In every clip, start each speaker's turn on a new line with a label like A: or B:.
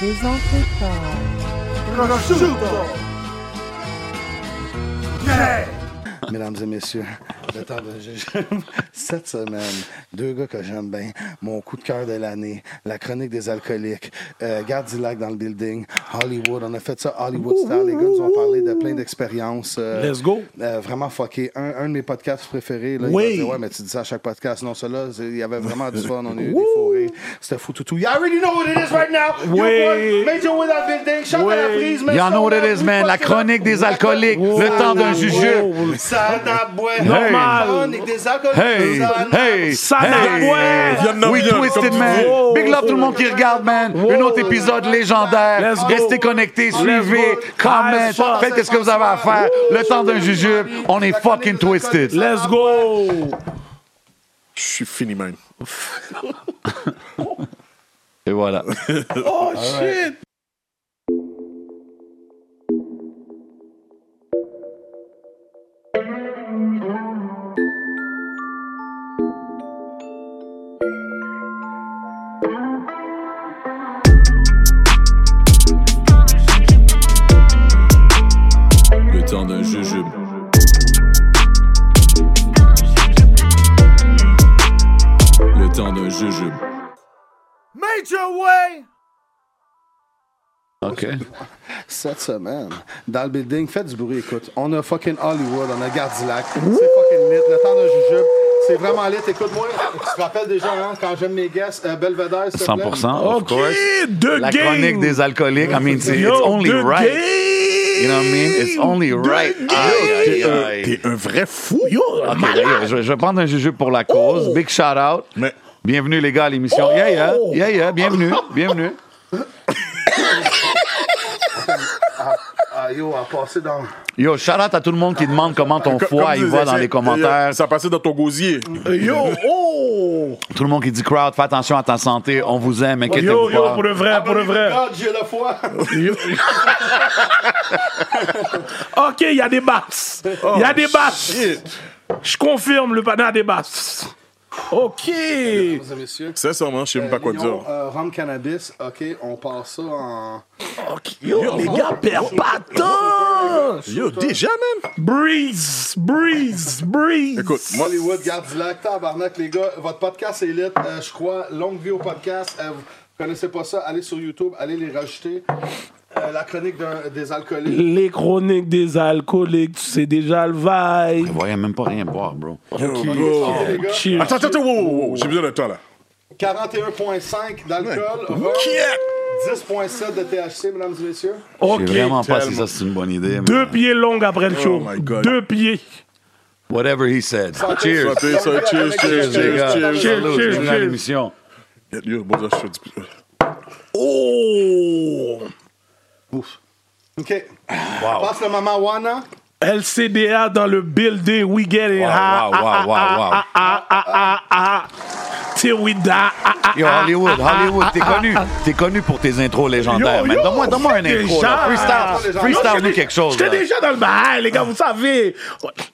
A: présenté par...
B: Mesdames et messieurs, le temps de juge. Cette semaine, deux gars que j'aime bien, mon coup de cœur de l'année, la chronique des alcooliques, euh, Gardilac dans le building, Hollywood. On a fait ça Hollywood style. Les gars nous ont parlé de plein d'expériences. euh,
C: Let's go.
B: euh, vraiment fucké. Un, un de mes podcasts préférés. Là, il
C: Oui.
B: m'a dit, ouais, mais tu dis ça à chaque podcast. Non, cela, il y avait vraiment du fun. On a eu des forêts. C'était fou tout tout. You already know what it is right now. You
C: Oui.
B: boy, Major Will dans le building. Shout out à la
C: Oui.
B: prise. mais
D: Y'en
B: shout
D: know what it
B: out,
D: is, man.
B: we fucking
D: La
B: up.
D: chronique des alcooliques.
C: Wow.
D: Le temps d'un jugeux.
C: Wow.
B: Sanabouet.
D: Normal.
B: Chronique des alcooliques.
D: Hey, hey,
C: Sanabouet.
D: hey. We twisted, man.
C: Wow.
D: Big love tout le monde qui regarde, man. Un autre épisode légendaire.
C: Let's go.
D: Restez connectés, suivez,
C: go. Nice
D: comment,
C: fuck.
D: faites ce que vous avez à faire. Le temps d'un jujube, on est fucking twisted.
C: Let's go.
E: Je suis fini, man.
D: Et voilà.
E: Ah Le temps d'un jujube. Le temps d'un jujube.
D: OK.
B: Cette semaine, dans le building, faites du bruit, écoute. On a fucking Hollywood, on a Gardilac. C'est fucking lit. Le temps d'un jujube. C'est vraiment lit. Écoute-moi, tu te rappelles déjà, hein, quand j'aime mes guests, euh, Belvedere, s'il te plaît.
D: 100%, of
C: OK,
D: course.
C: deux
D: La
C: games.
D: chronique des alcooliques, I mean, it's it's
C: Yo,
D: only
C: deux
D: right.
C: games.
D: You know what I mean? It's only
C: Deux
D: right.
C: games.
D: Aïe, aïe,
C: euh,
D: aïe.
E: Euh, T'es un vrai fou. Ah,
C: Yo,
D: Ok,
C: malade.
D: d'ailleurs, je, vais- je vais prendre un jujube pour la cause. Big shout out.
E: Mais-
D: Bienvenue, les gars, à l'émission.
C: Oh!
D: Yeah, yeah, yeah, yeah. Bienvenue, bienvenue.
B: Ah, yo, à passer dans.
D: Yo, shout out à tout le monde qui demande comment ton
E: Co-
D: foie
E: comme
D: il
E: tu
D: va
E: disais,
D: dans les
E: c'est-
D: commentaires.
E: euh, Ça passait dans ton gosier.
C: Yo, oh.
D: Tout le monde qui dit crowd, fais attention à ta santé. On vous
C: Yo,
D: aime, inquiétez-vous
C: yo,
D: pas.
C: pour le vrai, pour le vrai.
B: God, j'ai le foie.
C: OK, il y a des basses. Il y a des basses.
E: Shit.
C: Je confirme, le panneau a des basses. OK.
B: Mesdames et messieurs.
E: Sincèrement, je sais même pas quoi
B: Mignon,
E: dire.
B: euh, rhum cannabis, ok, on passe ça en.
C: OK. Yo, les gars, perds pas de temps.
E: Yo, déjà, man.
C: Breeze, breeze, breeze.
E: Écoute, moi,
B: Hollywood, Gardilac, tabarnak, les gars. Votre podcast est lit. Euh, je crois, longue vie au podcast. Euh, vous connaissez pas ça, allez sur YouTube, allez les rajouter. Euh, la chronique d'un- des alcooliques.
C: Les chroniques des alcooliques, tu sais déjà le vibe.
D: Vous voyez même pas rien boire, bro.
E: bro.
B: Oh, les gars,
C: Cheers.
E: Attends, attends, attends, wow, wow, wow, j'ai besoin de toi, là.
B: 41,5 d'alcool, rhum, 10,7 de THC, mesdames et messieurs.
C: OK.
D: Je sais vraiment pas si
E: tellement.
D: ça c'est une bonne idée. mais-
C: Deux pieds longs après le show.
E: my God.
C: Deux pieds.
D: Whatever he said. Cheers.
E: Santé, santé, cheers, cheers,
D: Les gars,
E: cheers,
D: cheers, salute.
E: cheers.
C: cheers,
D: Bienvenue à
C: cheers.
D: l'émission.
E: Yo, bon, je fais du-
C: Oh!
B: Ouf. OK.
C: Ah,
B: Passe le moment Wana.
C: LCDA dans le building, we get it
D: Wow,
C: high.
D: wow, wow, wow, wow.
C: Ah, ah, ah, ah, ah, ah. Till we die. Ah, ah,
D: Yo,
C: ah,
D: Hollywood,
C: ah,
D: Hollywood,
C: ah,
D: t'es
C: ah,
D: connu.
C: ah,
D: T'es connu pour tes intros légendaires,
C: Yo,
D: man.
C: yo,
D: Donne-moi donne-moi un
C: j'étais déjà-
D: intro, là. Freestyle,
C: ah.
D: freestyle nous
C: J'étais-
D: quelque chose, là.
C: J'étais déjà dans le bail, les gars, vous savez.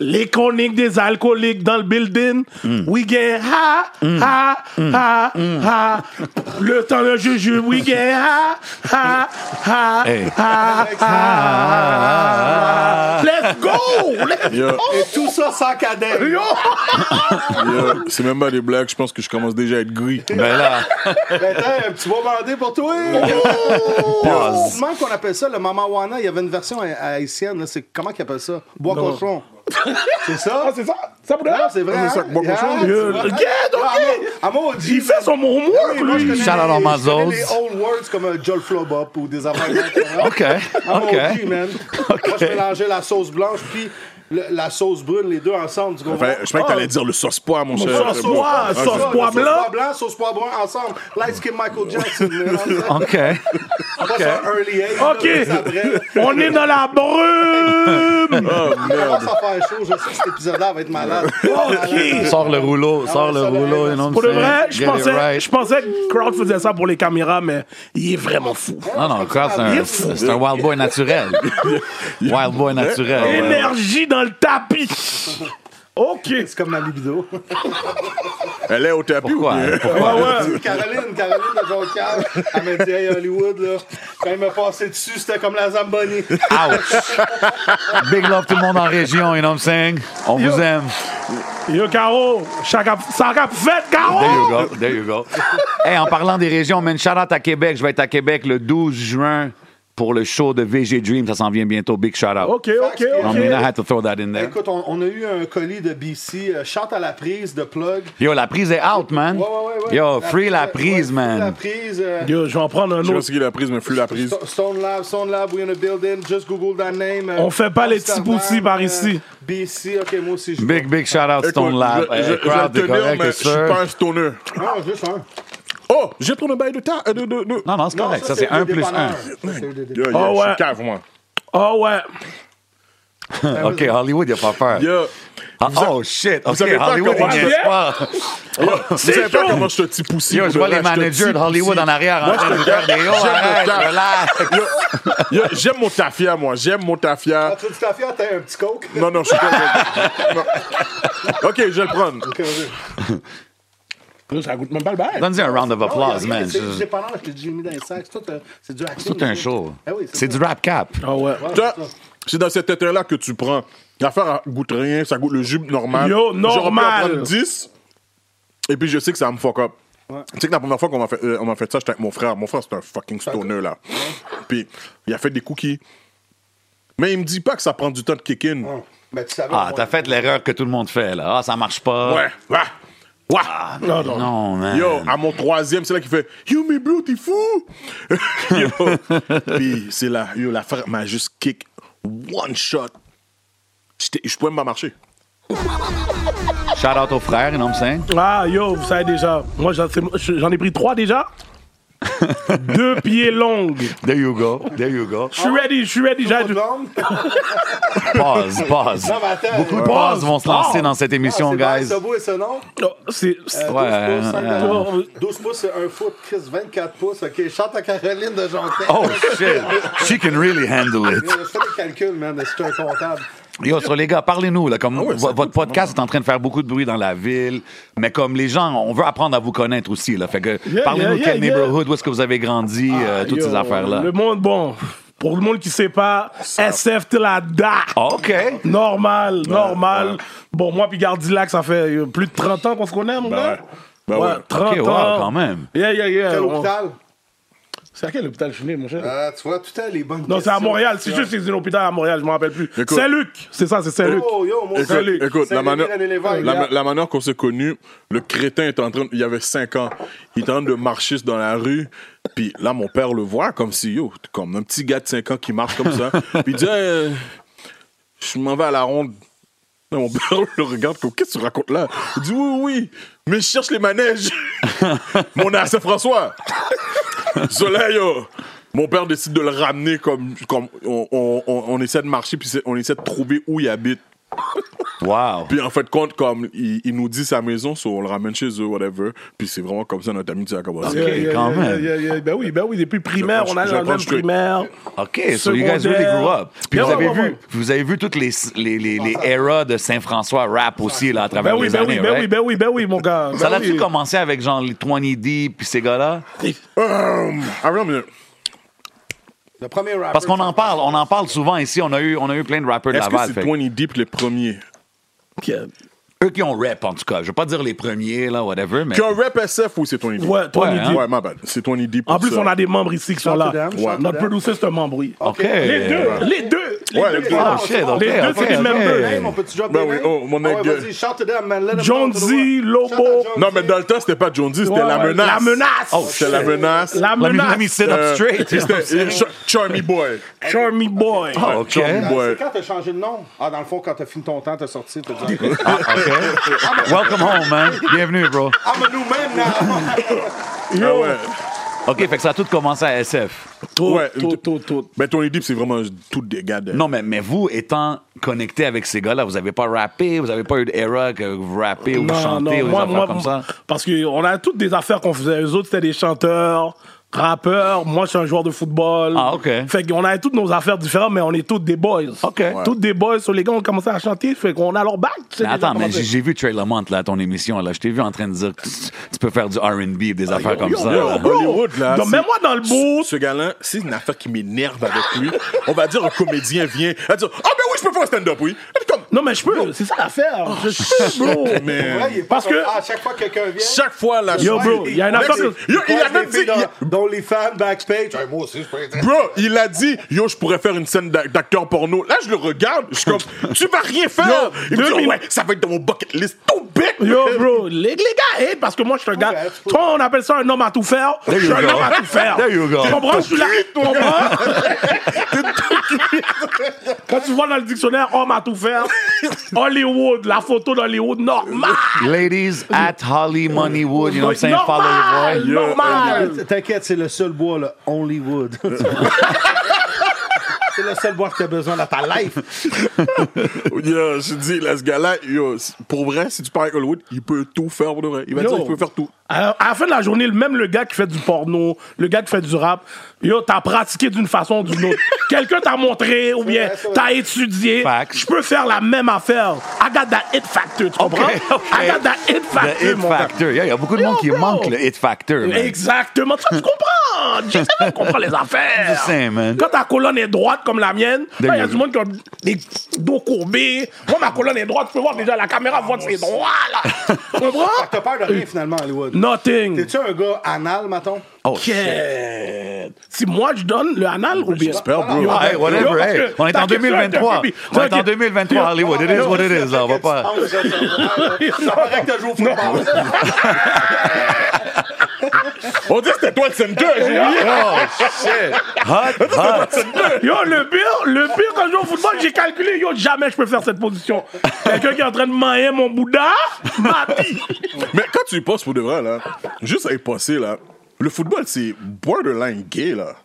C: Les chroniques des alcooliques dans le building, we get high, high, high, high. Le temps de juju, we get high, high, high,
D: Hey.
C: high, high. Let's go! Let's
E: Yo,
B: Et tout ça sans cadet.
C: go!
E: yo, c'est même pas des blagues, je pense que je commence déjà à être gris.
D: Ben là,
B: Ben, t'as un petit mot bandé pour toi. Oh!
D: Pause.
B: Comment qu'on appelle ça, le Mama Wana? Il y avait une version ha- haïtienne. là, c'est- Comment qu'ils appellent ça? Bois cochon. C'est ça?
C: C'est ça? Ça pour de
B: Ah,
C: là?
B: c'est vrai.
E: Ah, c'est
B: hein?
E: ça, bois
B: Yeah,
E: cochon.
B: tu
C: Yo,
B: vois.
C: regarde,
B: Ah,
C: ok.
B: ah, moi, on dit-
C: Il fait son homework,
B: Moi, je
C: lui.
B: connais les-
D: Shout out à
B: je connais
D: Mazos.
B: Les old words comme euh, Joel Flobop ou des affaires.
D: OK,
B: Ah, mon
D: OK.
B: Dieu, man. Moi, je mélangeais la sauce blanche puis le- la sauce brune, les deux ensemble. Tu comprends?
E: Enfin, je pensais que t'allais dire le sauce poire, mon cher.
C: sauce poire,
E: Ah,
C: sauce poire.
E: c'est-
B: Sauce
C: blanc.
B: poire blanc, sauce poire brun ensemble. Light skin Michael Jackson.
D: OK.
B: Pas ça, early age, là,
C: Ok,
B: mais après.
C: on est dans la brume.
E: Oh,
B: Ça
E: merde.
B: commence à faire chaud. Je sais que cet épisode-là va être malade.
C: Ok.
D: Sors le rouleau,
C: Ah
D: sors le
B: ça, là,
D: rouleau. you know what
C: Pour de
D: I'm
C: vrai,
D: saying?
C: je
D: Get it
C: pensais,
D: right.
C: je pensais que Crowd faisait ça pour les caméras, mais il est vraiment fou.
D: Non, non, Kraut, c'est un, c'est un wild boy naturel. wild boy naturel.
C: Énergie dans le tapis. Ok.
B: C'est comme ma libido.
E: Elle est au tapis
D: Pourquoi?
E: ou bien?
C: Ah ouais.
B: Caroline, Caroline de Jonquière, elle m'a dit, hey, Hollywood, là, quand il m'a passé dessus, c'était comme la Zamboni.
D: Ouch! Big love tout le monde en région, you know what I'm saying? On
C: Yo.
D: vous aime.
C: Yo, Caro, chaque app- ça cap fait,
D: There you
C: Caro!
D: go, there you go. Hey, en parlant des régions, man, shout out à Québec. Je vais être à Québec le 12 juin pour le show de VG Dream. Ça s'en vient bientôt. Big shout out.
C: OK, OK,
D: I mean, I
C: OK.
D: had to throw that in there.
B: Écoute, on, on a eu un colis de BC, euh, chante à la prise de plug.
D: Yo, la prise est out, man.
B: Ouais, ouais, ouais, ouais.
D: Yo, free la prise,
B: ouais, Free la
D: man.
B: prise. euh,
C: Yo, je vais en prendre un
E: Je sais pas
C: autre.
E: ce qu'il a prise, mais flûte la prise.
B: Sto- Stone Lab, Stone Lab, we're in a building, just Google that name. euh,
C: On fait pas les petits
B: Amsterdam,
C: poussis par
B: euh,
C: ici.
B: BC, ok, moi aussi. je-
D: Big, big shout out Stone
E: Écoute,
D: Lab.
E: Je, je-
D: Hey,
E: je vais
D: crowd
E: te
D: est
E: dire,
D: correct,
E: mais je
D: c'est
E: suis
D: sûr.
E: pas un stoner.
B: Ah, juste un.
E: Oh, j'ai tourné bail de temps. euh, de- de- de-
D: Non, non, c'est correct. Ça, c'est
B: un
D: 1 plus 1.
E: Yo, yo,
C: Oh,
E: je
C: ouais.
E: suis cave, moi.
C: Ah ouais.
D: Ah, OK, Hollywood, il a pas peur.
E: Yo,
D: Ah, oh, shit. OK,
E: savez pas
D: Hollywood, il
E: comment-
D: n'y a pas.
E: yo, Ah, vous savez pas comment je te petit poussi.
D: Yo, je vois les managers de Hollywood en arrière en train de faire des hauts. Arrête, relax.
E: Yo, j'aime mon tafia, moi. J'aime mon tafia.
B: Ah, tu veux du café? Ah, T'as un petit coke?
E: Non, non, je suis pas. Non. Ok, je vais le prendre.
B: Ok, vas-y.
E: Ça goûte même pas le bail.
D: Donne-y un round of
B: Oh,
D: applause, man.
B: C'est du dépanneur que j'ai mis dans les sacs. C'est tout, euh, c'est du acting.
D: C'est tout un show.
B: Ah oui,
D: C'est
B: ça.
D: du rap cap.
C: Ah ouais.
E: Ça, C'est dans cet état-là que tu prends. L'affaire elle goûte rien, ça goûte le jus normal.
C: Yo,
E: J'aurais pu en
C: normal.
E: prendre 10, et puis je sais que ça me fuck up. Tu sais que la première fois qu'on m'a fait, euh, on m'a fait ça, j'étais avec mon frère. Mon frère, c'est un fucking stoner, là. Puis il a fait des cookies. Mais il me dit pas que ça prend du temps de kick in.
B: Ouais. Ben, tu savais.
D: Ah,
B: moi.
D: t'as fait l'erreur que tout le monde fait, là. Ah, ça marche pas. Ah,
E: Ouais, ouais, ouais.
C: Non, non.
D: Non, man.
E: Yo, à mon troisième, c'est là qu'il fait You me beautiful! yo. Puis c'est là, yo, la frappe m'a juste kick one shot. J'étais- Je pouvais même pas marcher.
D: Shout out aux frères, you know what I'm saying?
C: Ah, yo, vous savez déjà. Moi, j'en c'est- j'en ai pris trois déjà. Deux pieds longues.
D: There you go, there you go.
C: Je suis ready, je suis ready.
B: Pas
C: j'ai-
B: de langue.
D: Pause, pause.
B: Non, mais attends.
D: Beaucoup de
B: euh,
D: pauses vont se lancer dans cette
B: ah,
D: émission,
B: c'est
D: guys.
B: bon, C'est beau et ce nom.
C: Oh, c'est- c'est-
D: Ouais,
B: Ouais, 12 pouces, cinq
D: euh,
B: dollars.
C: euh.
B: 12 pouces, c'est 1 foot, Chris, 24 pouces. OK, chante à Caroline de Jonquin.
D: Oh shit, she can really handle it.
B: Je fais des calculs, man, de si tu es un comptable.
C: Ah,
D: Yo, sur les gars, parlez-nous. Là, comme
E: ouais,
D: vo-
E: ça coûte,
D: votre podcast est en train de faire beaucoup de bruit dans la ville, mais comme les gens, on veut apprendre à vous connaître aussi. Là, fait que
C: Yeah,
D: parlez-nous
C: yeah,
D: de quel
C: yeah, yeah.
D: neighborhood, où est-ce que vous avez grandi, euh, toutes
C: Yo,
D: ces affaires-là.
C: Le monde, bon, pour le monde qui sait pas, SF de la DA.
D: Ah, OK.
C: Normal, normal. Bon, moi puis Gardilac, ça fait euh, plus de 30 ans qu'on se connaît, mon
E: Ben
C: gars.
E: ouais. Ben ouais.
C: 30
D: Ok, wow,
C: ans.
D: quand même.
C: Yeah, yeah, yeah.
B: Quel
C: On-
B: hôpital?
C: C'est à quel hôpital je suis né, mon cher?
B: Ah, tu vois, tout à les bonnes
C: non, c'est à
B: questions.
C: Montréal. C'est juste c'est un hôpital à Montréal, je m'en rappelle plus.
E: Écoute.
C: Saint-Luc. C'est ça, c'est Saint-Luc.
B: Yo, yo, mon
E: Écoute,
B: salut.
E: écoute, la,
B: Salut,
E: manière,
B: Mélanie Lévesque.
E: la ma- la manière qu'on s'est connus, le crétin était en train, de- il y avait 5 ans, il était en train de marcher dans la rue, puis là, mon père le voit comme si, yo, t'es comme un petit gars de 5 ans qui marche comme ça, puis il dit, Hey, je m'en vais à la ronde. Là, mon père le regarde comme, qu'est-ce que tu racontes là? Il dit, oui, oui, mais je cherche les manèges. mon à Saint-François. Soleil, yo. Mon père décide de le ramener comme, comme on, on- on- on essaie de marcher, puis c'est- on essaie de trouver où il habite.
D: Wow.
E: Puis en fait, compte comme il, il nous dit sa maison, so on le ramène chez eux, whatever. Puis c'est vraiment comme ça notre amitié a commencé.
C: Yeah, yeah,
D: quand
C: yeah,
D: même.
C: yeah, yeah, yeah. Ben oui, ben oui, depuis primaire,
E: Je-
C: on a
E: je
C: dans le même
E: construis.
C: primaire.
D: OK, so you guys really
C: Secondaire.
D: grew up. Puis
C: Yeah,
D: vous
C: ouais,
D: avez,
C: ouais,
D: vu,
C: ouais.
D: vous avez vu toutes les, les, les, les eras de Saint-François rap aussi là, à travers
C: Ben oui,
D: les
C: ben
D: années,
C: oui, ben
D: right?
C: oui, ben oui, ben oui, mon gars.
D: Ça
C: ben
D: l'a-tu
C: oui.
D: commencé avec genre les 20D puis ces gars-là?
E: Euh, ah, non, mais
B: Le premier rapper.
D: Parce qu'on en parle, on en parle souvent ici. On a eu, on a eu plein de rappeurs de
E: Est-ce que
D: Laval.
E: c'est
D: fait que-
E: 20 Deep le premier
D: Eux qui ont rap, en tout cas. Je vais pas dire les premiers, là, whatever, mais...
E: Tu as un rap SF ou c'est 20 Deep
C: Ouais, toi,
D: Ouais,
C: Nidhi.
D: hein.
E: Ouais, ma bad. C'est 20 Deep.
C: En plus,
E: ça.
C: on a des membres ici qui sont
B: Shout
C: là.
B: to them, shout to
C: Notre
B: them.
C: producer, c'est un membre, oui.
D: OK.
C: Les deux, les deux, les
E: Ouais,
C: deux.
E: les deux.
B: Ah,
D: Oh, shit, OK,
C: Les deux,
D: OK,
C: Ah, c'est les
D: OK.
C: mêmes deux.
B: Hey, mon petit job.
E: Ben oui, oh, mon nègre.
B: Vas-y, shout to them, man. Let them
C: John
B: know to the
C: Z,
B: world.
C: Lobo.
B: Shout out John
E: Non,
B: Z.
E: mais dans le temps, c'était pas John D, c'était
C: Ouais,
E: la,
C: ouais,
E: menace.
C: La menace.
D: Oh,
E: C'était la menace.
C: La
D: Let me,
C: menace.
D: let me sit up
E: Euh,
D: straight.
E: puis c'était- Ch- Charmy Boy.
C: Charmy Boy.
D: Ah, OK.
E: Charmy
B: Ah,
E: Boy.
B: C'est quand t'as changé de nom? Ah, dans le fond, quand t'as fini ton temps, t'as sorti, t'as dit.
D: Ah, OK. Welcome home, man. Bienvenue, bro.
B: I'm a new man now!
E: Ah ouais.
D: OK, fait que ça a tout commencé à SF.
C: Tout,
E: Ouais.
C: tout, tout, tout.
E: Mais 20 Ben, Deep, c'est vraiment tout des gars de.
D: Non, mais, mais vous, étant connecté avec ces gars-là, vous avez pas rappé, vous avez pas eu d'era que vous rappez ou vous chantez ou des affaires comme ça?
C: Parce qu'on a toutes des affaires qu'on faisait. Eux autres, c'était des chanteurs. rappeur, moi je suis un joueur de football.
D: Ah, ok.
C: Fait qu'on avait toutes nos affaires différentes, mais on est tous des boys.
D: Ok. Ouais.
C: Toutes des boys. Sur les gars ont commencé à chanter, fait qu'on a leur bac. tu sais,
D: Mais
C: déjà
D: attends, mais
C: commencé.
D: j'ai j'ai vu Trey Lamont là, à ton émission. Là. Je t'ai vu en train de dire que tu, tu peux faire du RB et des affaires comme
E: Yo,
D: ça.
E: yo,
D: là.
E: bro, Hollywood, là.
C: Donc,
E: c'est-
C: mets-moi dans le bout.
E: Ce, ce gars-là, c'est une affaire qui m'énerve avec lui. On va dire un comédien vient, elle dit Ah, ben oui, je peux faire un stand-up, oui. Elle est comme,
C: Non, mais je peux, c'est ça l'affaire. Je peux, bro.
E: Oh, mais.
B: Ouais, Ah, il est pas
C: Parce
B: comme-
C: que-
B: à chaque fois que quelqu'un vient.
E: Chaque fois, la
C: Yo, bro, il y a une
E: Mec,
C: affaire
E: c'est-
C: que-
E: Yo, il a
B: Moi, je
E: même
B: l'ai fait
E: dit.
B: dans- Dans les fans backstage. Ouais, Moi aussi, je peux être-
E: Bro, il a dit, yo, je pourrais faire une scène d'ac- d'acteur porno. Là, je le regarde, je suis comme, tu vas rien faire. il me dit,
C: deux
E: Oh,
C: minutes.
E: ouais, ça va être dans mon bucket list. Tout bête.
C: Yo, bro, les, les gars hate parce que moi, je suis un gars.
B: Ouais, c'est cool.
C: Toi, on appelle ça un homme à tout faire. Je suis
D: you
C: un
D: go.
C: homme à tout faire.
D: There you go.
C: Tu comprends? Je suis là. Tu comprends? Quand tu vois dans le dictionnaire homme à tout faire, Hollywood, la photo d'Hollywood, normal.
D: Ladies at Holly Moneywood, you know what I'm saying? Follow
C: normal.
D: your boy.
C: normal.
B: T'inquiète, T'inquiète, c'est le seul bois, le Hollywood. c'est le seul bois que t'as besoin dans ta life.
E: Yo, je dis, là, ce gars-là, yo, c- pour vrai, si tu parles avec Hollywood, il peut tout faire pour de vrai. Il
D: Ben,
E: va
C: Yo.
E: dire, il peut faire tout.
C: À, à la fin de la journée, même le gars qui fait du porno, le gars qui fait du rap, yo, t'as pratiqué d'une façon ou d'une autre. Quelqu'un t'a montré ou bien t'as étudié.
D: Facts.
C: Je peux faire la même affaire. I got that it factor, tu comprends?
D: ok.
C: I got that it
D: The
C: factor,
D: hit
C: mon gars.
D: factor. Yeah, Il y a beaucoup de
C: Yo,
D: monde qui
C: bro.
D: manque le hit factor. man.
C: Exactement. Ça, tu comprends. J'ai savais comprendre les affaires.
D: Just saying, man.
C: Quand ta colonne est droite comme la mienne, il y
D: There
C: a
D: you
C: du
D: go.
C: monde qui a des dos courbés. Moi, ma colonne est droite. Tu peux voir déjà la caméra, voit que c'est droit, là. Tu
B: Fait que T'as
C: comprends?
B: peur de rien, finalement, Hollywood.
E: Mm.
C: Nothing.
B: T'es-tu un gars anal, maton?
D: Oh,
C: Quête. Si moi je donne le anal ou bien.
E: J'espère, bro.
C: Yo,
D: Ah, hey, whatever,
C: yo, parce
D: hey.
C: que
D: On est
C: ta
D: en
C: question
D: 2023.
C: était-
D: On est en 2023 Hollywood. It is what it is. là. On va pas.
B: Ça paraît que t'as joué au football.
E: On dit, c'était toi le center. j'ai dit,
D: Oh, shit. Hot, hot.
C: Yo, le pire, le pire quand je joue au football, j'ai calculé, yo, jamais je peux faire cette position. Quelqu'un qui est en train de mailler mon Bouddha, ma vie.
E: Mais quand tu y penses pour de vrai, là, juste à y passer, là, le football, c'est borderline gay, là.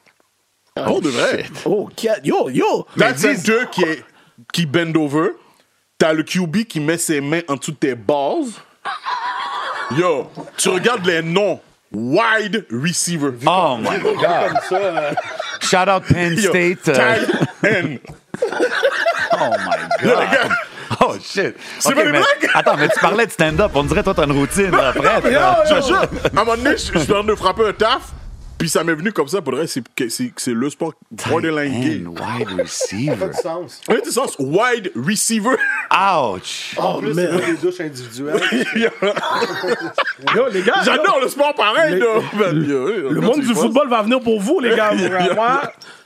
E: pour de vrai.
C: Oh, quête. yo, yo.
E: T'as le center qui, est, qui bend over. T'as le QB qui met ses mains en dessous de tes balls. Yo, tu regardes les noms. Wide receiver.
D: Oh, my God. Shout out Penn
E: hein. Yo,
D: State. euh,
E: tight end.
D: Oh my God. Oh shit.
E: C'est
D: Ok,
E: pas des
D: mais-
E: blagues?
D: Attends, mais tu parlais de stand-up. On dirait toi t'as une routine là, après.
E: Yo,
D: toi.
E: je te jure, à un moment donné, je je suis en train de frapper un taf, puis ça m'est venu comme ça. Pour le reste, c'est- que- c'est c'est le sport borderline gay.
D: Man, wide receiver.
B: sens.
E: Un du sens, wide receiver.
D: Ouch.
B: En plus, c'est des douches individuelles.
C: Yo, les gars.
E: J'adore le sport pareil. là. Ben, yo, yo,
C: Le
E: quand
C: monde
E: tu y
C: du
E: penses.
C: football va venir pour vous, les gars. vous.
E: Yeah.
C: Moi,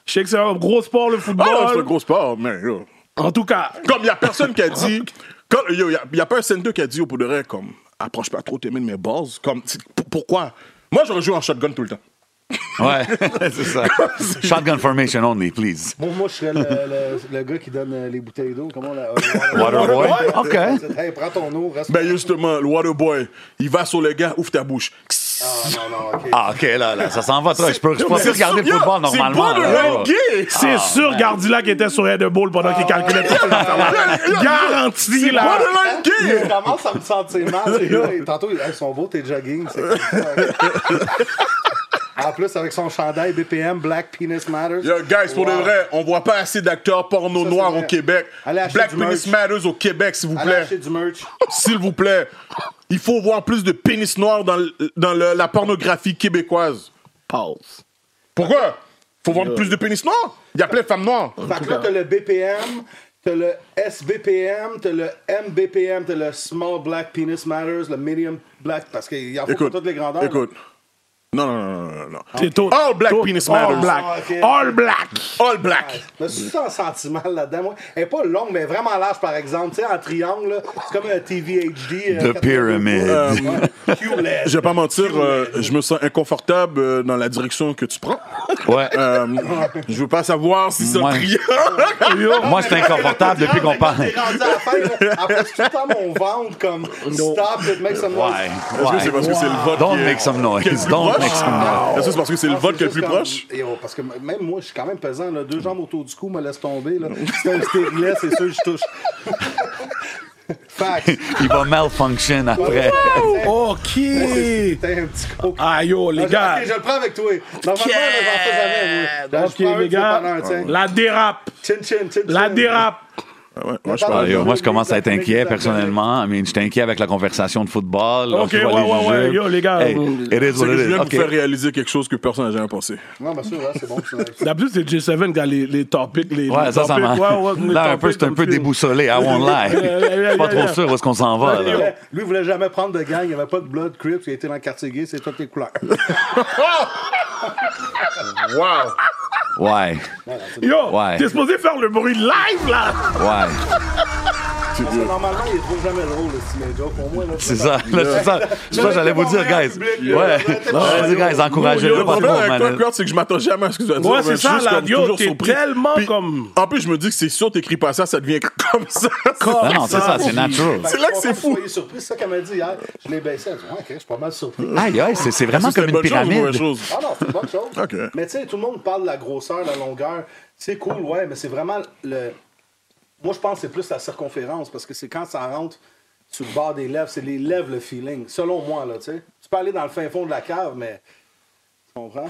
C: je sais que c'est un gros sport, le football.
E: Ah, non, c'est un gros sport, mais yo.
C: En tout cas,
E: Comme il n'y a personne qui a dit. Comme, yo, il n'y a, pas un center qui a dit au pour de vrai, comme, approche pas trop tes mains de mes balls. Comme, c'est- pour- pourquoi Moi, j'aurais joué en shotgun tout le temps.
D: Ouais, c'est ça. Shotgun formation only, please.
B: Bon, moi, je serais le, le- le gars qui donne euh, les bouteilles d'eau. Comment on la.
D: Waterboy. OK.
B: Hey, prends ton eau, reste.
E: Ben, justement, le Waterboy, il va sur les gars, ouvre ta bouche.
B: Ah, non, non, ok.
D: Ah, ok, là, là, ça s'en va, toi. Je peux, je peux plus
E: C'est
D: regarder le
E: sûr,
D: football
E: yo,
D: normalement.
E: C'est
D: là.
E: borderline gay.
C: c'est sûr, Gardila qui était sur Red Bull pendant qu'il calculait tout
D: Ah.
C: ça. Garanti,
E: C'est
C: là.
E: borderline
B: Je
E: gay.
B: commence à me sentir mal. les gars. Et Tantôt, ils hey, sont beaux tes joggings. c'est cool. En plus, avec son chandail BPM, Black Penis Matters.
E: Yo, guys, pour
B: Wow.
E: de vrai, on voit pas assez d'acteurs porno
B: Ça, c'est
E: noirs
B: vrai.
E: au Québec.
B: Allez acheter
E: Black
B: du
E: Penis
B: merch.
E: Matters au Québec, s'il vous
B: Allez
E: plaît.
B: acheter du merch.
E: S'il vous plaît. Il faut voir plus de pénis noirs dans, l- dans le- la pornographie québécoise.
C: Pause.
E: Pourquoi Faut vendre plus de pénis noirs Il y a plein de femmes noires.
B: Fait que là, t'as le BPM, t'as le SBPM, t'as le MBPM, t'as le Small Black Penis Matters, le Medium Black, parce qu'il y en faut pour
E: Écoute.
B: toutes les grandeurs.
E: Écoute. Non, non, non, non, non, non.
C: C'est tout.
E: All black
C: Tout.
E: penis
C: All
E: matters.
C: black.
B: Ah, ok.
C: All black.
E: All black.
B: Je me suis senti sentiment là-dedans. moi. Elle est pas longue, mais vraiment large, par exemple. Tu sais, en triangle, là, c'est comme un TVHD. euh,
D: The pyramid.
B: Euh, ouais. Q-led.
E: Je vais pas mentir, euh, je me sens inconfortable euh, dans la direction que tu prends.
D: Ouais.
E: Euh, je veux pas savoir si c'est un
D: Ouais.
E: triangle.
D: Moi, c'est inconfortable depuis qu'on
B: Quand
D: parle.
B: t'es rendu à la fin, là, après, c'est tout le temps mon ventre comme stop, it makes some noise.
D: Ouais.
E: Est-ce que c'est parce que c'est le vote
D: Don't
E: qui est-
D: make some noise.
E: qui est le plus
D: Don't
E: proche?
D: make some noise.
E: Est-ce que c'est parce que Ah, c'est le
B: Non,
E: vote qui est le
B: juste
E: plus
B: comme-
E: proche? Mm.
B: Yo, parce que m- même moi, je suis quand même pesant. Là, deux jambes autour du cou me laisse tomber. Là. C'est un stérilet, c'est sûr que je touche. Facts.
D: Il va malfunction après.
C: OK.
B: T'es un petit gros.
C: Ah yo, les
B: Ah, je-
C: gars.
B: ok, je le prends avec toi. Normalement, je m'en fais jamais. moi. Là, je
C: OK,
B: prends un
C: les
B: petit
C: gars.
B: bonheur, tiens.
C: La dérape.
B: Chin, chin, chin,
C: La
B: chin.
C: dérape.
E: Ah ouais, moi, je
D: Ah,
E: parle.
D: yo, moi, je commence à être inquiet personnellement. I mean, je suis inquiet avec la conversation de football.
C: Ok,
D: Je vois
C: ouais,
D: les
C: ouais, ouais.
D: jeux.
C: Yo, les gars.
D: Hey, it is
E: C'est
D: what
E: que
D: it
E: je
D: is.
E: viens de
D: Ok.
E: vous faire réaliser quelque chose que personne n'a jamais pensé.
B: Non, bien sûr, ouais, c'est bon. c'est-
C: D'habitude, c'est J7 qui a les, les topics. Les,
D: Ouais,
C: les
D: ça, ça
C: topics.
D: m'a.
C: Ouais, ouais, les
D: Là, un peu,
C: topics
D: c'est un peu
C: comme ça.
D: déboussolé. I won't lie.
C: Yeah, yeah,
D: Je suis pas
C: yeah,
D: trop
C: yeah.
D: sûr où est-ce qu'on s'en va,
B: Lui, il
D: là.
B: voulait- Lui, il voulait jamais prendre de gang. Il n'y avait pas de blood crips. Il était dans le quartier gay. C'est toutes les couleurs.
E: Wow!
D: Ouais,
C: Yo,
D: Ouais.
C: t'es supposé faire le bruit live, là.
D: ouais.
B: Parce que normalement, il ne trouve jamais drôle, le Steam Joke. Au moins, là,
D: C'est ça, là, c'est ça. C'est ça que j'allais vous dire, guys. Ouais. J'allais dire, guys, encouragez-le
E: Le
D: parce
E: problème
D: que
E: avec toi,
D: man,
E: Kurt, c'est que je m'attends jamais à ce que tu vas dire.
C: Ouais,
E: mais
C: c'est
E: je suis
C: ça,
E: juste
C: là,
E: comme
C: yo,
E: toujours
C: t'es
E: surpris.
C: tellement
E: Puis,
C: comme-
E: En plus, je me dis que c'est sûr, t'écris pas ça, ça devient comme ça.
D: Non, non, c'est ça, c'est natural.
E: C'est là que c'est fou.
B: Je suis surpris. C'est ça qu'elle m'a dit hier. Je l'ai baissé. Elle dit Ouais, ok, je suis pas mal surpris.
D: Aïe, aïe, c'est c'est vraiment
E: Ça, c'est
D: comme
E: une
D: une
E: bonne chose ou une
D: pyramide.
E: mauvaise chose?
B: Ah non, c'est une bonne chose.
E: Ok.
B: Mais tu sais, tout le monde parle de la grosseur, la longueur. C'est cool, ouais, mais c'est vraiment le. Moi, je pense que c'est plus la circonférence parce que c'est quand ça rentre sur le bord des lèvres, c'est les lèvres le feeling, selon moi, là, tu sais. Tu peux aller dans le fin fond de la cave, mais. Tu comprends?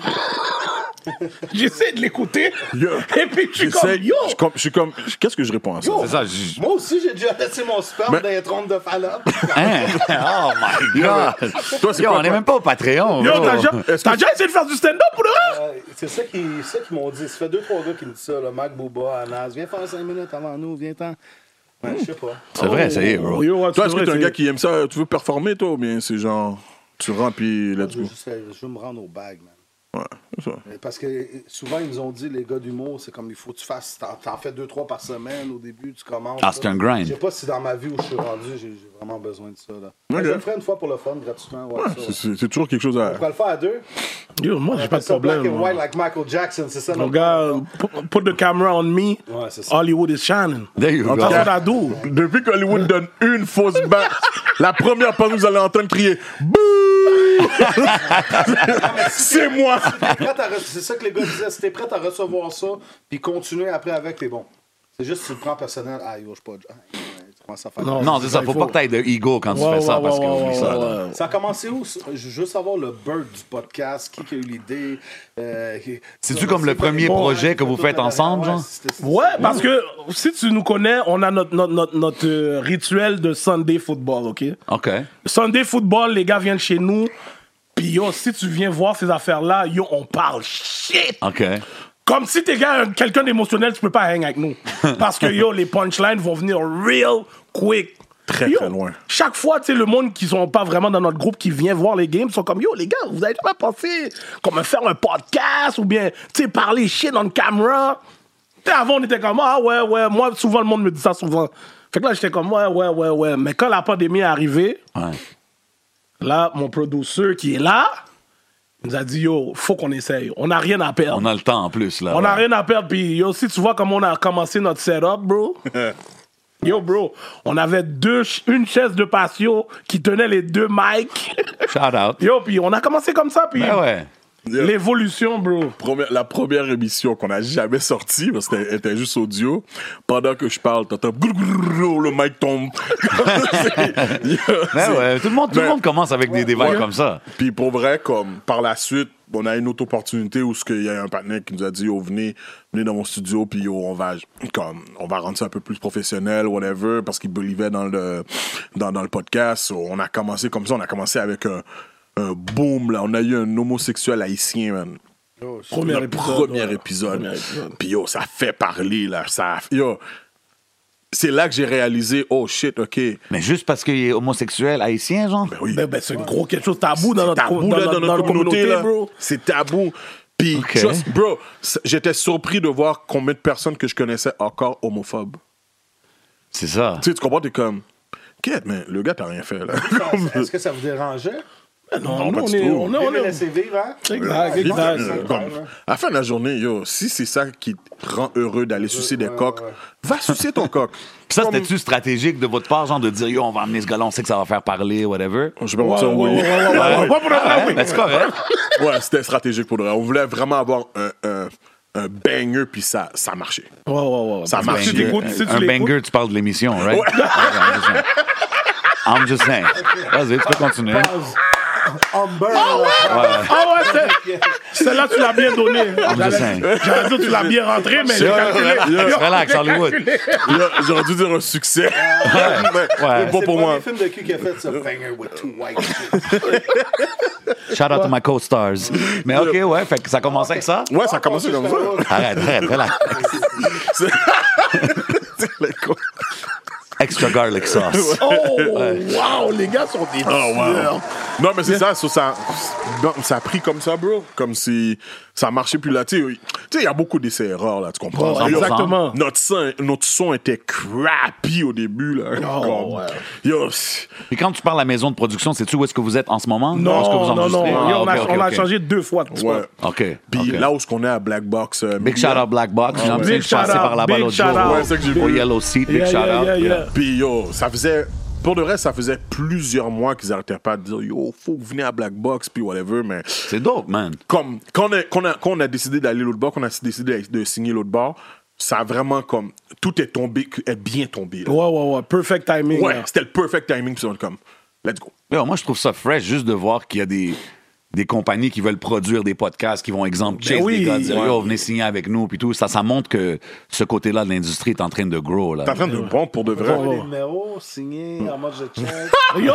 C: J'essaie de l'écouter.
E: Yo.
C: Et puis, tu
E: J'essaie-
C: comme, yo.
E: je suis comme- Je suis comme. Qu'est-ce que je réponds à ça?
D: C'est ça, je-
B: Moi aussi, j'ai déjà laissé mon sperme
E: Mais-
B: dans les trompes de Fallope.
D: Hein? Oh my God!
E: Toi, c'est
D: Yo,
E: quoi,
D: on est
E: toi?
D: même pas au Patreon.
C: Yo,
D: bro.
C: t'as déjà, t'as déjà essayé de faire du stand-up pour le reste?
B: Euh, c'est ça qu'ils ça qu'ils m'ont dit. Ça fait deux, trois gars qui me disent ça, là. Mac Booba, Anas, viens faire cinq minutes avant nous, viens-t'en. Ouais, je sais pas.
D: C'est vrai, ça y est, bro.
C: Oh, Yo, ouais,
E: Toi, est-ce que
C: devrais
E: t'es un
C: essayer.
E: gars qui aime ça? Tu veux performer, toi, ou bien c'est genre. Tu rentres, puis let's
B: Je veux,
E: go.
B: juste- je veux me rendre aux bagues, man.
E: Ouais, c'est ça.
B: Parce que euh, souvent, ils nous ont dit, les gars d'humour, c'est comme il faut que tu fasses, t'en, t'en fais deux, trois par semaine au début, tu commences.
D: Ah, c'est un grind.
B: Je sais pas si dans ma vie où je suis rendu, j'ai, j'ai vraiment besoin de ça. Là.
E: Ok.
B: Je le ferai une fois pour le fun, gratuitement. Ouais,
E: Ouais,
B: ça,
E: c'est-
B: ouais.
E: c'est c'est toujours quelque chose à.
B: On pourrait le faire à deux.
C: Yo, moi, j'ai pas de
B: Ça,
C: problème.
B: Black and
C: moi.
B: white, like Michael Jackson, c'est ça.
C: Mon
B: notre-
C: gars, put- put the camera on me.
B: Ouais, c'est ça.
C: Hollywood is shining.
D: There you go.
C: That's what I do.
E: Depuis qu'Hollywood donne une fausse batte, la première fois que vous allez entendre crier Bouh! C'est moi!
B: Prêt à re- C'est ça que les gars disaient. Si t'es prêt à recevoir ça, puis continuer après avec, t'es bon. C'est juste si tu le prends personnel. Ah, yo, je suis pas. ah, tu commences à faire.
D: Non, c'est ça, faut pas que t'aies de ego quand tu
C: Ouais,
D: fais ça
C: ouais,
D: parce que
C: ouais, ouais,
D: oublie ça.
C: ouais,
D: là.
C: ouais.
B: Ça a commencé où? ça? Je veux juste savoir le bird du podcast, qui, qui a eu l'idée. euh, qui-
D: C'est-tu comme le premier
B: hein,
D: projet que vous faites ensemble, genre?
B: c'était- c'était-
C: Ouais, parce que si tu nous connais, on a notre, notre, notre, notre, euh, rituel de Sunday football, OK?
D: OK.
C: Sunday football, les gars viennent chez nous. Puis yo, si tu viens voir ces affaires-là, yo, on parle shit.
D: OK.
C: Comme si t'es gars, quelqu'un d'émotionnel, tu peux pas hang avec nous. Parce que yo, les punchlines vont venir real quick.
E: Très,
C: Yo,
E: très loin.
C: Chaque fois, tu sais, le monde qui sont pas vraiment dans notre groupe, qui vient voir les games, sont comme yo, les gars, vous avez jamais pensé comme faire un podcast ou bien, tu sais, parler shit on camera. Tu sais, avant, on était comme ah ouais, ouais, moi, souvent, le monde me dit ça souvent. Fait que là, j'étais comme ouais, ouais, ouais, ouais. Mais quand la pandémie est arrivée,
D: Ouais.
C: Là, mon producer qui est là, il nous a dit Yo, faut qu'on essaye. On n'a rien à perdre.
D: On a le temps en plus, là.
C: On n'a
D: Ah ouais.
C: rien à perdre. Puis, yo, si tu vois comment on a commencé notre setup, bro. Yo, bro, on avait deux, ch- une chaise de patio qui tenait les deux mics.
D: Shout out.
C: Yo, puis on a commencé comme ça. Puis,
D: Ben ouais.
C: l'évolution, bro.
E: Première- la première émission qu'on a jamais sortie, parce qu'elle était juste audio, pendant que je parle, t'entends Brrr, brrr, le mic tombe.
D: Ben ouais. Tout le monde, tout le
E: Ben,
D: monde commence avec des dévers
E: ouais.
D: comme ça.
E: Puis pour vrai, comme par la suite, on a une autre opportunité où ce qu'il y a un partenaire qui nous a dit oh, venez, venez dans mon studio puis yo, on va comme on va rendre ça un peu plus professionnel whatever parce qu'il believait dans le dans, dans le podcast. So, on a commencé comme ça, on a commencé avec un, un boom là, on a eu un homosexuel haïtien man.
C: Premier
E: Le
C: épisode.
E: premier
C: ouais.
E: épisode.
C: Premier épisode.
E: Puis yo, ça fait parler là, ça yo. C'est là que j'ai réalisé oh shit, OK. Ben
D: Mais juste parce qu'il est homosexuel haïtien, genre?
E: oui.
C: Ben, ben, c'est gros quelque chose tabou dans notre,
E: tabou
C: dans notre-
E: là, dans
C: dans
E: notre
C: notre
E: communauté, là.
C: bro.
E: C'est tabou. Puis,
D: Ok.
E: just- bro, c- j'étais surpris de voir combien de personnes que je connaissais encore homophobes.
D: C'est ça.
E: Tu sais, tu comprends, t'es comme, quête, mais le gars, t'as rien fait, là. Comme-
B: Est-ce que ça vous dérangeait?
D: Ben
C: Non,
E: pas
C: non, on
E: du
C: est.
E: tout.
C: On est,
B: Non,
C: on
B: non.
C: est-
B: Laissez vivre, hein?
C: Exact,
E: Vite,
C: exact.
E: euh, comme, à la fin de la journée, yo, si c'est ça qui te rend heureux d'aller sucer des
B: ouais,
E: coques,
B: ouais.
E: va sucer ton coq.
D: Puis ça,
E: Comme-
D: c'était-tu stratégique de votre part, genre de dire, yo, on va amener ce gars-là, on sait que ça va faire parler, whatever?
E: Je sais pas,
C: Ouais,
E: ça,
C: ouais,
E: oui.
C: ouais, ouais, ouais, ouais. Ouais, pour de vrai, oui.
D: Ben, c'est correct.
E: Ouais, c'était stratégique pour le vrai. On voulait vraiment avoir un, un, un banger, puis ça, ça marchait.
C: Ouais, ouais, ouais.
E: Ça
C: Parce que
E: marche.
C: Si t'écoutes, si tu
D: un
C: l'écoutes-
D: banger, tu parles de l'émission, right? Ouais, I'm just saying. Vas-y, tu peux continuer.
C: Ah ouais, c'est- celle-là, tu l'as bien donnée.
D: I'm just saying.
C: J'allais dire, tu l'as bien rentrée, mais j'ai calculé.
D: Relax, Hollywood.
E: Là, J'aurais dû dire un succès. Mais
D: Ouais.
E: Pas pour moi.
B: film de cul qui a fait ça. Finger with two white
D: Shout out to my co-stars. Mais OK, ouais, fait que ça commençait avec ça.
E: Ouais, ça a commencé comme ça.
D: Arrête, arrête, relax.
E: Les cons.
D: Extra garlic sauce.
C: Oh, wow, les gars sont des
E: Oh, wow.
C: tueurs.
E: Non, mais c'est ça, ça, ça, non, ça a pris comme ça, bro. Comme si ça marchait plus là. Tu sais, oui. Tu sais, il y a beaucoup d'essais-erreurs, là, tu comprends?
D: Ouais,
E: Yo,
C: exactement.
E: Notre son, notre son était crappy au début, là. Comme,
C: ouais.
E: Yo, c'est-
D: Puis quand tu parles à la maison de production, sais-tu où est-ce que vous êtes en ce moment? Où
C: Non,
D: est-ce que vous
C: non, non.
D: enregistrez? Ah,
C: on, a,
D: OK,
C: on a
D: OK, OK.
C: changé deux fois de spot.
E: ouais.
D: OK.
E: Puis
D: OK.
E: là où ce qu'on est à Black Box. euh,
D: Big shout out Black Box. J'ai l'impression que je suis
C: shout
D: passé
C: out,
D: par là-bas
C: Ah, big
D: l'autre
C: shout
D: jour.
C: out.
E: Ouais, c'est ça que j'ai
D: Au
E: vu.
D: Yellow Seat, big
C: Yeah,
D: shout
C: yeah,
D: out.
C: yeah, yeah.
E: Puis yo, ça faisait. Pour de vrai, ça faisait plusieurs mois qu'ils arrêtaient pas de dire yo, faut venir à Black Box, puis whatever, mais.
D: C'est dope, man.
E: comme quand on a, quand on a, quand on a décidé d'aller l'autre bord, qu'on a décidé de signer l'autre bord, ça a vraiment comme tout est tombé, est bien tombé. là.
C: Ouais, ouais, ouais. Perfect timing.
E: Ouais,
C: là.
E: c'était le perfect timing puis on est comme let's go.
D: Yo, moi, je trouve ça fresh juste de voir qu'il y a des, des compagnies qui veulent produire des podcasts, qui vont, exemple, chase
C: Ben oui,
D: des gars, dire
C: ouais.
D: Yo, venez signer avec nous, puis tout. Ça, ça montre que ce côté-là de l'industrie est en train de grow. Là.
E: T'es en train de bon pour de vrai.
C: Ouais,
B: Les
C: ouais.
B: numéros signés, how much the check.
C: Yo,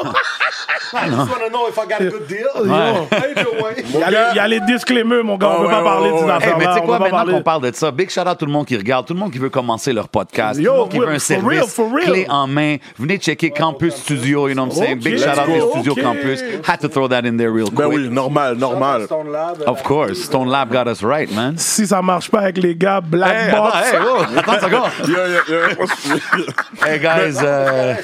B: I just want to know if I got a good deal.
D: Ouais.
B: Either way.
C: il y, a les- il y a les disclaimers, mon gars.
E: Ah,
C: on peut
E: ouais,
C: pas
E: ouais,
C: parler
E: ouais,
C: d'une
E: ouais.
D: Hey,
C: affaire
D: mais tu sais
C: là. On peut
D: quoi,
C: pas
D: maintenant
C: parler.
D: qu'on parle de ça, big shout out à tout le monde qui regarde, tout le monde qui veut commencer leur podcast,
C: Yo,
D: tout le monde qui
C: oui,
D: veut un
C: for
D: service
C: real, for real.
D: clé en main. Venez checker Campus Studio, you know what I'm saying?
C: Ok,
D: big shout out
C: let's
D: to
C: go,
D: Studio
C: ok.
D: Campus. Had to throw that in there real quick.
E: Ben oui, normal, normal.
B: Stone Lab,
D: Of course, Stone Lab got us right, man.
C: Si ça marche pas avec les gars, Black
D: Hey,
C: Box.
D: attends, hey, wow, attends une seconde.
E: Yeah, yeah, yeah.
D: Hey
C: Ben-
D: guys, euh,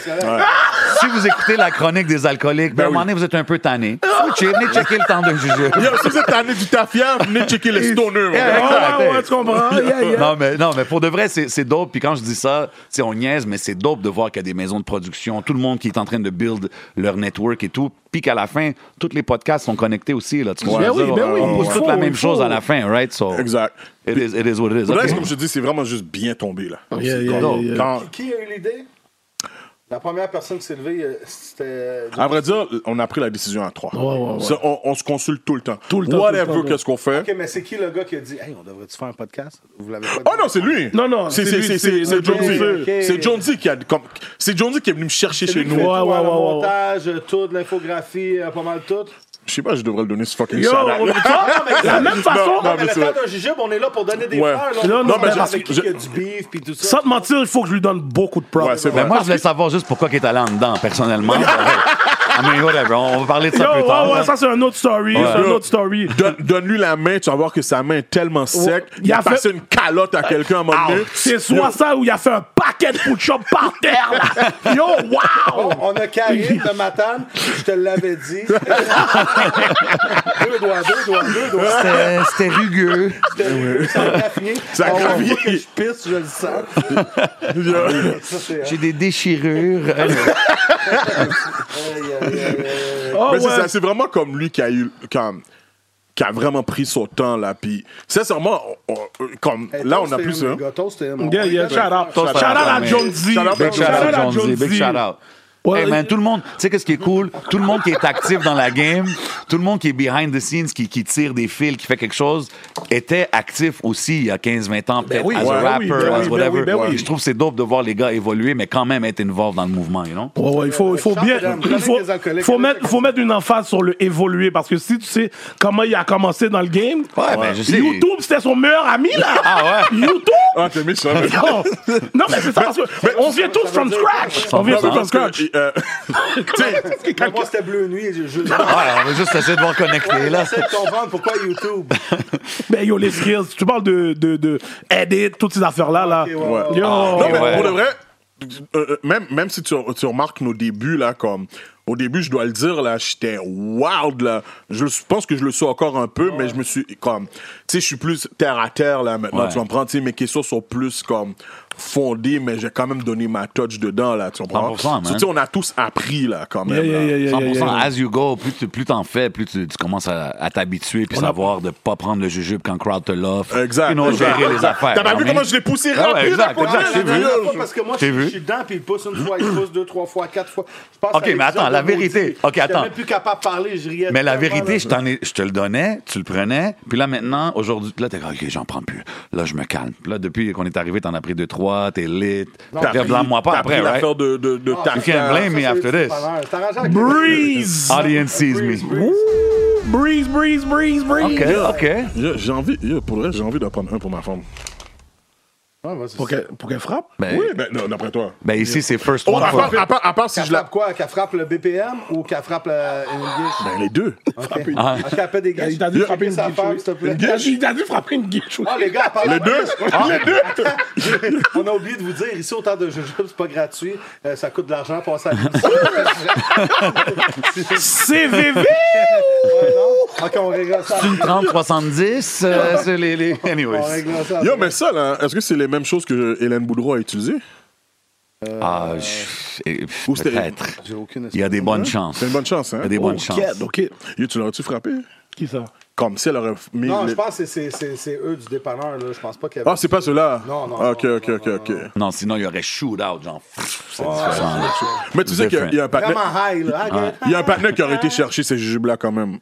D: si vous écoutez la chronique des alcooliques, ben, à un
E: oui.
D: moment donné, vous êtes un peu tanné. Switchez, venez checker le temps de juger.
E: Yo, si vous êtes tanné du tafia, venez checker les stoners. mon
D: Yeah,
E: gars.
D: exact,
C: ouais,
D: hey.
C: ouais, tu comprends? Yeah, yeah.
D: Non mais, non, mais pour de vrai, c'est c'est dope. Puis quand je dis ça, tu sais, on niaise, mais c'est dope de voir qu'il y a des maisons de production, tout le monde qui est en train de build leur network et tout. Puis qu'à la fin, tous les podcasts sont connectés aussi. Là, tu comprends?
C: Ben
D: Je veux
C: oui,
D: dire,
C: ben oui,
D: on
C: il
D: pousse
C: faut,
D: toute la
C: il
D: même
C: faut.
D: chose à la fin, right? So,
E: Exact.
D: It is, it is what it is. Ok.
E: Pour le
D: Ben,
E: reste, comme je te dis, c'est vraiment juste bien tombé là.
C: Yeah, yeah,
D: Go.
C: yeah, yeah.
E: Quand-
B: Qui a eu l'idée? La première personne qui s'est levée, euh, c'était.
D: Ah,
E: À vrai dire, on a pris la décision à trois.
C: ouais, ouais.
E: Ça, on, on se consulte tout le temps.
C: Tout le temps, tout le temps,
E: Whatever
C: ouais.
E: qu'est-ce qu'on fait.
B: Ok, mais c'est qui le gars qui a dit, hey, on devrait-tu faire un podcast? Vous l'avez pas dit?
E: Oh non, c'est lui.
C: Non, non,
E: c'est
C: c'est
E: c'est
C: lui,
E: c'est
C: c'est-
E: c'est c'est
C: ok,
E: Jonesy.
B: ok.
E: C'est Jonesy qui a comme c'est Jonesy qui est venu me chercher
B: C'est
E: chez
B: lui qui fait
E: nous.
B: tout,
C: Ouais,
B: hein,
C: ouais,
B: le
C: ouais, ouais.
B: montage, euh, tout, l'infographie, euh, pas mal tout.
E: Je sais pas, je devrais le donner ce fucking
C: Yo,
E: shout
C: on dit ça, de la même façon.
B: Non,
E: Non, mais
B: mais le
E: c'est
B: temps
E: vrai.
B: d'un jujube, on est là pour donner des
E: Ouais.
B: fleurs. là.
C: Non,
B: On
C: non,
B: dit
C: mais
B: avec
E: je-
B: qui il y a
E: je-
B: du beef puis tout ça.
C: Sans te mentir, il faut que je lui donne beaucoup de props.
E: Ouais, c'est
D: Ben
E: vrai.
D: moi, je voulais savoir juste pourquoi il est allé en dedans, personnellement. I mean, whatever, on va parler de
C: Yo,
D: ça plus tard.
C: ouais, ouais,
D: là.
C: ça c'est un autre story. C'est un
E: Yo,
C: autre story.
E: Donne- Donne-lui la main, tu vas voir que sa main est tellement sec.
C: il
E: Il a
C: a fait-
E: passé une calotte à quelqu'un à un moment donné.
C: C'est soit ça ou il a fait un paquet de food shop par terre. là. Yo,
B: Bon,
C: wow!
B: on a Karine de Matane, je te l'avais dit. deux doigts, deux doigts, deux doigts.
D: C'était- C'était rugueux.
B: C'était- Ça a graffiné.
E: Ça a
C: Oh.
B: Ah ouais,
E: graffiné.
B: faut que je pisse, je le sens.
E: Yo.
B: Ça, c'est- euh,
D: J'ai des déchirures.
B: Aïe, aïe, aïe, aïe.
C: Oh,
E: Mais c'est
C: ouais.
E: ça, c'est vraiment comme lui qui a eu quand qui a vraiment pris son temps là puis sincèrement on- on- comme
B: Hey,
E: là on
B: toast
E: a
B: him,
E: plus ça
B: les gars, toast him.
C: Yeah,
B: On
C: yeah,
B: est
C: shout out.
D: Shout
C: Shout
D: out,
C: out à
D: man.
C: Jonesy.
E: Shout out
D: Big shout out, Jonesy. Big
C: Jonesy.
D: shout out.
C: Ouais,
D: hey man,
C: et-
D: tout le monde, tu sais qu'est-ce qui est cool? Tout le monde qui est actif dans la game, tout le monde qui est behind the scenes, qui, qui tire des fils, qui fait quelque chose, était actif aussi il y a 15-20 ans, peut-être,
C: oui,
D: as
E: ouais,
D: a rapper,
C: oui, ben
D: as
C: oui, ben
D: whatever.
C: oui, ben oui.
D: Et Je trouve que c'est dope de voir les gars évoluer, mais quand même être involved dans le mouvement, you know?
C: Ouais, ouais, il faut, il faut
B: Shout
C: bien.
B: out, madame.
C: Il faut,
B: Prenez des alcooliques,
C: faut,
B: allez,
C: mettre,
B: check.
C: faut mettre une emphase sur le évoluer parce que si tu sais comment il a commencé dans le game,
D: Ouais, ben, je sais.
C: YouTube c'était son meilleur ami là.
D: Ah ouais?
C: YouTube!
E: ah t'es méchant mais-
C: Non, Non, mais c'est ça parce que on vient tous from scratch. On vient
E: Non,
C: tous
E: mais
C: from
E: parce que,
C: scratch.
E: euh, tu sais,
B: Mais Moi, c'était Bleu Nuit. Je, je,
D: Ouais, on va juste essayer de voir connecter, là.
B: J'essaie de comprendre pourquoi YouTube.
C: Ben yo, les skills, tu parles de, de, de edit, toutes ces affaires-là. Là.
B: Ok, ouais, ouais, ouais.
C: Yo,
E: Non, mais
D: Ah, ouais.
E: pour de vrai, euh, euh, même, même si tu, tu remarques nos débuts, là, comme. Au début, je dois le dire, là, j'étais wild, là. Je pense que je le suis encore un peu, mais je me suis, comme, tu sais, je suis plus terre à terre, là, maintenant,
D: Ouais.
E: tu comprends, tu sais, mes questions sont plus, comme, fondé, mais j'ai quand même donné ma touch dedans, là, tu comprends?
D: 100%, man.
E: So, tu sais, on a tous appris, là, quand même.
C: Yeah,
E: là.
C: yeah, yeah,
D: 100%
C: yeah, yeah, yeah.
D: as you go, plus tu plus t'en fais, plus tu, tu commences à, à t'habituer puis savoir de pas prendre le jujube quand le crowd te l'offre.
E: Exact.
D: You know,
E: exact.
D: gérer les affaires.
E: T'as pas vu
D: Mais-
E: comment je l'ai poussé
D: Ah ouais,
E: rapide,
D: exact,
E: là, pour
D: exact,
E: rien,
D: j'ai
E: là,
D: vu.
E: d'ailleurs,
B: Pas
E: je-
B: parce que moi,
D: J'ai
B: je,
D: vu.
B: je suis dedans, puis il pousse une fois, il pousse deux, trois fois, quatre fois. Je pense
D: Ok,
B: à
D: mais
B: l'épisode
D: attends, la
B: de Maudit.
D: vérité. Ok,
B: J'étais
D: attends.
B: même plus capable de parler, je riais.
D: Mais la
B: tellement,
D: vérité,
B: là.
D: je, t'en ai- je te le donnais, tu le prenais, puis là maintenant, aujourd'hui, là, t'es comme, OK, j'en prends plus. Là, je me calme. Puis là, depuis qu'on est arrivé, t'en as pris deux, trois, t'es lit.
E: T'as
D: Puis là,
E: pris-
D: blâme-moi pas
E: t'as
D: après,
E: pris
D: right?
E: l'affaire de, de, de
D: You
E: ta
D: can't blame me
B: Ça,
D: after
B: c'est- c'est
D: this.
B: pas mal. T'as arrangé avec-
C: Breeze!
D: Audience sees
B: Breeze,
D: me.
B: breeze.
C: Breeze, breeze, breeze, breeze!
D: OK, OK.
E: Yo, J'ai envie, yo, pour vrai, j'ai envie d'en prendre un pour ma femme.
B: Ouais, vas-y.
C: Pour qu'elle pour qu'elle frappe?
D: Ben, Ah,
E: Oui, ben, non, d'après toi.
D: ben ici, c'est first
E: Oh,
D: one
E: à,
D: for...
E: part, à, part, à part si
B: Qu'elle
E: je la.
B: frappe quoi Qu'elle frappe le BPM ou qu'elle frappe la... une guiche
E: Ben, les deux.
B: Ok.
E: Frapper.
B: Ah, Qu'elle pète des guiches.
C: Il t'a dit
B: Qu'elle
C: frapper
B: pète
C: une
B: sa
C: guiche,
B: femme,
C: oui.
B: s'il te plaît.
C: Il t'a dû frapper une guiche. oui.
B: Ah, les gars, parle
E: Les deux.
D: Ah.
E: Les deux.
B: On a oublié de vous dire, ici, autant de jujubes, c'est pas gratuit. Euh, ça coûte de l'argent, passer à l'émission.
C: CVV!
B: Ouais, non? Ok, on réglera ça.
D: 30-70, euh, c'est les, les...
E: Oh,
B: On
D: Anyways.
B: réglera ça.
E: Yo, mais ça, là, est-ce que c'est les mêmes choses que Hélène Boudreau a utilisées?
D: Ah, je- eh,
E: Ou c'était-
D: peut-être.
B: J'ai aucune
D: Il y a des bonnes chances.
E: C'est une bonne chance, hein?
D: Il y a des bonnes chances.
E: OK. Yo, tu l'aurais-tu frappé?
C: Qui ça?
E: Comme si elle aurait mis.
B: Non,
E: le-
B: je pense que c'est- c'est- c'est c'est eux du dépanneur. là. Je pense pas qu'il y avait-
E: Ah, c'est pas ceux-là?
B: Non, non,
E: Ah, OK,
B: non,
E: OK,
B: non,
E: OK,
B: non,
E: OK.
D: Non, sinon, il y aurait shoot-out, genre... pff, C'est différent. là.
E: Mais tu sais qu'il y a- il y a un
B: Vraiment
E: partenaire.
B: high, là. Ah,
E: Il y a un partenaire qui aurait été chercher ces jujubes-là quand même.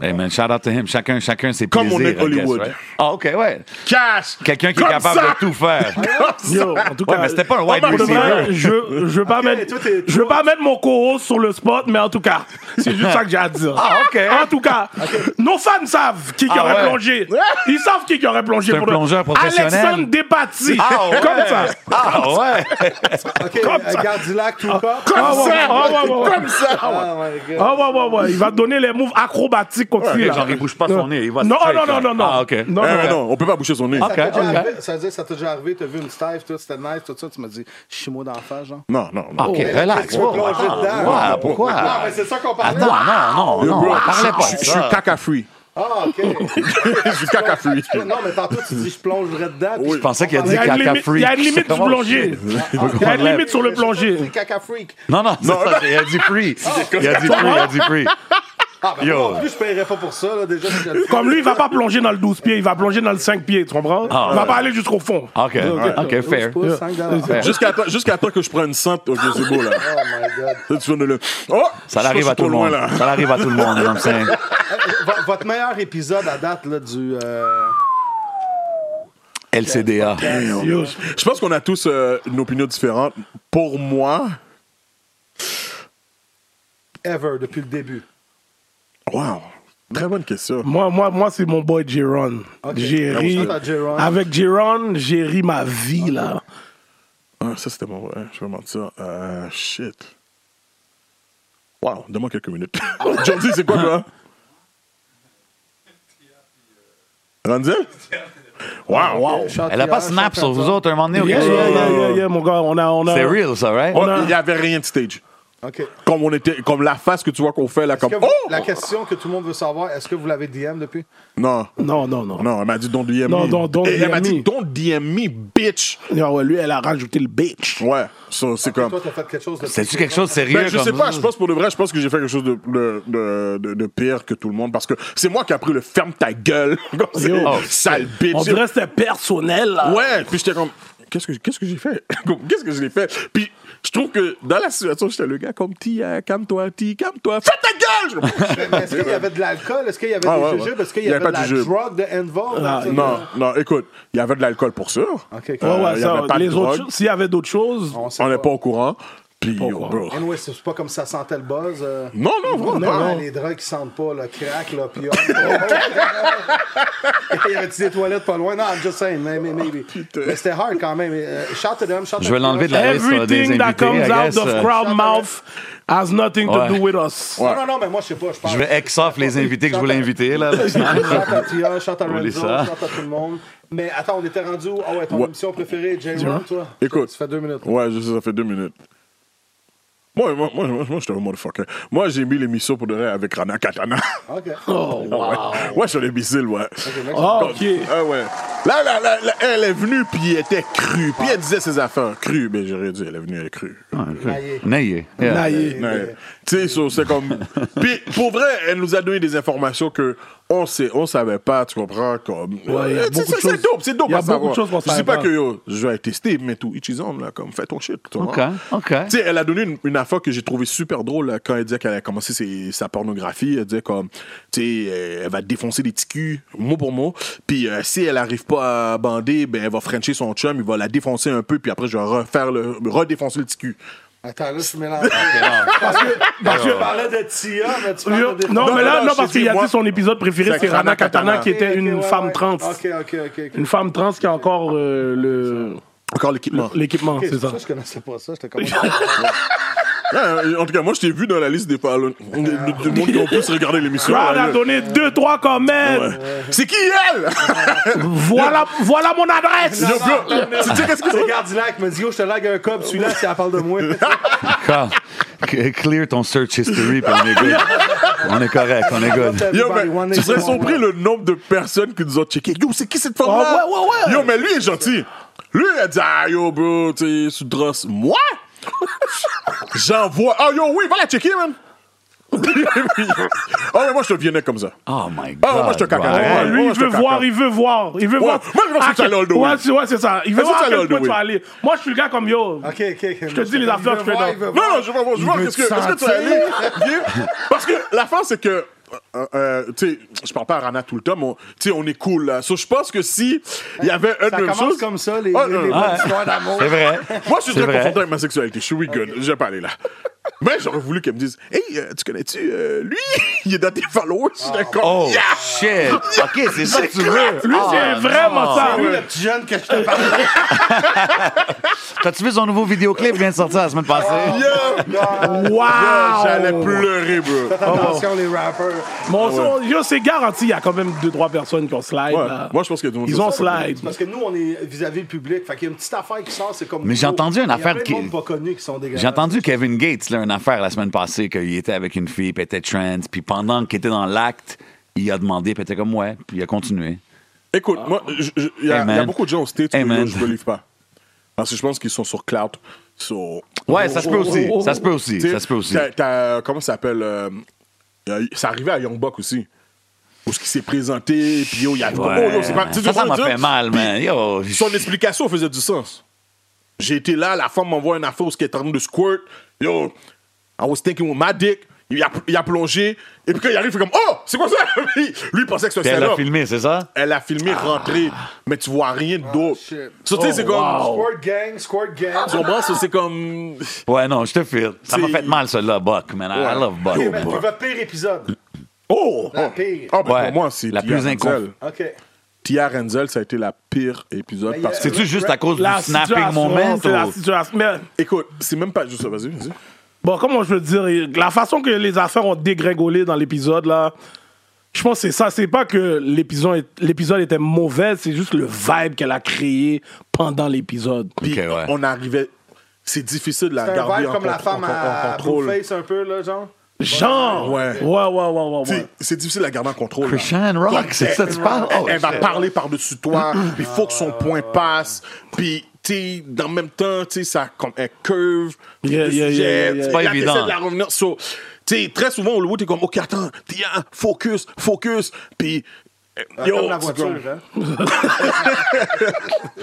D: Hey man, shout out to him. Chacun, chacun ses
E: Comme on
D: plaisirs,
E: est
D: I guess,
E: Hollywood.
D: right? Ah, OK, ouais.
E: Cash!
D: Quelqu'un qui
E: Comme
D: est capable
E: ça!
D: de tout faire.
C: Yo, en tout
D: Ouais,
C: cas.
D: mais c'était pas un wide
C: Pour de vrai,
D: receiver.
C: je, je veux pas mettre,
B: toi, t'es-
C: je veux pas mettre mon co-host sur le spot, mais en tout cas, c'est juste ça que j'ai à dire.
D: Ah, ok.
C: En tout cas, nos fans savent qui, qui
D: Ah,
C: aurait
D: ouais.
C: plongé. Ils savent qui, qui aurait plongé.
D: C'est un
C: de-
D: plongeur professionnel.
C: Alexandre Despatie.
D: Ah, ouais.
C: Comme ça.
D: Ah, ouais.
B: OK, euh,
C: Comme ça.
B: Gardilac, tout corps.
C: Ah, ouais, ouais, ouais, ouais, ouais.
B: Ah, my God.
C: Ah ouais, ouais, ouais. Il va te donner les moves acrobatiques comme
D: Ok,
C: celui-là.
D: genre, il bouge pas son nez. Il va
C: Non, oh,
D: straight,
C: non, non,
D: là.
C: non, non.
D: Ah, OK.
C: Non,
E: Eh,
C: non,
E: mais non, on peut pas boucher son nez.
D: OK,
B: Ça t'est déjà
D: OK.
B: arrivé- Ça veut dire que ça t'a déjà arrivé, t'as vu une stève, tout, c'était nice, tout ça, tu m'as dit, chie-moi d'en face, genre.
E: Non, non, non.
D: OK,
B: Qu'est-ce
D: relax.
B: que tu veux
D: Wow,
B: plonger
D: attends,
B: dedans?
D: wow,
B: Non,
D: pourquoi?
B: Non, mais c'est ça qu'on parlait.
D: Attends, non, non,
E: Yo,
D: non.
E: bro,
D: on parlait pas
E: je-
D: de
E: Je je suis
D: ça.
E: caca-free.
B: Ah, OK.
E: Je suis caca-free.
B: non, mais tantôt, tu dis, je plongerais dedans. puis
E: Oui.
D: Je pensais qu'il a
B: On
D: dit
C: Il y a une
D: caca
C: limite, il
D: freak.
C: y a une limite du
D: Comment-
C: plonger. Il y a une limite sur le
B: C'est
C: plongé.
B: caca freak.
D: Non, non, c'est ça, il a dit free. Il a dit free, il a dit free.
B: Ah, ben,
D: Yo.
B: moi, en plus, je paierais pas pour ça, là, déjà. c'est déjà-
C: Comme lui, il va pas plonger dans le 12 pieds, il va plonger dans le 5 pieds, tu comprends?
D: Ah,
C: il va
D: ouais.
C: pas aller jusqu'au fond.
D: OK, OK, fair.
B: Pouce, cinq dollars.
D: Fair.
E: Jusqu'à temps- Jusqu'à temps que je prenne 100, OK, c'est beau, là.
B: Oh, my God.
E: Là, tu viens de le. Oh!
D: Ça
E: je
D: l'arrive
E: suis
D: à tout
E: trop
D: le
E: loin,
D: monde.
E: là.
D: Ça l'arrive à tout le monde, you know what I'm saying?
B: V- Euh, votre meilleur épisode à date, là, du... euh,
D: LCDA.
C: Yo,
E: Je pense qu'on a tous euh, une opinion différente. Pour moi,
B: ever, depuis le début.
E: wow, très bonne question.
C: Moi, moi, moi c'est mon boy Jérôme.
B: Ok.
C: J'ai
B: Ah,
C: ri.
B: shout out Jérôme.
C: Avec Jérôme, j'ai ri ma vie, là.
E: Ah, ça, c'était bon, ouais, je vais mentir. Euh, shit. Wow, donne-moi quelques minutes. Jordi, c'est quoi, toi? Ranzel? Wow, wow.
D: Elle a pas snap sur vous autres un moment donné ou
C: Yeah,
D: quelque
C: yeah,
D: chose?
C: yeah, yeah, yeah, mon gars, on a. On a
D: C'est real, ça, right?
E: Oh, Il n'y avait rien de stage.
B: OK. Est-ce
E: Comme, on était, comme la face que tu vois qu'on fait là, comme.
B: que vous-
E: Oh!
B: La question que tout le monde veut savoir, est-ce que vous l'avez DM depuis?
E: Non.
C: Non, non, non.
E: Oh Non, elle m'a dit don't DM
C: Non,
E: me.
C: don't- don't
E: Et Elle m'a
C: DM
E: dit
C: me.
E: don't DM me, bitch.
C: Ah ouais, lui, elle a rajouté le bitch.
E: Ouais, so, c'est comme.
B: Toi, t'as fait quelque chose de...
D: C'est-tu quelque chose de
E: Ben,
D: sérieux
E: je
D: comme
E: sais pas,
D: ça?
E: je pense pour de vrai, je pense que j'ai fait quelque chose de, de, de, de- de pire que tout le monde parce que c'est moi qui a pris le ferme ta gueule. Comme c'est-
C: Oh.
E: sale bitch.
C: On dirait que c'était personnel, là.
E: Ouais, puis j'étais comme, qu'est-ce que, qu'est-ce que j'ai fait? Comme, qu'est-ce que je l'ai fait? Puis je trouve que dans la situation, j'étais le gars comme T, hein, calme-toi, T, calme-toi, fais ta gueule! Je-
B: Mais Est-ce qu'il y avait de l'alcool? Est-ce qu'il y avait
E: Ah,
B: des
E: ouais,
B: jujubes?
E: ouais.
B: Est-ce qu'il y avait de
E: pas de
B: la
E: jujubes.
B: drogue de Envol?
C: Ah,
E: non, non, écoute, il y avait de l'alcool pour sûr.
B: OK, cool.
C: Ouais, ouais,
E: Euh, y
C: ça.
E: avait pas de
C: les autres
E: drogue.
C: choses- S'il y avait d'autres choses.
B: On sait
E: On n'est pas au courant. Puis,
C: au
E: yo,
C: courant.
E: bro.
B: Anyway, c'est pas comme ça sentait le buzz. euh.
E: Non, non, vraiment.
B: Ah,
E: pas.
B: Les drogues qui sentent pas, le crack, l'opium. oh. Il y avait-tu des toilettes pas loin? Non, I'm just saying, maybe, maybe.
E: Oh,
B: Mais c'était hard quand même. Euh, shout to them, shout
D: Je vais l'enlever de la liste euh, des
C: Everything
D: invités,
C: that comes
D: I
C: out
D: guess.
C: of
D: euh,
C: crowd mouth has nothing to
D: Ouais.
C: do with us.
B: Non, non, non, mais moi, je sais pas. Je parle.
D: Je vais ex-off les invités que je voulais inviter, là.
B: Chante à Tia, chante à
D: Oublie
B: Renzo,
D: ça.
B: chante à tout le monde. Mais attends, on était rendu où? Ah ouais, ton
E: Ouais.
B: émission préférée, J-Ron, toi?
E: Écoute.
B: Ça fait deux minutes.
E: Ouais, je sais, ça fait deux minutes. Moi, moi, moi, moi, moi j'étais un motherfucker. Moi, j'ai mis l'émission pour de vrai avec Rana Katana.
B: OK.
C: Oh, wow.
E: Ouais, je suis sur les missiles, ouais.
B: Ok, next.
C: Oh, ok.
E: Ah ouais. Là, là, là, là, elle est venue, puis elle était crue. Puis elle disait ses affaires crues. Mais j'aurais dit, elle est venue, elle est crue.
B: Naillé.
D: Naillé. Yeah.
C: Naillé.
E: Ouais. Tu sais, so, c'est comme. Puis pour vrai, elle nous a donné des informations que on sait, on savait pas, tu comprends comme.
C: Ouais, y a
E: Euh, tu sais,
C: beaucoup de
E: c'est
C: choses.
E: c'est dope, c'est dope.
C: Y a
E: à
C: beaucoup de
E: savoir.
C: choses qu'on
E: Je
C: savait
E: dis pas
C: pas.
E: que yo, je vais être testé, mais tout, it's his own, là, comme fais ton shit. tu
D: OK,
E: comprends?
D: OK.
E: Tu sais, elle a donné une, une affaire que j'ai trouvée super drôle là, quand elle disait qu'elle a commencé ses- sa pornographie. Elle disait comme, tu sais, euh, elle va défoncer des ticus, mot pour mot. Puis euh, si elle arrive pas à bander, ben elle va frencher son chum, il va la défoncer un peu, puis après je vais refaire le, redéfoncer le ticu.
B: Attends, là, je suis mélangé. parce que, parce que je parlais de Tia, mais tu parles de...
C: Non, mais là,
E: non,
C: non,
E: je
C: parce
E: sais,
C: qu'il a
E: moi-
C: dit son épisode préféré,
E: C'est
C: c'est Rana
E: Rana Katana.
C: Katana, qui était
B: Ok,
C: une
B: ouais,
C: femme
B: ouais.
C: trans.
B: OK, OK, OK. ok.
C: Une femme trans qui a encore euh, le
E: Encore l'équipement.
C: l'équipement,
B: Ok,
C: c'est ça.
B: Je connaissais pas ça, j'étais comme...
E: Ouais, euh, en tout cas, moi, je t'ai vu dans la liste des parlons- de- de- du monde qui ont plus regardé l'émission.
C: Crowd
E: là,
C: a
E: là.
C: donné 2-3 quand
E: Ouais.
C: même.
E: C'est qui elle?
C: Voilà, voilà mon adresse.
E: Yo, bro, tu sais qu'est-ce que c'est?
B: Regarde, Dilac me dit, yo, je te lag un cob, celui-là, si elle parle de moi.
D: Carl, c- clear ton search history, puis on est good. on est correct, on est good.
E: Yo, mais tu serais surpris le nombre de personnes qui nous ont checké. Yo, c'est qui cette femme-là?
C: Ah, ouais, ouais, ouais.
E: Yo, mais lui est gentil. Lui, il a dit, ah, yo, bro, tu sais, sous drosse. Moi? J'envoie. Ah, yo, oui, va la checker, man. ah, mais moi, je te viendais comme ça.
D: Oh my God.
E: Ah, moi, je te caca.
D: Brian.
E: Ouais,
C: lui,
E: ouais,
C: il
E: je
C: veut
E: te oh, caca.
C: voir, il veut voir, il veut
E: Ouais,
C: voir.
E: moi, je veux que
C: Ah,
E: tu ailles all the way.
C: Ouais, c'est ouais, c'est ça. Il veut
E: Est-ce que
C: voir
E: tu
C: à
E: ailles
C: quel
E: all the
C: point tu
E: way?
C: vas aller. Moi, je suis le gars comme yo.
B: Ok, ok, ok.
C: Je te dis les affaires que je fais dans-
E: Non, non, je veux voir, je veux voir qu'est-ce que, est-ce que tu vas aller. Viens. Parce que la fin, c'est que. euh, euh, tu sais, je parle pas à Rana tout le temps, mais on- tu sais, on est cool là. So, je pense que si il y avait un
B: Ça
E: de même
B: commence
E: chose.
B: comme ça, les,
E: Ah,
B: les,
E: non,
B: les
E: non.
B: bonnes histoires d'amour.
D: C'est vrai.
E: Moi, je suis
D: C'est
E: très
D: vrai.
E: confortable avec ma sexualité. Je suis oui, good. Je vais pas aller là. Mais j'aurais voulu qu'elle me dise Hey, euh, tu connais-tu euh, lui Il est dans tes followers. J'étais comme
D: Oh,
E: Yeah!
D: shit. OK, c'est ça que tu veux.
C: Lui,
E: Ah,
C: c'est vraiment ça.
B: Lui, Ah le petit jeune que je te parle.
D: T'as-tu vu son nouveau vidéoclip qui vient de sortir la semaine passée?
E: Yeah! Yeah, J'allais
C: Wow.
E: pleurer, bro.
B: Attention, les rappers.
C: Mon son, yo, c'est garanti. Il y a quand même 2-3 personnes qui ont slide.
E: Ouais,
C: là.
E: moi, je pense que tout le monde
C: bah. Ils
E: fait
C: ont
E: ça.
C: slide.
B: Parce que nous, on est vis-à-vis le public. Fait qu'il y a une petite affaire qui sort, c'est comme.
D: Mais j'ai entendu une
B: Il y a
D: affaire
B: plein de
D: qui-
B: monde pas connu qui sont dégueulasses.
D: J'ai entendu Kevin Gates, là, une affaire la semaine passée, qu'il était avec une fille, puis elle était trans, puis pendant qu'il était dans l'acte, il a demandé, puis elle était comme ouais, puis il a continué.
E: Écoute, moi, je- je- il y, a-
D: Hey,
E: il y a
D: man.
E: beaucoup de gens au States
D: Hey,
E: où
D: man.
E: yo, je ne livre pas. Parce que je pense qu'ils sont sur Cloud. So,
D: Ouais, ça se peut aussi.
C: oh, oh,
D: Ça se peut aussi.
E: t'sais,
D: Ça se peut aussi.
E: t'as- t'as- comment ça s'appelle euh, euh, Ça arrivait à Young Buck aussi. Où ce qui s'est présenté, puis yo, il y a.
D: Ouais,
E: oh, yo, c'est pas- tu sais,
D: ça,
E: tu
D: ça
E: vois,
D: m'a
E: dire-
D: fait mal,
E: Puis
D: man. Yo,
E: Son explication faisait du sens. J'ai été là, la femme m'envoie un affaire où ce qui est en train de squirt. Yo, I was thinking with my dick. Il a, il a plongé. Et puis quand il arrive, il fait comme Oh, c'est quoi ça Lui, il pensait que
D: Puis
E: c'était un
D: elle l'a
E: stand-up.
D: filmé, Ah. c'est ça?
E: Elle a filmé rentrer, mais tu vois rien d'autre.
B: Ah, shit. Oh,
E: So, tu sais, c'est comme.
B: Squirt gang, squirt gang.
E: Tu comprends, so, c'est comme.
D: Ouais, non, je te file. Ça m'a
E: C'est-
D: fait mal, celui-là, Buck, man. I- I
E: Ouais.
D: love Buck.
B: Ok, mais votre pire épisode.
E: Oh!
B: La pire.
E: Ah, ben,
D: Ouais.
E: pour moi, c'est
D: La
E: Tia
D: plus inconf-
E: Renzel.
B: OK.
E: Tia Renzel, ça a été la pire épisode
B: Mais
E: parce
B: il y
E: que.
B: a-
D: C'est-tu juste à cause
C: La
D: du snapping
C: situation,
D: moment?
C: c'est la
D: ou-
C: situation. Mais
E: Écoute, c'est même pas juste ça, vas-y, vas-y.
C: bon, comment je veux dire, la façon que les affaires ont dégringolé dans l'épisode, là, je pense que c'est ça. C'est pas que l'épisode est- l'épisode était mauvais, c'est juste le vibe qu'elle a créé pendant l'épisode.
E: Puis
D: Ok, ouais.
E: on arrivait. C'est difficile de la
B: C'est un
E: garder
B: vibe
E: en,
B: comme la
E: con-
B: femme
E: en- en- en
B: à
E: contrôle.
B: Blueface, un peu, là, genre.
C: Genre!
E: Ouais.
C: Ouais, ouais, ouais, ouais.
E: Tu
C: ouais.
E: sais, C'est difficile de la garder en contrôle. là.
D: Christian Rock,
E: Comme
D: c'est
E: elle-
D: ça que tu parles? Oh,
E: elle va
D: shit.
E: parler par-dessus toi, il faut que son point passe, puis tu sais, dans le même temps, tu sais, ça comme elle curve,
C: Yeah,
E: le
C: yeah,
E: sujet,
C: yeah, yeah, yeah.
E: tu
D: Pas
E: sais, elle
D: évident.
E: essaie de la revenir. So, tu sais, très souvent, au Hollywood, t'es comme, OK, attends, t'es un, focus, focus, puis... euh, yo,
B: Comme la
E: c'est
B: voiture,
E: comme-
B: hein.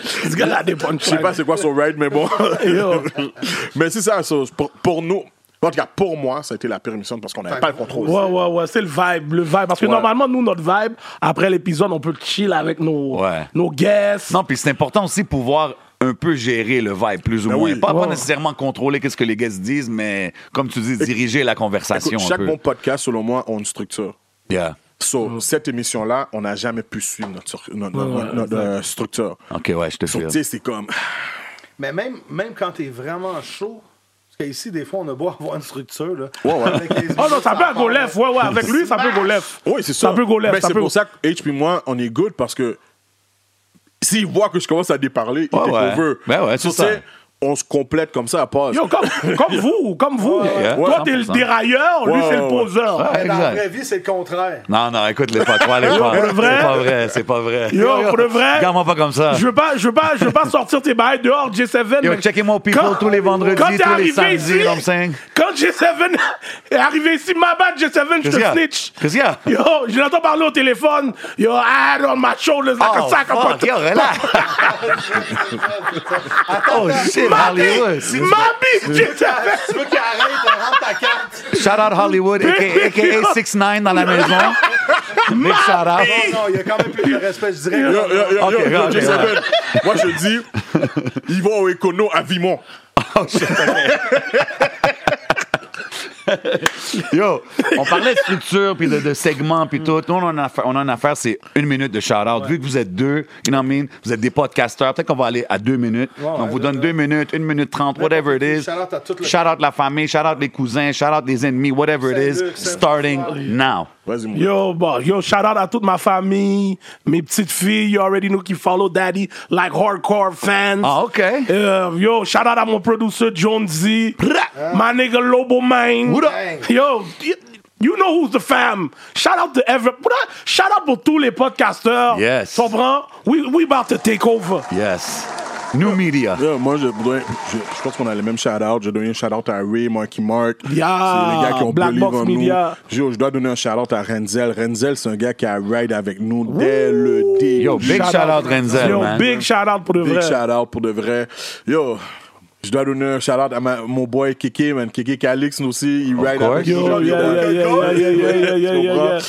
C: Ce gars-là a des
E: Je sais pas c'est quoi son ride, mais bon.
C: Yo.
E: mais c'est ça, so, pour, pour nous, en tout cas, pour moi, ça a été la pire émission parce qu'on n'avait pas le contrôle.
C: Ouais, ouais, ouais, c'est le vibe, le vibe. Parce que
E: Ouais.
C: normalement, nous, notre vibe, après l'épisode, on peut chill avec nos,
D: Ouais.
C: nos guests.
D: Non, puis c'est important aussi de pouvoir un peu gérer le vibe, plus ou
E: Ben
D: moins.
E: oui.
D: Pas, pas
C: Ouais.
D: nécessairement contrôler qu'est-ce que les gars se disent, mais comme tu dis, diriger la conversation
E: Écoute,
D: un
E: chaque
D: peu.
E: bon podcast, selon moi, a une structure.
D: Yeah.
E: So, cette émission-là, on n'a jamais pu suivre notre, sur- notre- notre-
C: Mm. ouais,
E: notre, euh, structure.
D: OK, ouais, je te
E: So,
D: file.
E: tu sais, c'est comme.
B: Mais même, même quand t'es vraiment chaud, parce qu'ici, des fois, on a beau avoir une structure, là.
E: Ouais, ouais.
B: Avec les
C: Oh non, ça peut à
B: part,
C: go left. Ouais, ouais, avec lui, ça peut go left.
E: Oui, c'est ça.
C: Ça peut go left.
E: Mais
C: ça
E: c'est
C: peut-
E: pour ça que H puis moi, on est good parce que s'il voit que je commence à déparler,
D: Ouais,
E: il take
D: ouais.
E: over.
D: Ben ouais,
E: So,
D: c'est ça.
E: tu sais, on se complète comme ça à part.
C: Yo, comme, comme vous, comme vous.
D: ouais.
C: Toi, t'es le
D: 100%.
C: dérailleur, lui,
E: Ouais,
C: c'est le
E: ouais,
C: poseur.
D: Ah,
B: Mais dans la vraie
D: exact.
B: vie, c'est le contraire.
D: Non, non, écoute, les pas toi, les pas.
C: pour le vrai?
D: C'est pas vrai, c'est pas vrai.
C: Yo, pour le vrai?
D: Regarde-moi pas comme ça.
C: Je veux pas, je veux pas, je veux pas sortir tes bails dehors, J7.
D: Yo,
C: mais
D: checkez-moi au People tous les vendredis,
C: quand t'es
D: tous les
C: arrivé
D: samedis,
C: ici,
D: you know what I'm saying?
C: Quand J7 est arrivé ici, ma bad, J7, je
D: Qu'est-ce qu'il y
C: te
D: a?
C: snitch.
D: Qu'est-ce qu'il y a?
C: Yo, je l'entends parler au téléphone. Yo, I on my shoulders like
D: Oh,
C: a sack of
D: fuck, yo,
C: potatoes.
D: relax. oh, shit, Hollywood.
C: Ma bitch, J7.
B: Tu veux qu'il arrête, rentre ta carte.
D: Shout out Hollywood, aka, aka 6ix9ine dans la maison. Big shout out.
B: Non, non, il y a quand même plus de respect, je dirais.
E: Yo, yo, yo,
D: Ok,
E: yo, yo,
D: ok,
E: je
D: ouais.
E: s'appelle. Moi, je dis, ils vont au Econo à Vimont.
D: Yo, on parlait de structure, puis de, de segments, puis tout. Nous, on a une affaire, on a une affaire, c'est une minute de shout-out. Vu que vous êtes deux, you know what I mean, vous êtes des podcasters, peut-être qu'on va aller à deux minutes. on
B: ouais,
D: vous
B: de-
D: donne deux minutes, une minute trente, whatever it
B: qui,
D: is.
B: shout-out à toute le-
D: Shout-out la famille, shout-out les cousins, shout-out les ennemis, whatever it is,
B: Saint-Luc,
D: starting now.
E: Vas-y, mon
C: Yo, bon, yo, shout out à toute ma famille, mes petites filles, you already know qui follow daddy, like hardcore fans.
D: Ah, OK.
C: Euh, yo, shout out à mon producteur John Z, my nigga Lobo Mine.
D: What up?
C: Yo, y- you know who's the fam. Shout out to every, what up? shout out pour tous les podcasteurs.
D: Yes.
C: Tu comprends? We, we about to take over.
D: Yes. New media.
E: Yeah, moi, je, voudrais- je, je pense qu'on a les mêmes shout-out. Je donne un shout-out à Ray, Marky Mark.
C: Yeah,
E: c'est les gars qui ont
C: Black
E: bully
C: Box
E: en nous.
C: Media.
E: Yo, je dois donner un shout-out à Renzel. Renzel, c'est un gars qui a ride avec nous dès le début.
D: Yo, big shout-out, Renzel,
C: Yo,
D: man.
C: big shout out pour de
E: Big
C: vrai.
E: shout-out pour de vrai. Yo, je dois donner un shout-out à ma- mon boy Kiki, man. Kiki Calix nous aussi, il ride
D: course.
E: avec
C: Yo,
E: nous.
C: yeah, yeah, yeah, yeah, yeah, yeah, yeah, yeah,
E: Tu comprends?
C: yeah.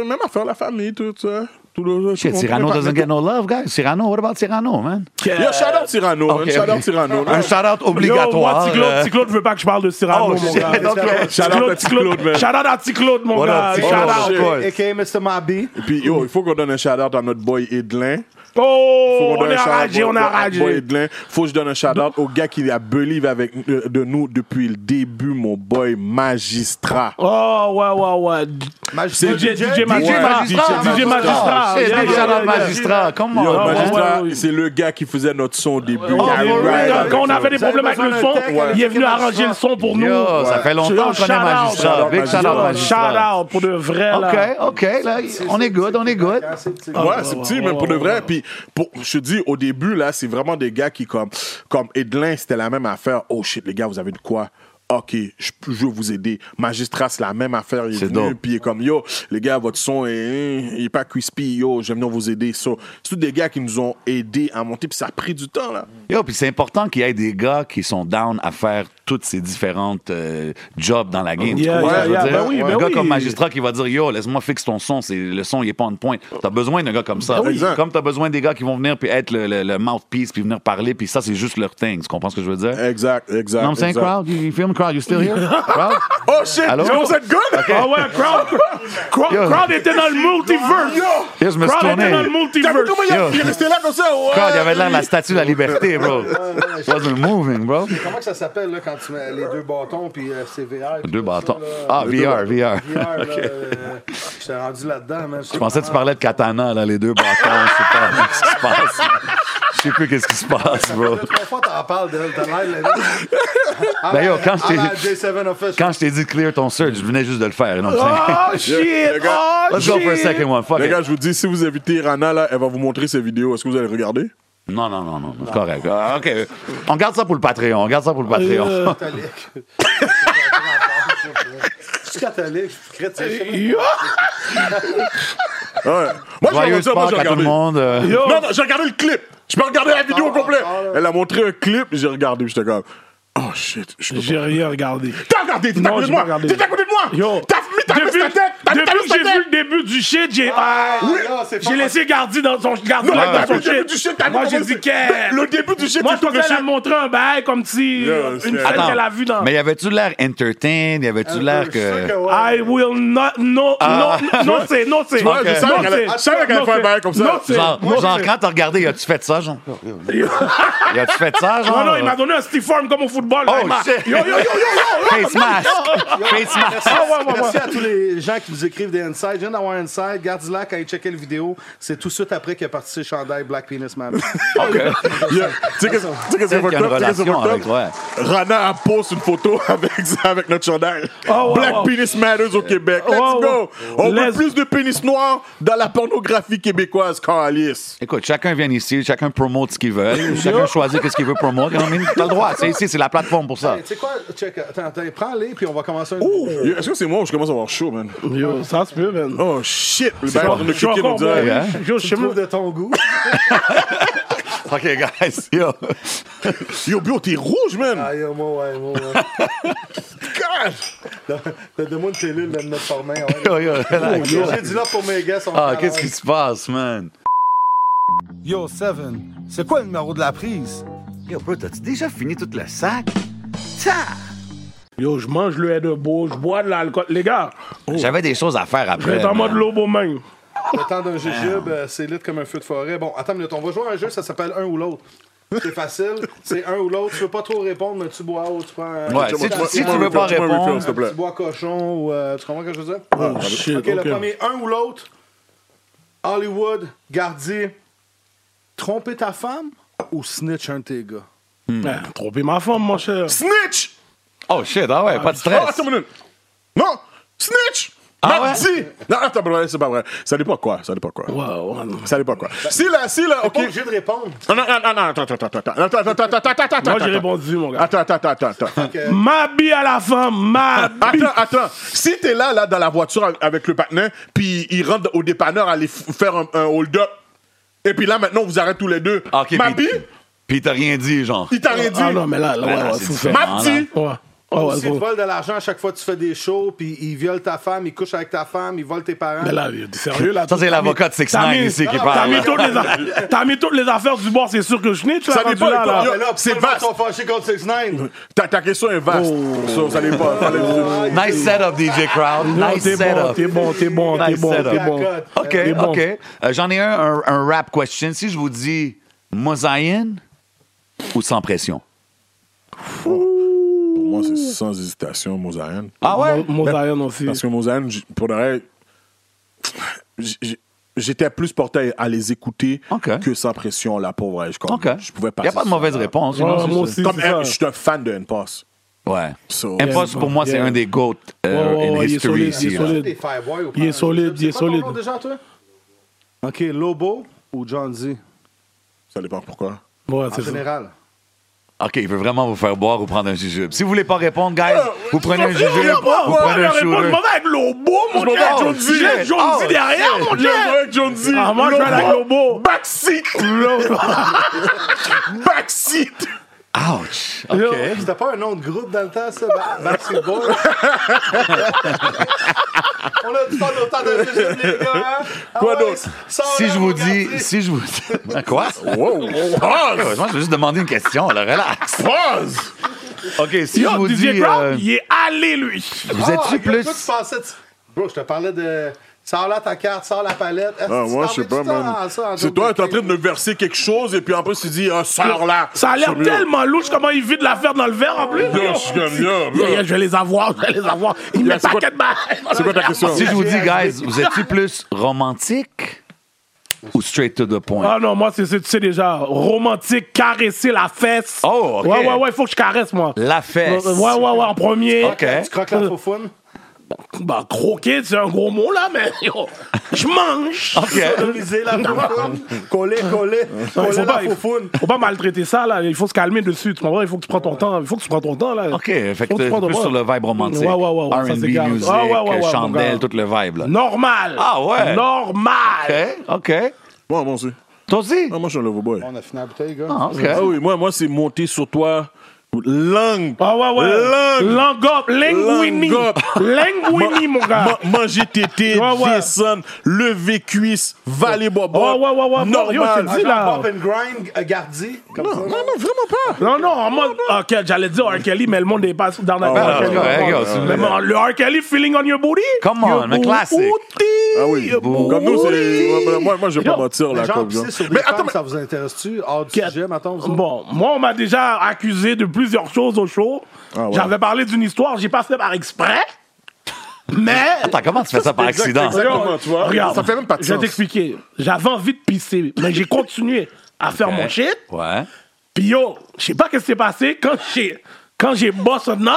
E: Yo, même affaire la famille, tout ça. Tout le,
D: Shit, Cyrano doesn't get no love, guys. Cyrano, what about Cyrano, man?
E: Yo, shout-out Cyrano, man.
D: Ok,
E: Shout-out
D: ok.
E: Cyrano.
D: Un shout-out
C: Yo, moi,
D: obligatoire.
C: Ticlaude,
D: euh,
C: Ticlaude veut pas que je parle de Cyrano,
D: Oh,
C: mon
D: shit.
C: gars.
D: Donc, euh,
E: Shout-out
C: Ticlaude,
E: à Ticlaude, man.
C: Shout out à Ticlaude, mon
D: What
C: gars.
D: up,
C: Shout
D: Ticlaude?
C: out.
E: shit.
B: Et qui Mr. Mobby.
E: Puis, yo, il faut qu'on donne un shout-out à notre boy Edlin.
C: Oh,
E: Faut qu'on
C: on
E: donne
C: est
E: un shout-out
C: enragé,
E: à
C: on est
E: notre Boy
C: enragé.
E: Edlin. Faut que je donne un shout-out au gars qui a believe avec euh, de nous depuis le début, mon boy magistrat.
C: Oh, ouais, ouais, ouais.
B: Magistrat
C: DJ,
B: DJ,
C: DJ Magistrat.
E: DJ,
C: DJ Magistrat. Ah,
D: Oh, shit,
C: Yeah,
D: big
C: yeah,
D: shout-out
C: yeah.
D: magistrat. Come on,
E: Yo,
C: oh,
D: man.
E: magistrat,
C: ouais, ouais, ouais.
E: c'est le gars qui faisait notre son au début. Il
C: Oh,
E: a
C: for
E: ride
C: real,
E: avec
C: Quand on
E: nous.
C: avait des
B: Vous avez
C: problèmes avec
B: besoin
C: le
B: d'un
C: son,
B: tech, allez
C: il est
B: checker
C: venu
B: Magistrat.
C: arranger le son pour nous.
D: Yo, ça
E: Ouais.
D: fait
C: Yo,
D: longtemps qu'on
C: shout
D: est
C: out.
D: magistrat. Big shout
E: Shout
D: out
E: out
C: Shout
D: magistrat.
C: out pour de vrai,
D: OK,
C: là.
D: OK, là, on est good, on est good.
E: Ouais,
C: ouais,
E: c'est
C: ouais,
E: petit,
C: ouais,
E: même pour de
C: ouais,
E: vrai. Puis, pour, je te dis, au début, là, c'est vraiment des gars qui, comme, comme Edlin, c'était la même affaire. Oh shit, les gars, vous avez de quoi? Ok, je, peux- je veux vous aider. Magistrat, c'est la même affaire. Il est,
D: C'est
E: venu,
D: dope.
E: puis il est comme, yo, les gars, votre son est, hein, il est pas crispy, yo, j'aime bien vous aider. So, c'est tous des gars qui nous ont aidés à monter, puis ça a pris du temps, là.
D: Yo, puis c'est important qu'il y ait des gars qui sont down à faire toutes ces différentes euh, jobs dans la game. Tu
C: Yeah,
D: comprends
C: yeah,
D: ce que je veux
C: yeah,
D: dire?
C: ben oui,
D: un
C: ben
D: gars
C: oui.
D: comme magistrat qui va dire Yo, laisse-moi fixe ton son, c'est, le son, il est pas en point. T'as besoin d'un gars comme ça.
E: Ben oui. Exact.
D: Comme t'as besoin des gars qui vont venir puis être le, le- le mouthpiece puis venir parler, puis ça, c'est juste leur thing. Tu comprends ce que je veux dire?
E: Exact, exact.
D: Non, I'm saying
E: exact.
D: crowd, you, you feel me, crowd, you still here? crowd?
E: Oh shit,
D: Allô?
E: yo, vous êtes good?
C: Ah ouais, crowd, crowd,
D: Yo.
C: crowd était dans le multiverse.
E: Yo!
D: Yo, je me suis
C: Crowd était dans le
D: tourné.
E: T'as vu
C: multiverse.
E: comment il a-
D: Yo.
E: il est resté là comme ça? Ouais.
D: Crowd, il avait l'air de la statue de la liberté, bro. It wasn't moving, bro.
B: Comment que ça s'appelle là, quand tu mets les deux bâtons puis euh, CVR?
D: Deux bâtons.
B: Ah,
D: Ah,
B: VR,
D: VR, VR.
B: là, euh, j'étais rendu là-dedans. man.
D: Je pensais que tu parlais de katana, là, les deux bâtons. Je sais pas ce qui se passe. Je sais plus qu'est-ce qui se passe, bro.
B: Deux, trois fois, t'en parles d'elle. T'as l'air. là.
D: Ben, yo, quand
B: À la
D: j'étais-
B: J7 Office.
D: Quand je t'ai dit clear ton search, je venais juste de le faire. you know what I'm saying?
C: Oh, shit.
E: Les gars,
C: Oh,
D: Let's go for a
C: shit.
D: second one. Fuck
E: Les
D: it.
E: gars, je vous dis, si vous invitez Rana, là, elle va vous montrer ses vidéos. Est-ce que vous allez regarder?
D: Non, non, non, non. C'est correct. Ah,
C: Oh,
D: OK. On garde ça pour le Patreon. On garde ça pour le Patreon.
B: catholique. Je suis catholique, je suis chrétien. je sais
C: Yo.
E: Ouais. Moi, je vais
D: Joyeuse
E: dire, moi,
D: Pâques
E: j'ai
D: à tout le
E: regardé.
D: monde. euh.
C: Yo.
E: Non, non, j'ai regardé le clip. Je peux regarder la vidéo au complet. Elle a montré un clip, j'ai regardé, puis j'étais comme. Oh shit. je peux pas.
C: J'ai rien regardé.
E: T'as regardé, t'es à
C: Non,
E: côté de
C: j'ai
E: moi.
C: pas regardé.
E: T'es à côté de moi.
C: Yo.
E: T'as mis ta
C: Depuis,
E: veste à tête. T'as mis ta
C: depuis
E: veste
C: que j'ai
E: à
C: vu
E: tête.
C: le début du shit, j'ai ah,
B: oui, non, c'est pas
C: j'ai laissé Gardi dans son Gardi
E: Non,
C: dans
E: t'as
C: son
E: vu le début
C: shit.
E: du shit. t'as
C: Moi,
E: vu
C: j'ai
E: comment
C: dit
E: c'est-
C: qu'est.
E: Le début du shit,
C: Moi,
E: t'es
C: je pensais
E: tout
C: qu'elle a
E: shit.
C: montré un bail comme si
E: Yo,
C: une
E: c'est-
C: scène
E: Attends,
C: qu'elle a vue dans.
D: Mais y avait-tu l'air entertain? Y avait-tu
B: pas.
D: l'air
B: Je suis sûr
D: que.
B: ouais.
C: I will not. No, no, non, c'est, non, c'est.
D: vois, je savais
C: Non,
E: qu'elle-
C: c'est-
E: Ah. je savais qu'elle
C: non,
E: ferait un
C: c'est-
E: bail comme ça.
C: Non, c'est.
D: Genre,
C: non,
D: genre
C: c'est-
D: quand t'as regardé, y a-tu fait ça, genre? Y a-tu fait ça, genre?
C: Non, non, il m'a donné un stiff arm comme au football. là,
D: Oh,
C: il m'a-
D: shit.
C: Yo, yo, yo, yo, yo.
D: euh,
C: oh,
D: Face mask! Face mask!
B: Merci à tous les gens qui nous nous écrivent des insides. Je viens d'avoir un inside. Garde-la quand il checkait le vidéo. C'est tout de suite après qu'il est parti ses chandails Black Penis Man.
E: Yeah. Tu sais qu'est-ce tu sais qu'est-ce
D: Peut-être
E: que
D: qu'il y a une
E: c'est
D: relation avec. Ouais.
E: Rana elle poste une photo avec, avec notre chandail.
C: Oh, wow,
E: Black
C: wow. Oh,
E: Penis Matters au Québec. Let's
C: wow,
E: go.
C: wow.
E: On veut
C: Let's-
E: plus de pénis noirs dans la pornographie québécoise, Carlis.
D: Écoute, chacun vient ici, chacun promote ce qu'il veut, chacun choisit ce qu'il veut promouvoir. Quand même, T'as le droit, c'est ici, c'est la plateforme pour ça.
B: Hey, Tu sais quoi? Check. Attends, attends, prends-les, puis on va commencer un.
E: Yo, Est-ce que c'est moi ou je commence à avoir chaud, man?
C: Yo, ça se peut, man.
E: Oh shit! Le bail en train de
C: Je suis
E: kicker, on
C: encore
E: dirait.
D: Ouais, hein?
C: bourré. Yo, je
B: Tu
C: sais
B: trouves
C: même-
B: de ton goût.
D: OK, guys, yo.
E: Yo, Bio, t'es rouge, man!
B: Ah, yo, moi, ouais, moi, ouais.
E: God!
B: T'as donné une cellule de notre formain. ouais.
D: Yo, yo, relax.
B: J'ai dit là pour mes gars. sont
D: Oh, Ah,
B: pas
D: qu'est-ce
B: là.
D: qui se passe, man?
F: Yo, Seven, c'est quoi le numéro de la prise?
D: Yo, bro, t'as-tu déjà fini toute la sac?
C: Yo, je mange le lait de beau, je bois de l'alcool. Les gars,
D: J'avais des choses à faire
C: je vais
D: après.
C: être Oh. en
D: man.
C: mode lobo même.
B: Le temps d'un jujube, euh, c'est lit comme un feu de forêt. Bon, attends une minute, on va jouer à un jeu, ça s'appelle un ou l'autre. C'est facile, c'est un ou l'autre. Tu veux pas trop répondre, mais tu bois haut, tu prends un.
D: Ouais,
B: tu bois
D: si tu- si
B: cochon,
D: tu veux pas
E: Fais-moi un refill,
D: répondre,
E: s'il te plaît.
B: Tu bois cochon ou. euh, tu comprends ce que je veux dire?
C: Oh, shit,
B: ok, le premier, un ou l'autre. Hollywood, Gardi, tromper ta femme ou snitch un de tes gars?
C: Ben, tromper ma femme, mon cher.
E: Snitch!
D: Oh shit, ah ouais, pas de
E: Oh,
D: stress.
E: attends une minute. Non! Snitch!
D: Ah
E: Mardi! Non, attends, bro, c'est pas vrai. Ça dépend quoi? Ça dépend quoi?
C: Wow, wow.
E: Ça dépend quoi? Si là, si là,
B: T'es
E: ok.
B: pas obligé de répondre.
E: Non, non, non, non, attends, attends, attends, attends, attends, attends, attends, attends, attends,
C: Moi,
E: attends.
C: j'ai répondu, mon gars.
E: Attends, attends, attends, attends, attends.
C: Ma bille à la femme, ma
D: Ah,
C: bille.
E: Attends, attends. Si t'es là, là, dans la voiture avec- avec le partenaire, puis il rentre au dépanneur aller f- faire un, un hold-up, et puis là, maintenant, on vous arrête tous les deux.
D: Ah, OK,
E: Ma
D: puis-
E: bille,
D: Puis t'as rien dit, genre.
E: il t'a rien dit.
C: Ah non, mais là, là,
D: Ah,
C: ouais,
D: non,
C: ouais,
D: c'est
C: faut
D: différent.
C: faire.
E: Ma
D: là.
E: petite,
C: Ouais. Ah ouais,
B: S'ils te
C: gros.
B: volent de l'argent à chaque fois que tu fais des shows, puis ils violent ta femme, ils couchent avec ta femme, ils volent tes parents.
C: Mais là, t'es sérieux, là.
D: Ça, c'est
C: t'as
D: l'avocat
C: mis-
D: de 6ix9ine
C: t'as mis-
D: ici qui
C: t'as
D: parle,
C: mis
D: là.
C: toutes les a- T'as mis toutes les affaires du bord, c'est sûr que je n'ai, tu
E: Ça
C: l'as rendu
E: dépend,
C: là,
E: toi,
C: là.
B: Mais Ah,
E: yo.
B: ben là,
E: C'est
B: pourquoi
E: vaste.
B: ils sont fâchés contre 6ix9ine?
E: Ta, ta question est vaste. Ça, ça dépend. Fallait- Oh.
D: Nice setup, DJ Crowd.
C: Non,
D: Nice
C: t'es bon,
D: setup.
C: t'es bon, t'es bon, t'es
D: Nice
C: bon,
D: setup.
C: t'es bon.
B: Cote.
D: OK,
C: Il est bon.
D: OK. Euh, J'en ai un, un, un rap question. Si je vous dis mosaïne ou sans pression?
E: Pour moi, c'est sans hésitation, Mosaïen.
D: Ah ouais?
C: Mon- Mosaïen aussi.
E: Parce que Mosaïen, j- pour de vrai, j- j- j'étais plus porté à les écouter
D: Ok.
E: que sans pression, là, pour vrai. Je, comme-
D: OK.
E: je
D: Il
E: pouvais
D: n'y
E: passer.
D: a pas de
E: ça.
D: mauvaise réponse.
C: Ouais,
D: non, c'est
C: moi
D: ça.
C: aussi,
E: Comme
C: c'est
E: M-
C: ça.
E: je suis un fan de N-Pass.
D: Ouais.
E: So-
D: Impossible pour moi, c'est
C: Yeah.
D: un des GOAT euh,
C: Ouais, ouais,
D: in
C: ouais, il est
D: history
C: solide,
D: ici.
C: il est
D: là.
C: solide.
B: Des Fireboy ou
C: Il est
B: pas? hein?
C: solide,
B: C'est
C: il est
B: quoi ton
C: solide.
B: nom déjà, toi? OK, Lobo ou John Z,
E: Ça dépend pourquoi.
C: Ouais,
B: en
D: Ah,
C: c'est ça.
B: général?
D: OK, il veut vraiment vous faire boire ou prendre un jujube. Si vous voulez pas répondre, guys,
C: Euh,
D: vous prenez un
E: je- je- je-
D: jujube,
E: je-
D: vous
E: je-
D: prenez un shooter.
C: avec Lobo, mon
E: vais
C: gars.
E: avec John Z.
C: J'ai John
D: Ah,
C: Z derrière, mon
E: Je
C: gars.
E: vois que John Z.
C: Ah, moi, je vais avec Lobo.
E: Backseat! Backseat!
D: Ouch! OK.
B: Oh, C'était pas un nom de groupe dans le temps, ça? Ba- Backstreet Boys? On a du temps d'autant de ces jeunes, les gars, hein? Ah
E: Quoi
B: ouais,
E: d'autre?
B: sors
D: Si
B: là,
D: je
B: mon
D: vous
B: gars,
D: dis...
B: tu sais.
D: Si je vous dis... Ben, Quoi?
E: Wow!
D: Ouais,
E: Pause!
D: Moi, je veux juste demander une question, là, relax.
E: Pause!
D: OK, si je
C: Yo,
D: vous
C: DJ
D: dis...
C: Brown,
D: euh,
C: il est allé, lui.
D: vous
B: Ah,
D: êtes-tu
B: regarde,
D: plus...
B: toi, tu pensais... tu- Bro, je te parlais de... Sors là ta carte, sors la palette. Est-ce
E: Ah,
B: que tu
E: moi,
B: parlais
E: je sais
B: du
E: pas,
B: temps
E: man.
B: à ça, en
E: C'est toi, t'es en train de
B: double
E: me verser quelque chose, et puis après, tu dis, ah, sors là!
C: Ça a l'air tellement louche comment il vide l'affaire dans le verre en plus.
E: Yo, je suis comme, yo,
C: Yeah, yeah,
E: yo.
C: je vais les avoir, je vais les avoir. Il
E: Yeah,
C: met
E: c'est
C: pas
E: quoi-
C: quatre balles.
E: C'est quoi ta question?
D: Si je vous dis, guys, vous êtes-tu plus romantique ou straight to the point?
C: Ah non, moi, c'est, c'est- tu sais déjà, romantique, caresser la fesse.
D: Oh, ok.
C: Ouais, ouais, ouais, il faut que je caresse, moi.
D: La fesse.
C: Ouais, ouais, ouais, en premier.
D: Ok.
B: cake? Tu croques la faufoune?
C: Bah, croquer, c'est un gros mot, là, mais yo, je mange.
D: OK.
B: Lisez la faufoune. Coller, coller.
C: Il
B: Coller
C: faut
B: la
C: pas, il faut,
B: faufoune.
C: faut pas maltraiter ça, là. Il faut se calmer dessus. Tu comprends? Il faut que tu prends ton temps. Il faut que tu prends ton temps, là. Faut
D: OK,
C: que
D: fait que
C: tu
D: t'es
C: prends ton
D: plus
C: temps.
D: sur le vibe romantique.
C: Ouais, ouais, ouais, ouais, ça,
D: R&B,
C: c'est grave.
D: musique,
C: Ah, ouais, ouais, ouais, mon
D: chandelle,
C: gars.
D: tout le vibe, là.
C: Normal.
D: Ah ouais.
C: Normal.
D: OK, OK.
E: Moi, moi aussi.
D: Toi aussi?
E: Ah, Moi, je suis un lover boy.
B: On a fini la bouteille, gars.
D: Ah, OK.
E: Ah oui, moi, moi c'est monter sur toi. Langue.
C: Ah ouais, ouais.
E: Langue.
C: Langop, linguini.
E: Langue up.
C: Linguini, mon gars.
E: Ma- manger tété,
C: Ouais, ouais.
E: descendre, lever cuisse, valer bobo.
C: Ouais, ouais, ouais, ouais. Yo, je te
E: Normal.
C: dis, là.
B: Pop and grind, euh, Gardi. Comme ça.
E: Non, non, non, vraiment pas.
C: Non, non, en mode. Ok, j'allais dire R. Kelly, mais le monde est pas dans la
E: Ah,
C: R.
E: ouais,
C: Kelly, on
E: ouais,
D: ouais,
C: parle.
D: ouais,
C: Mais
D: ouais.
C: bon, Le R. Kelly, feeling on your booty.
D: Come on,
C: Your
D: un classique.
C: booty.
E: Ah oui,
C: Your
E: comme nous, c'est.
C: booty.
E: moi, Moi, moi, je vais pas
C: Yo,
E: mentir, là,
B: Mais genre,
E: comme
B: pisser
E: ça.
B: sur des
E: Mais
B: femmes,
E: attends, mais-
B: ça vous intéresse-tu? Hors du
C: Quatre.
B: sujet, mettons. vous autres?
C: Bon, moi, on m'a déjà accusé de plusieurs choses au show.
E: Ah ouais.
C: J'avais parlé d'une histoire, j'ai pas fait par exprès. Mais.
D: Attends, comment tu fais ça par accident?
E: exact. Exactement, tu vois.
C: Regarde,
E: Ça fait même pas de
C: Je vais
E: sens.
C: t'expliquer. J'avais envie de pisser, mais j'ai continué à faire mon shit.
D: Ouais.
C: Puis yo, je sais pas ce qui s'est passé. Quand j'ai, quand j'ai boss a note,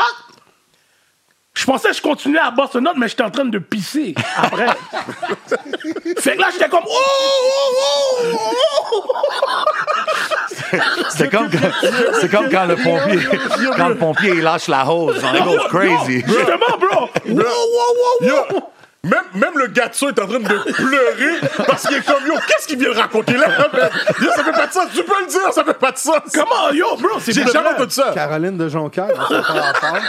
C: je pensais que je continuais à boss a note, mais j'étais en train de pisser après. fait que là, j'étais comme. Oh, oh, oh,
D: C'est comme, quand- c'est comme quand le pompier, quand le pompier, il lâche la hose. genre, It
C: oh.
D: goes crazy.
C: Yo, justement, bro. Wow, wow, wow,
E: Yo,
C: wow.
E: même, même le gars de ça est en train de pleurer parce qu'il est comme yo, qu'est-ce qu'il vient de raconter là? Yo, ça fait pas de sens, tu peux le dire, ça fait pas de sens.
C: Comment, yo, bro, c'est
E: J'ai
C: pour
E: jamais
C: vrai.
E: entendu ça.
B: Caroline de Jonquière, on s'est pas rapport.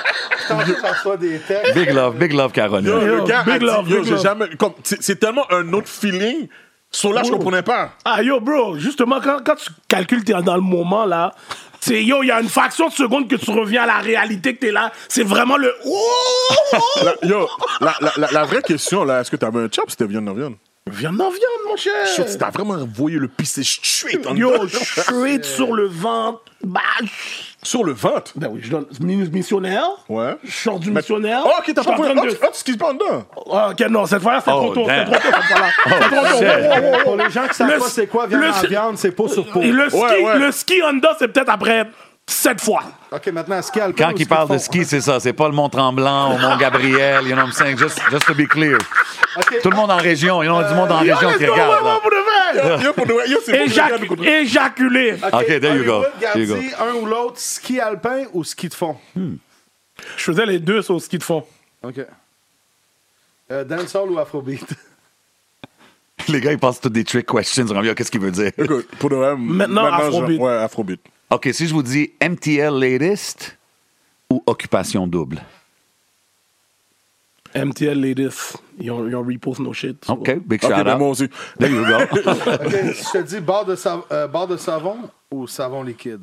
B: Quand je reçois des textes,
D: Big love, big love,
E: Yo,
D: Caroline.
E: le gars a
C: big
E: dit,
C: love,
E: yo,
C: big
E: j'ai
C: love.
E: jamais. comme, C'est c'est tellement un autre feeling. Sur là, je comprenais pas.
C: Ah, yo, bro, justement, quand, quand tu calcules, t'es dans le moment, là, c'est yo, il y a une fraction de seconde que tu reviens à la réalité que t'es là. C'est vraiment le. Oh!
E: La- yo, la, la, la, la vraie question là, est-ce que t'avais un chop ou c'était viande non viande?
C: viande en viande, mon cher!
E: Yo, tu t'as vraiment envoyé le pisser straight en
C: Euh. Yo, straight sur le ventre. Bah, je-
E: sur le ventre.
C: ben oui, je donne mi- missionnaire.
E: Ouais.
C: Je sors du
E: Mais-
C: missionnaire.
E: Oh, ok,
C: Je
E: t'as
C: suis en
E: pas
C: train
E: fait.
C: de-
E: Oh, ce qui se passe dedans?
C: Ah, Ok, non, cette fois-là, c'est
D: Oh,
C: trop tôt. C'est
D: damn.
C: trop tôt, cette fois-là. C'est trop tôt. Wow,
D: shit.
C: wow, wow.
B: pour les gens qui savent
C: Le-
B: pas c'est quoi viande
C: le-
B: en viande, c'est peau sur peau.
C: Et le ski,
E: Ouais, ouais.
C: le ski Honda, c'est peut-être après sept fois.
B: OK, maintenant, ski alpin
D: Quand
B: ou
D: il parle de
B: fond?
D: ski, c'est ça. C'est pas le Mont-Tremblant ou Mont-Gabriel, you know what I'm saying? Just, just to be clear.
B: OK.
D: Tout le monde en région. Il y a du monde en
C: Yo,
D: région
C: let's
D: qui
C: go, ouais,
D: regarde.
C: ouais,
D: là.
C: pour de vrai.
E: Yo, pour de vrai, yo, c'est bon,
C: Éjac-
E: je regarde le-
C: Éjaculé.
D: OK, there you go.
B: Hollywood,
D: There you go.
B: Gandhi, un ou l'autre, ski alpin ou ski de fond?
C: Je faisais les deux sur le ski de fond.
B: OK. Euh, dancehall ou afrobeat?
D: Les gars, ils passent toutes des trick questions. Ils disent, Qu'est-ce qu'il veut dire?
E: Écoute, pour de vrai,
C: Maintenant,
E: je-
C: Afrobeat.
E: Ouais, Afrobeat.
D: OK, si je vous dis MTL latest ou occupation double?
C: MTL Ladies, ils ont, ils ont repost nos shit. so-
D: OK, big
E: Ok,
D: shout
E: ben moi
D: out.
E: aussi.
D: There you go.
B: OK, je te dis barre de, sa- euh, barre de savon ou savon liquide?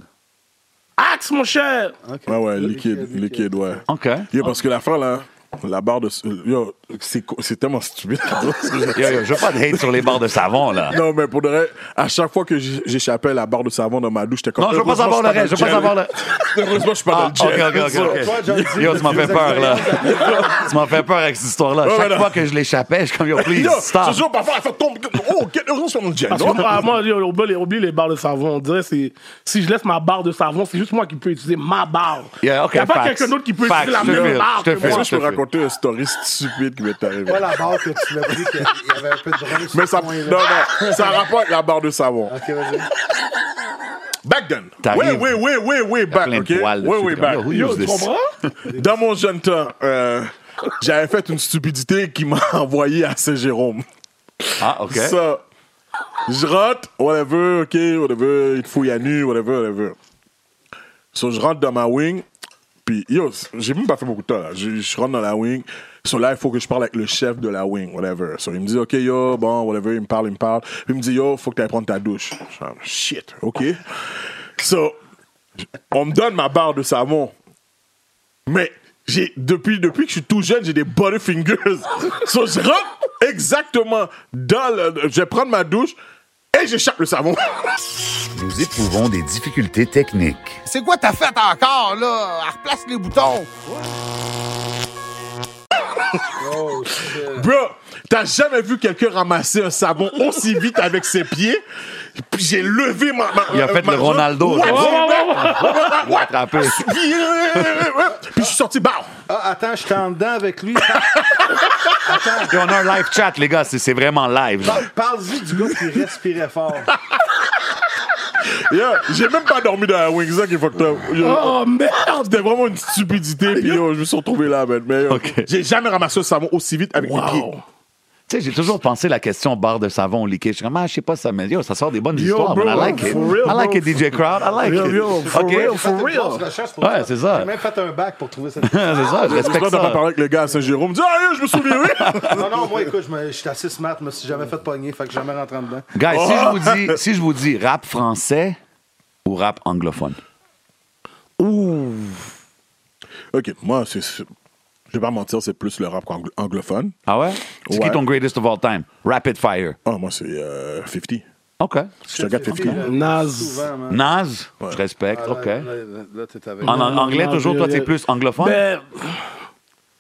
C: Axe, mon cher!
B: OK.
E: Ouais, ouais, liquide, liquide, ouais.
D: OK.
E: Yo, parce que l'affaire là, la barre de. Yo, c'est co- c'est tellement stupide.
D: Yo, yo, je veux pas de hate sur les barres de savon, là.
E: Non, mais pour de vrai, à chaque fois que j- j'échappais à la barre de savon dans ma douche, j'étais comme.
D: Non, je veux pas
E: heureusement,
D: savoir le
E: je
D: reste. Je
E: suis
D: veux pas
E: pas dans
D: savoir le...
E: le gel. Heureusement, je suis pas
D: Ah,
E: dans le gel.
D: OK, OK,
B: Toi, John,
D: OK.
B: dis-
D: Yo, tu m'as
B: dis
D: fait
B: des
D: peur, là. tu m'as fait peur avec cette histoire-là.
E: Ouais,
D: Chaque
E: ouais,
D: fois
E: non.
D: que je l'échappais, je suis comme, yo, please,
E: Yo,
D: stop.
E: toujours parfois, elle fait tomber. Oh, quel- heureusement, je suis dans le gel.
C: Parce
E: non?
C: que moi, moi, yo, oublie, les- oublie les barres de savon. On dirait c'est si je laisse ma barre de savon, c'est juste moi qui peux utiliser ma barre. Il
D: Yeah, ok,
C: a pas
D: facts.
C: quelqu'un d'autre qui peut
D: Facts,
C: utiliser la
D: je te
C: même
D: file,
C: barre.
D: je te
C: que moi.
E: Est-ce que
D: file.
E: je
D: Tout
E: peux
D: à fait.
E: raconter une story stupide qui m'est arrivée?
B: Pas la barre que tu l'as pris, qu'il y avait un peu de drôle sur
E: Mais
B: le
E: ça.
B: coin, là.
E: Non, non, ça a rapport avec la barre de savon.
B: OK, vas-y.
E: Back then. Oui,
D: T'arrives.
E: oui, oui, oui, oui, back.
D: Plein de
E: OK?
D: poils.
E: Oui,
D: dessus,
E: oui,
D: t'es comme,
E: back.
D: yo, who
C: Yo,
D: used
C: tu
D: this?
C: comprends?
E: Dans mon jeune temps, euh, j'avais fait une stupidité qui m'a envoyé à Saint-Jérôme.
D: Ah, OK.
E: Ça, je rentre, whatever, ok, whatever, il te fouille à nu, whatever, whatever. So, je rentre dans ma wing, puis yo, j'ai même pas fait beaucoup de temps là. Je, je rentre dans la wing, so là, il faut que je parle avec le chef de la wing, whatever. So, il me dit, ok, yo, bon, whatever, il me parle, il me parle. Puis il me dit, yo, faut que t'ailles prendre ta douche. Je suis comme, shit, ok. So, on me donne ma barre de savon. Mais j'ai depuis, depuis que je suis tout jeune, j'ai des butterfingers. so, je rentre exactement dans le. Je vais prendre ma douche et j'échappe le savon.
D: Nous éprouvons des difficultés techniques.
G: C'est quoi t'as fait encore, là? Elle replace les boutons.
E: Bro, t'as jamais vu quelqu'un ramasser un savon aussi vite avec ses pieds? Puis j'ai levé ma. ma-
D: Il a fait
E: ma-
D: le Ronaldo,
E: What?
D: là.
E: What?
D: Vous attrapez.
E: Puis je suis sorti, bah!
B: Ah, attends, je suis en dedans avec lui.
D: Yo, on a un live chat, les gars. C'est- C'est vraiment live. genre.
B: Parle- Parle-y du gars qui respirait fort.
E: Yeah, j'ai même pas dormi dans la wing, c'est ça qui est fucked up. Yo,
C: Oh merde!
E: C'était vraiment une stupidité, puis yo, je me suis retrouvé là, man. Mais yo,
D: Ok.
E: j'ai jamais ramassé un savon aussi vite avec mes pieds.
C: Wow!
D: Tu sais, j'ai toujours pensé la question barre de savon liquide. Je suis comme, ah, je sais pas ça, mais yo, ça sort des bonnes
C: Yo,
D: histoires.
C: bro,
D: man. I like it.
C: for real,
D: I like
C: bro.
D: it, DJ Crowd. I like
C: Yo,
D: it.
C: yo, for
D: OK.
C: real,
B: Faites
C: for
B: une
C: real!
B: grosse recherche pour
D: Ouais, c'est ça.
B: J'ai même fait un bac pour trouver cette
D: C'est ça, je
E: J'espère
D: respecte
E: que t'as pas
D: ça.
E: parlé avec le gars à Saint-Jérôme. me dit, ah, yo, je me souviens.
B: Non, non, moi, écoute, je me- je suis assez smart, je me suis jamais fait pogner, fait que jamais rentré en dedans.
D: Guys, si, je vous
C: Oh.
D: dis, si je vous dis rap français ou rap anglophone,
E: ok, moi, c'est. c'est- Je vais pas mentir, c'est plus le rap anglo- anglophone.
D: ah ouais? C'est qui
E: Ouais.
D: ton greatest of all time? Rapid Fire.
E: Ah, moi, c'est euh, 50.
D: OK.
E: Je te regarde 50.
B: là,
C: Naze.
B: euh, Souvent, man.
D: Nas, je respecte,
B: Ah, là,
D: OK.
B: Là, là, là, t'es avec.
D: En, en
C: Ah, Non,
D: anglais,
C: non,
D: toujours,
C: yo,
D: toi,
C: yo,
D: t'es
C: yo.
D: plus anglophone?
C: Ben,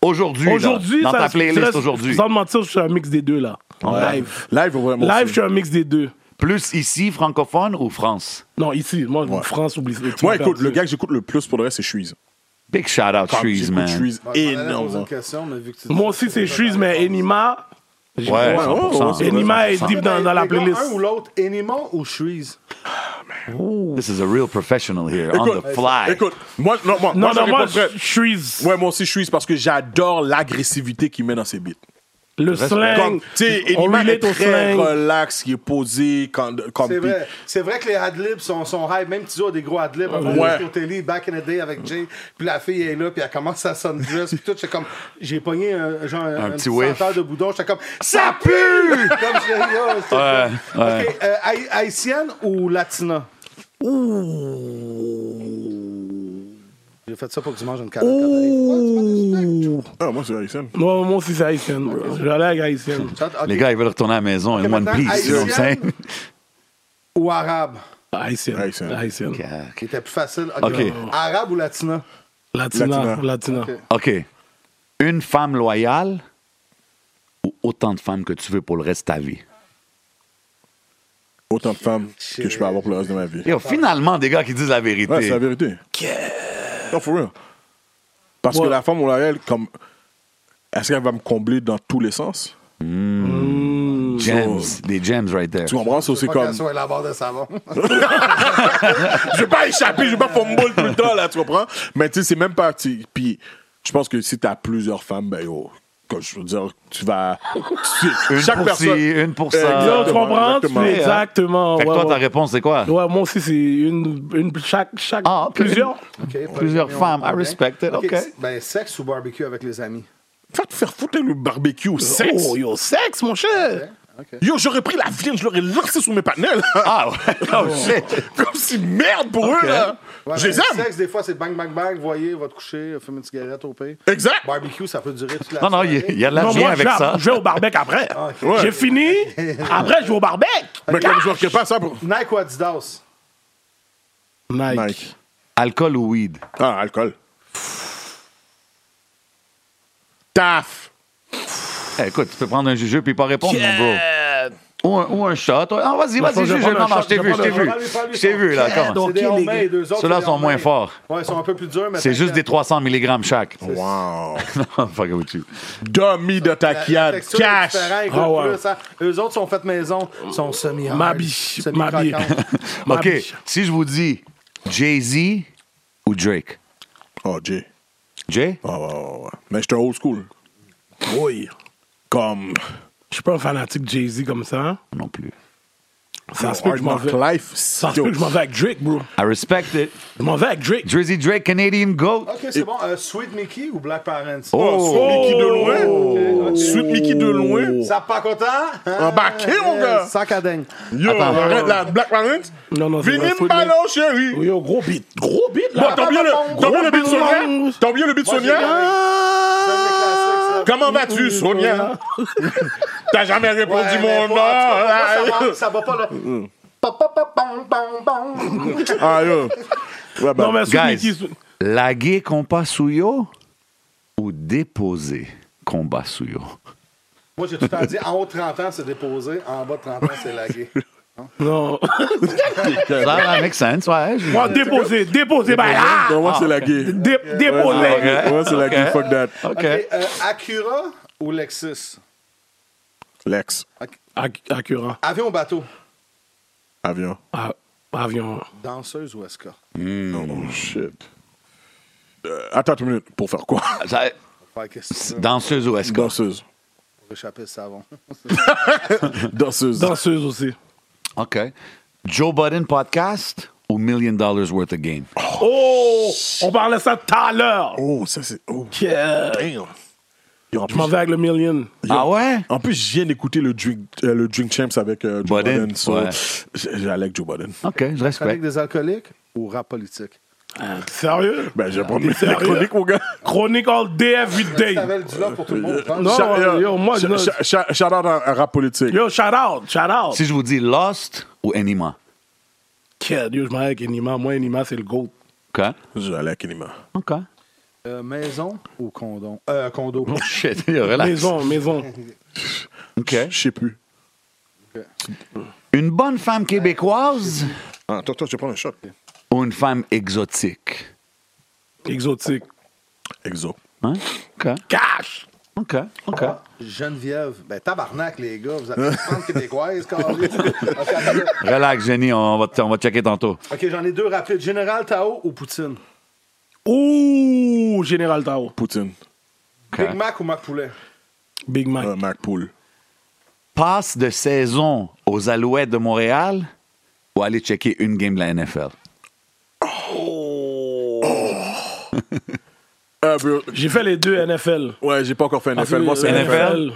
D: Aujourd'hui, là,
C: Aujourd'hui,
D: dans
C: ça-
D: ta playlist
C: ça-
D: aujourd'hui.
C: Sans te mentir, je suis un mix des deux, là. Live.
E: Live, vraiment.
C: Live, je
E: aussi.
C: suis un mix des deux.
D: Plus ici, francophone ou France?
C: Non, ici, moi, France, oublie ça.
E: Moi, écoute, le gars que j'écoute le plus pour le reste, c'est Shreeze.
D: Big shout out, Trees,
E: J'écoute
D: man.
E: Shreeze énormément.
C: Moi aussi, c'est Shreeze, mais Enima. j'ai-
D: Ouais,
E: Ouais,
D: 100%.
E: ouais, ouais,
C: Enima est
B: Ah,
C: deep dans, dans la playlist.
B: ben, Un ou l'autre, Enima ou Shreeze?
D: This is a real professional here, on
E: Écoute,
D: the fly.
E: Écoute, moi, non, moi,
C: Non,
E: moi,
C: non,
E: j'aurais
C: moi,
E: pas prêt.
C: Shreeze.
E: Ouais, moi aussi, Shreeze, parce que j'adore l'agressivité qu'il met dans ses beats.
C: Le slang.
E: Comme, tu sais,
C: On
E: Enima est
C: relate au
E: très
C: slang.
E: relax, il est posé, quand, comme
B: C'est
E: puis-
B: vrai. C'est vrai que les adlibs sont, sont hype. Même Tizo a des gros adlibs.
E: Ouais.
B: Ouais. au télé, back in the day avec Jay. Puis la fille est là, puis elle commence à son dress. Puis tout, j'étais comme. J'ai pogné un, genre, un,
D: petit
B: petit
D: whiff.
B: senteur de boudon. J'étais comme. Ça pue! comme je yo, c'était-
D: Ouais, ouais.
B: Ok, euh, haï- haïtienne ou latina? J'ai fait ça pour que tu manges une carotte.
E: Ah, moi, c'est Harrison.
C: Moi, moi aussi, c'est haïtienne, bro. J'allais avec haïtienne.
B: Ok.
D: Les gars, ils veulent retourner à la maison in one
B: maintenant,
D: piece, you know what I'm saying?
B: haïtienne Ou arabe?
C: Haïtienne.
E: Haïtienne.
C: Haïtienne.
B: Qui était plus facile. Ok.
D: Ok.
B: Arabe ou latina?
C: Latina.
E: Latina.
C: Latina.
D: OK. Une femme loyale ou autant de femmes que tu veux pour le reste de ta vie?
E: Autant de femmes que je peux avoir pour le reste de ma vie.
D: Yo, finalement, des gars qui disent la vérité.
E: Ouais, c'est la vérité. Non, for real. Parce
C: Ouais.
E: que la femme, on la réelle, comme. Est-ce qu'elle va me combler dans tous les sens?
D: gems, des gems right there.
E: Tu comprends? So,
B: C'est
E: c'est
B: pas
E: comme.
B: qu'elle soit la barre de savon.
E: je vais pas échapper, je vais pas fumble tout le temps, là, tu comprends? Mais tu sais, c'est même pas. tu- Puis, je pense que si t'as plusieurs femmes, ben yo, que je veux dire, tu vas. tu-
D: Une pour ci, une pour ça.
C: Yo, tu
E: Eh, Exactement,
C: comprends? Tu
E: exactement.
C: fais Exactement.
D: Fait que
C: ouais,
D: toi,
C: ouais.
D: ta réponse, c'est quoi?
C: Ouais, moi aussi, c'est une, une chaque, chaque
D: Ah, ok.
C: plusieurs.
B: Ok,
D: Plusieurs
B: premier,
D: femmes,
B: on- on
D: I respect it, ok.
B: c'est- Ben, sexe ou barbecue avec les amis?
E: Va te faire foutre le barbecue au sexe.
C: Oh, yo, sexe, mon cher.
E: Yo, j'aurais pris la viande, je l'aurais lancé sur mes panels.
D: Ah ouais, oh shit.
E: Comme si merde pour eux, là.
B: Ouais,
E: je les
B: ben,
E: aime.
B: Sexe, des fois, c'est bang, bang, bang, voyez, va te coucher, fume une cigarette au pays.
E: Exact.
C: Bah,
B: Barbecue, ça peut durer toute la
D: Non, non, il y a- il y a de la
C: Non,
D: bien
C: moi, je
D: avec
C: vais-
D: ça.
C: je vais au barbecue après.
E: Ouais.
C: J'ai fini. Après, je vais au barbecue.
E: Mais comme je ne pas ça pour.
B: Nike ou Adidas?
C: Nike.
E: Nike.
D: Alcool ou weed?
E: Ah, alcool. Taf.
D: Eh, écoute, tu peux prendre un jujube puis pas répondre, mon bro. Ou un, ou un shot. Ah, vas-y,
C: Non,
D: vas-y,
C: je vais
D: juge.
C: prendre
D: Non,
C: un
D: non,
C: shot,
D: je t'ai
C: je vais
D: vu, je t'ai
C: prendre
D: vu.
B: un-
D: Je t'ai vu, là, comment?
B: C'est des
C: Ok, les
B: homemades,
C: gars.
B: deux autres.
D: Ah. Ceux-là
B: c'est des
D: sont moins
B: homemades.
D: forts.
B: Ouais, ils sont un peu plus durs, mais.
D: C'est juste des 300 mg chaque.
E: Wow.
D: Non, fuck with you.
E: Dummy de ta
B: La
E: Kiad.
B: texture est
E: Cash.
B: différente, écoute,
C: Ah ouais.
B: plus, hein. Eux autres sont faits maison, sont semi
C: Ma biche, ma biche. Ma
D: OK,
C: biche.
D: si je vous dis Jay-Z ou Drake?
E: Oh, Jay.
D: Jay?
E: Oh, ouais, ouais, ouais. Mais j'étais old school.
C: Oui.
E: Comme.
C: Je suis pas un fanatique de Jay-Z comme ça. hein.
D: Non plus.
C: Ça se peut que
E: Hard
C: je m'en
E: Knock
C: vais.
E: Life.
C: Ça se peut que je m'en vais avec Drake, bro.
D: I respect it.
C: Je m'en vais avec Drake.
D: Drizzy Drake, Canadian Goat.
B: Ok, c'est bon. euh, Sweet Mickey ou Black Parents?
E: Oh, Sweet Mickey de loin.
D: Oh!
E: Sweet Mickey de loin.
B: Ça pas content? hein?
E: Embarqué, Ah, bah, mon
B: Euh,
E: gars.
B: Sac à dingue.
E: Yo, arrête la Black Parent.
C: Non, non, c'est
E: Vini
C: vrai,
E: me
C: Sweet
E: ballon, chérie.
C: Yo, gros beat. Gros beat,
E: Bon,
C: là.
E: t'as oublié le, t'as oublié le beat de Sonia? T'as oublié le beat de
B: j'ai gagné.
E: Sonia? Comment vas-tu, Sonia? T'as jamais répondu mon nom.
B: nom. Ça va pas là. Pa, pa, pa, pam, pam, pam.
E: Ah, yo. Ouais, bah,
C: Non, mais Sweet Mickey,
D: Guys,
C: Sweet-
D: laguer combat souillot ou déposer combat souillot?
B: Moi, j'ai tout le temps dit en haut de 30 ans, c'est déposé. En bas de 30 ans, c'est lagué.
C: Non.
D: Ça that makes sense, ouais. je-
C: Moi, déposer, déposer, bah là.
E: non, moi, c'est la gay. Ouais,
C: Dé-
E: c'est
C: Déposer.
E: la gay. Ouais, c'est la gay. Fuck that.
D: OK.
B: OK. euh, Acura ou Lexus?
E: Lex.
C: Ac- Accurant.
B: Avion ou bateau?
E: Avion.
C: Ah, Avion.
B: Danseuse ou escorte?
E: Oh, shit. Euh, attends une minute. Pour faire quoi?
D: Ça-
B: Faire qu'est-ce que tu veux
D: Danseuse ou escorte?
E: Danseuse.
B: pour échapper le savon.
E: Danseuse.
C: Danseuse aussi.
D: OK. Joe Budden podcast ou Million Dollars Worth of Game?
C: Oh, on parlait ça tout à l'heure.
E: Oh, ça, c'est. Oh,
C: Yeah.
E: damn. Yo, en
C: Je m'en
E: plus,
C: vais avec le million.
D: Ah ouais?
E: en plus, je viens d'écouter le Drink, euh, le drink Champs avec euh, Joe
D: Budden,
E: Budden. so,
D: ouais.
E: j- J'allais avec Joe Budden.
D: OK, je
B: Chronique
D: respecte.
B: des alcooliques ou rap politique?
C: Sérieux?
E: Ben, je vais prendre mes
C: sérieux?
E: chroniques, mon gars.
C: Chronique all day, every day.
B: Ça avait du love pour tout le monde.
C: Non,
E: Shout-
C: euh, yo, moi,
E: sh-
C: non.
E: sh- sh- shout out à, à rap politique.
C: Yo, shout out, shout out.
D: Si je vous dis Lost ou Anima?
C: Kid, yo, je m'en vais avec Enima. Moi, Enima, c'est le GOAT.
D: OK.
E: J'allais avec Enima.
D: OK.
B: Euh, maison ou condom? Euh, condo.
D: Oh shit, relax.
C: Maison, maison.
D: OK.
E: Je sais plus.
D: Une bonne femme québécoise
E: Ah, Attends, attends, je vais prendre un shot.
D: ou une femme exotique?
C: Exotique.
E: Exo.
D: Hein? OK.
C: Cash!
D: OK. OK.
B: Geneviève. Ben, tabarnak, les gars. Vous avez une femme québécoise, carré. Ok, attends, là.
D: Relax, Jenny, on va, te- on va checker tantôt.
B: OK, j'en ai deux rapides. Général Tao ou Poutine?
C: Ouh, Général Tao.
E: Poutine.
D: OK.
B: Big Mac ou Mac Poulet?
C: Big Mac.
E: Un Euh, Mac Pool.
D: Passe de saison aux Alouettes de Montréal ou aller checker une game de la NFL?
E: Ah, Oh. bro, j-
C: J'ai fait les deux NFL.
E: Ouais, j'ai pas encore fait NFL. Moi, c'est
C: euh,
D: que-
E: NFL.
D: NFL.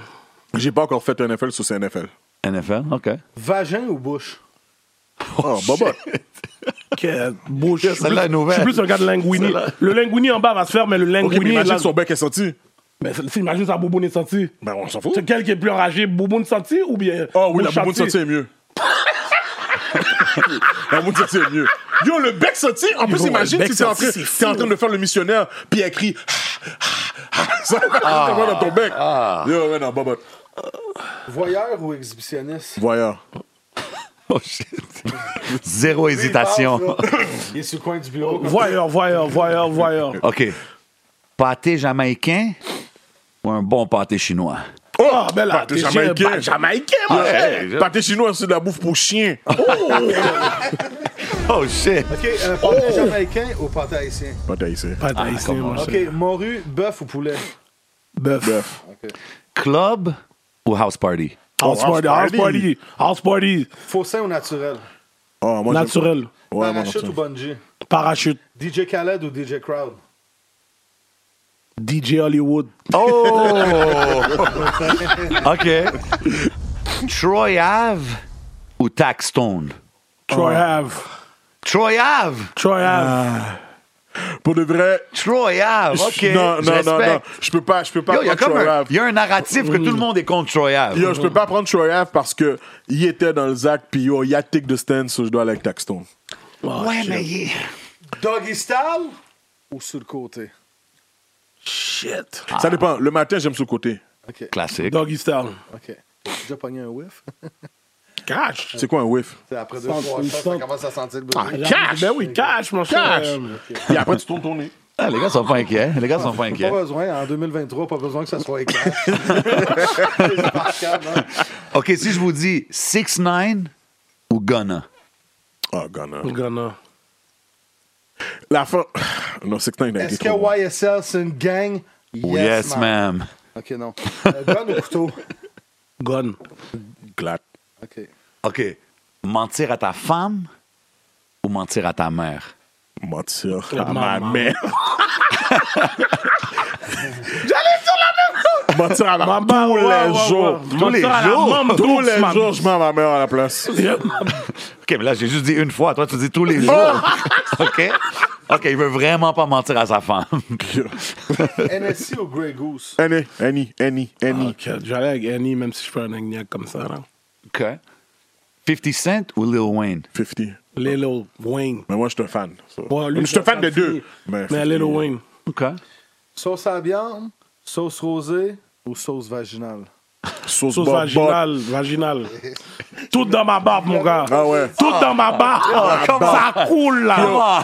E: J'ai pas encore fait NFL, ça, c'est NFL.
D: NFL? OK.
B: Vagin ou bouche?
E: Oh, Boba.
C: Que bouche. Je suis
D: celle-là
C: plus-
D: est nouvelle.
C: Je suis plus un gars de linguini. Le linguini en bas va se faire, mais le
E: Ok,
C: linguini.
E: mais imagine
C: là-
E: son bec est sorti.
C: Mais c'est- imagine sa bouboune est sentie.
E: Ben, on s'en fout.
C: C'est quel qui est plus enragé, bouboune sentie ou bien.
E: Oh oui, la
C: bouche
E: bouboune sortie est mieux. la bouboune sortie est mieux. Yo, le bec sorti, en plus,
C: Yo,
E: imagine
C: le bec
E: si t'es en,
C: sorti,
E: train-
C: c'est
E: t'es
C: fou.
E: en train de faire le missionnaire, puis elle crie. ça va directement dans ton bec. Yo, ouais, non, Boba.
B: Voyeur ou exhibitionniste?
E: Voyeur.
D: Oh shit. Zéro hésitation.
B: Il est sur le coin du bureau.
C: Voyeur, voyeur, voyeur, voyeur.
D: OK. Pâté jamaïcain ou un bon pâté chinois?
C: Oh, ben là,
E: pâté
C: t'es
E: jamaïcain.
C: jamaïcain.
E: Ah,
C: Jamaïcain, mon frère.
D: Hey, je-
E: Pâté chinois, c'est de la bouffe pour chien.
D: Oh shit.
B: OK, euh, pâté jamaïcain ou pâté haïtien?
E: Pâté ici.
C: Pas d'haïtien,
D: Ah, comment
C: mon
D: ça?
B: OK,
C: frère.
B: morue, bœuf ou poulet?
C: Bœuf.
D: Club ou house party?
C: House
E: Oh, house
C: party, house party, house party,
B: Faussin ou naturel?
E: Oh, moi, j'aime-
C: naturel,
E: Ouais, moi,
B: Parachute ou
E: j'aime ça.
B: bungee?
C: parachute,
B: DJ Khaled ou DJ Crowd?
C: DJ Hollywood,
D: Oh! OK. Troy Ave ou Taxstone?
C: Troy
E: Ah.
C: Ave,
D: Troy Ave!
C: Troy Ave.
E: Pour de vrai.
D: Troy Ave! OK.
E: non,
D: je
E: non, non, non.
D: respecte.
E: Je peux pas, je peux pas
D: Yo, Il y, a
E: prendre
D: comme
E: Troy
D: un-
E: Ave.
D: il y a un narratif que tout le monde est contre Troy Ave.
E: Yo, je peux pas prendre Troy Ave parce que il était dans le Zach, puis yo, il y a Tick de Stan, so je dois aller avec Taxstone.
D: ouais, mais il est-
B: Doggy style ou sur le côté?
C: Shit.
E: Ça dépend. Le matin, j'aime ce côté.
B: OK,
D: Classique.
C: Doggy style.
B: OK. T'as déjà pogné un whiff?
C: Cash.
E: C'est quoi un whiff?
B: C'est Après deux,
C: Sente-
B: trois
C: une
B: shots, ça
C: sente-
B: commence à sentir le
E: Ah,
B: bruit.
E: cash!
C: Ben oui, cash, mon frère.
E: Cash. Et après, tu tournes ton nez.
D: Ah, les gars sont pas inquiets. Les gars sont pas
B: Pas
D: inquiets.
B: besoin, en 2023, pas besoin que ça soit éclair. C'est remarquable, hein?
D: OK, si je vous dis 6 9 ou Ghana?
E: Oh, Ghana.
C: Ghana.
E: La fin. Non, c'est que t'as une idée
B: Est-ce
E: trop loin.
B: que YSL, c'est une gang?
D: Ou Yes, ma'am.
B: OK, non. Euh, gun ou couteau?
C: Gun.
E: Glatt.
B: OK.
D: OK. Mentir à ta femme ou mentir à ta mère?
E: Mentir
C: Ah,
E: à ma
C: maman.
E: mère. J'allais sur la même chose! Mentir à ma mère
C: Bamba,
E: tous
C: ouais, ouais,
E: les
C: ouais.
E: jours.
C: Mentir à la maman,
E: Tous les
C: maman.
E: jours, je mets ma mère à la place.
D: OK, mais là, j'ai juste dit une fois. Toi, tu dis tous les jours. OK? OK, il veut vraiment pas mentir à sa femme.
B: NSC ou Grey Goose?
E: Annie, Annie, Annie, Annie.
C: Ok, J'allais avec Annie, même si je fais un agnac comme ça. hein. là.
D: OK. 50 Cent ou Lil Wayne?
E: 50.
C: Lil Wayne.
E: Mais moi, je suis un fan. so.
C: Ah. Ouais, lui,
E: Mais je suis un
C: c'est
E: fan des
C: fini.
E: deux. Mais
C: Mais
E: 50,
C: Lil Wayne.
D: OK.
B: Sauce à la viande, sauce rosée ou sauce vaginale?
E: Sauce
C: Sauce
E: Bob Bob.
C: vaginale, vaginale. Tout dans ma barbe, mon gars.
E: Ah ouais.
C: Tout dans ma barbe.
D: come
C: Ça coule,
D: ah,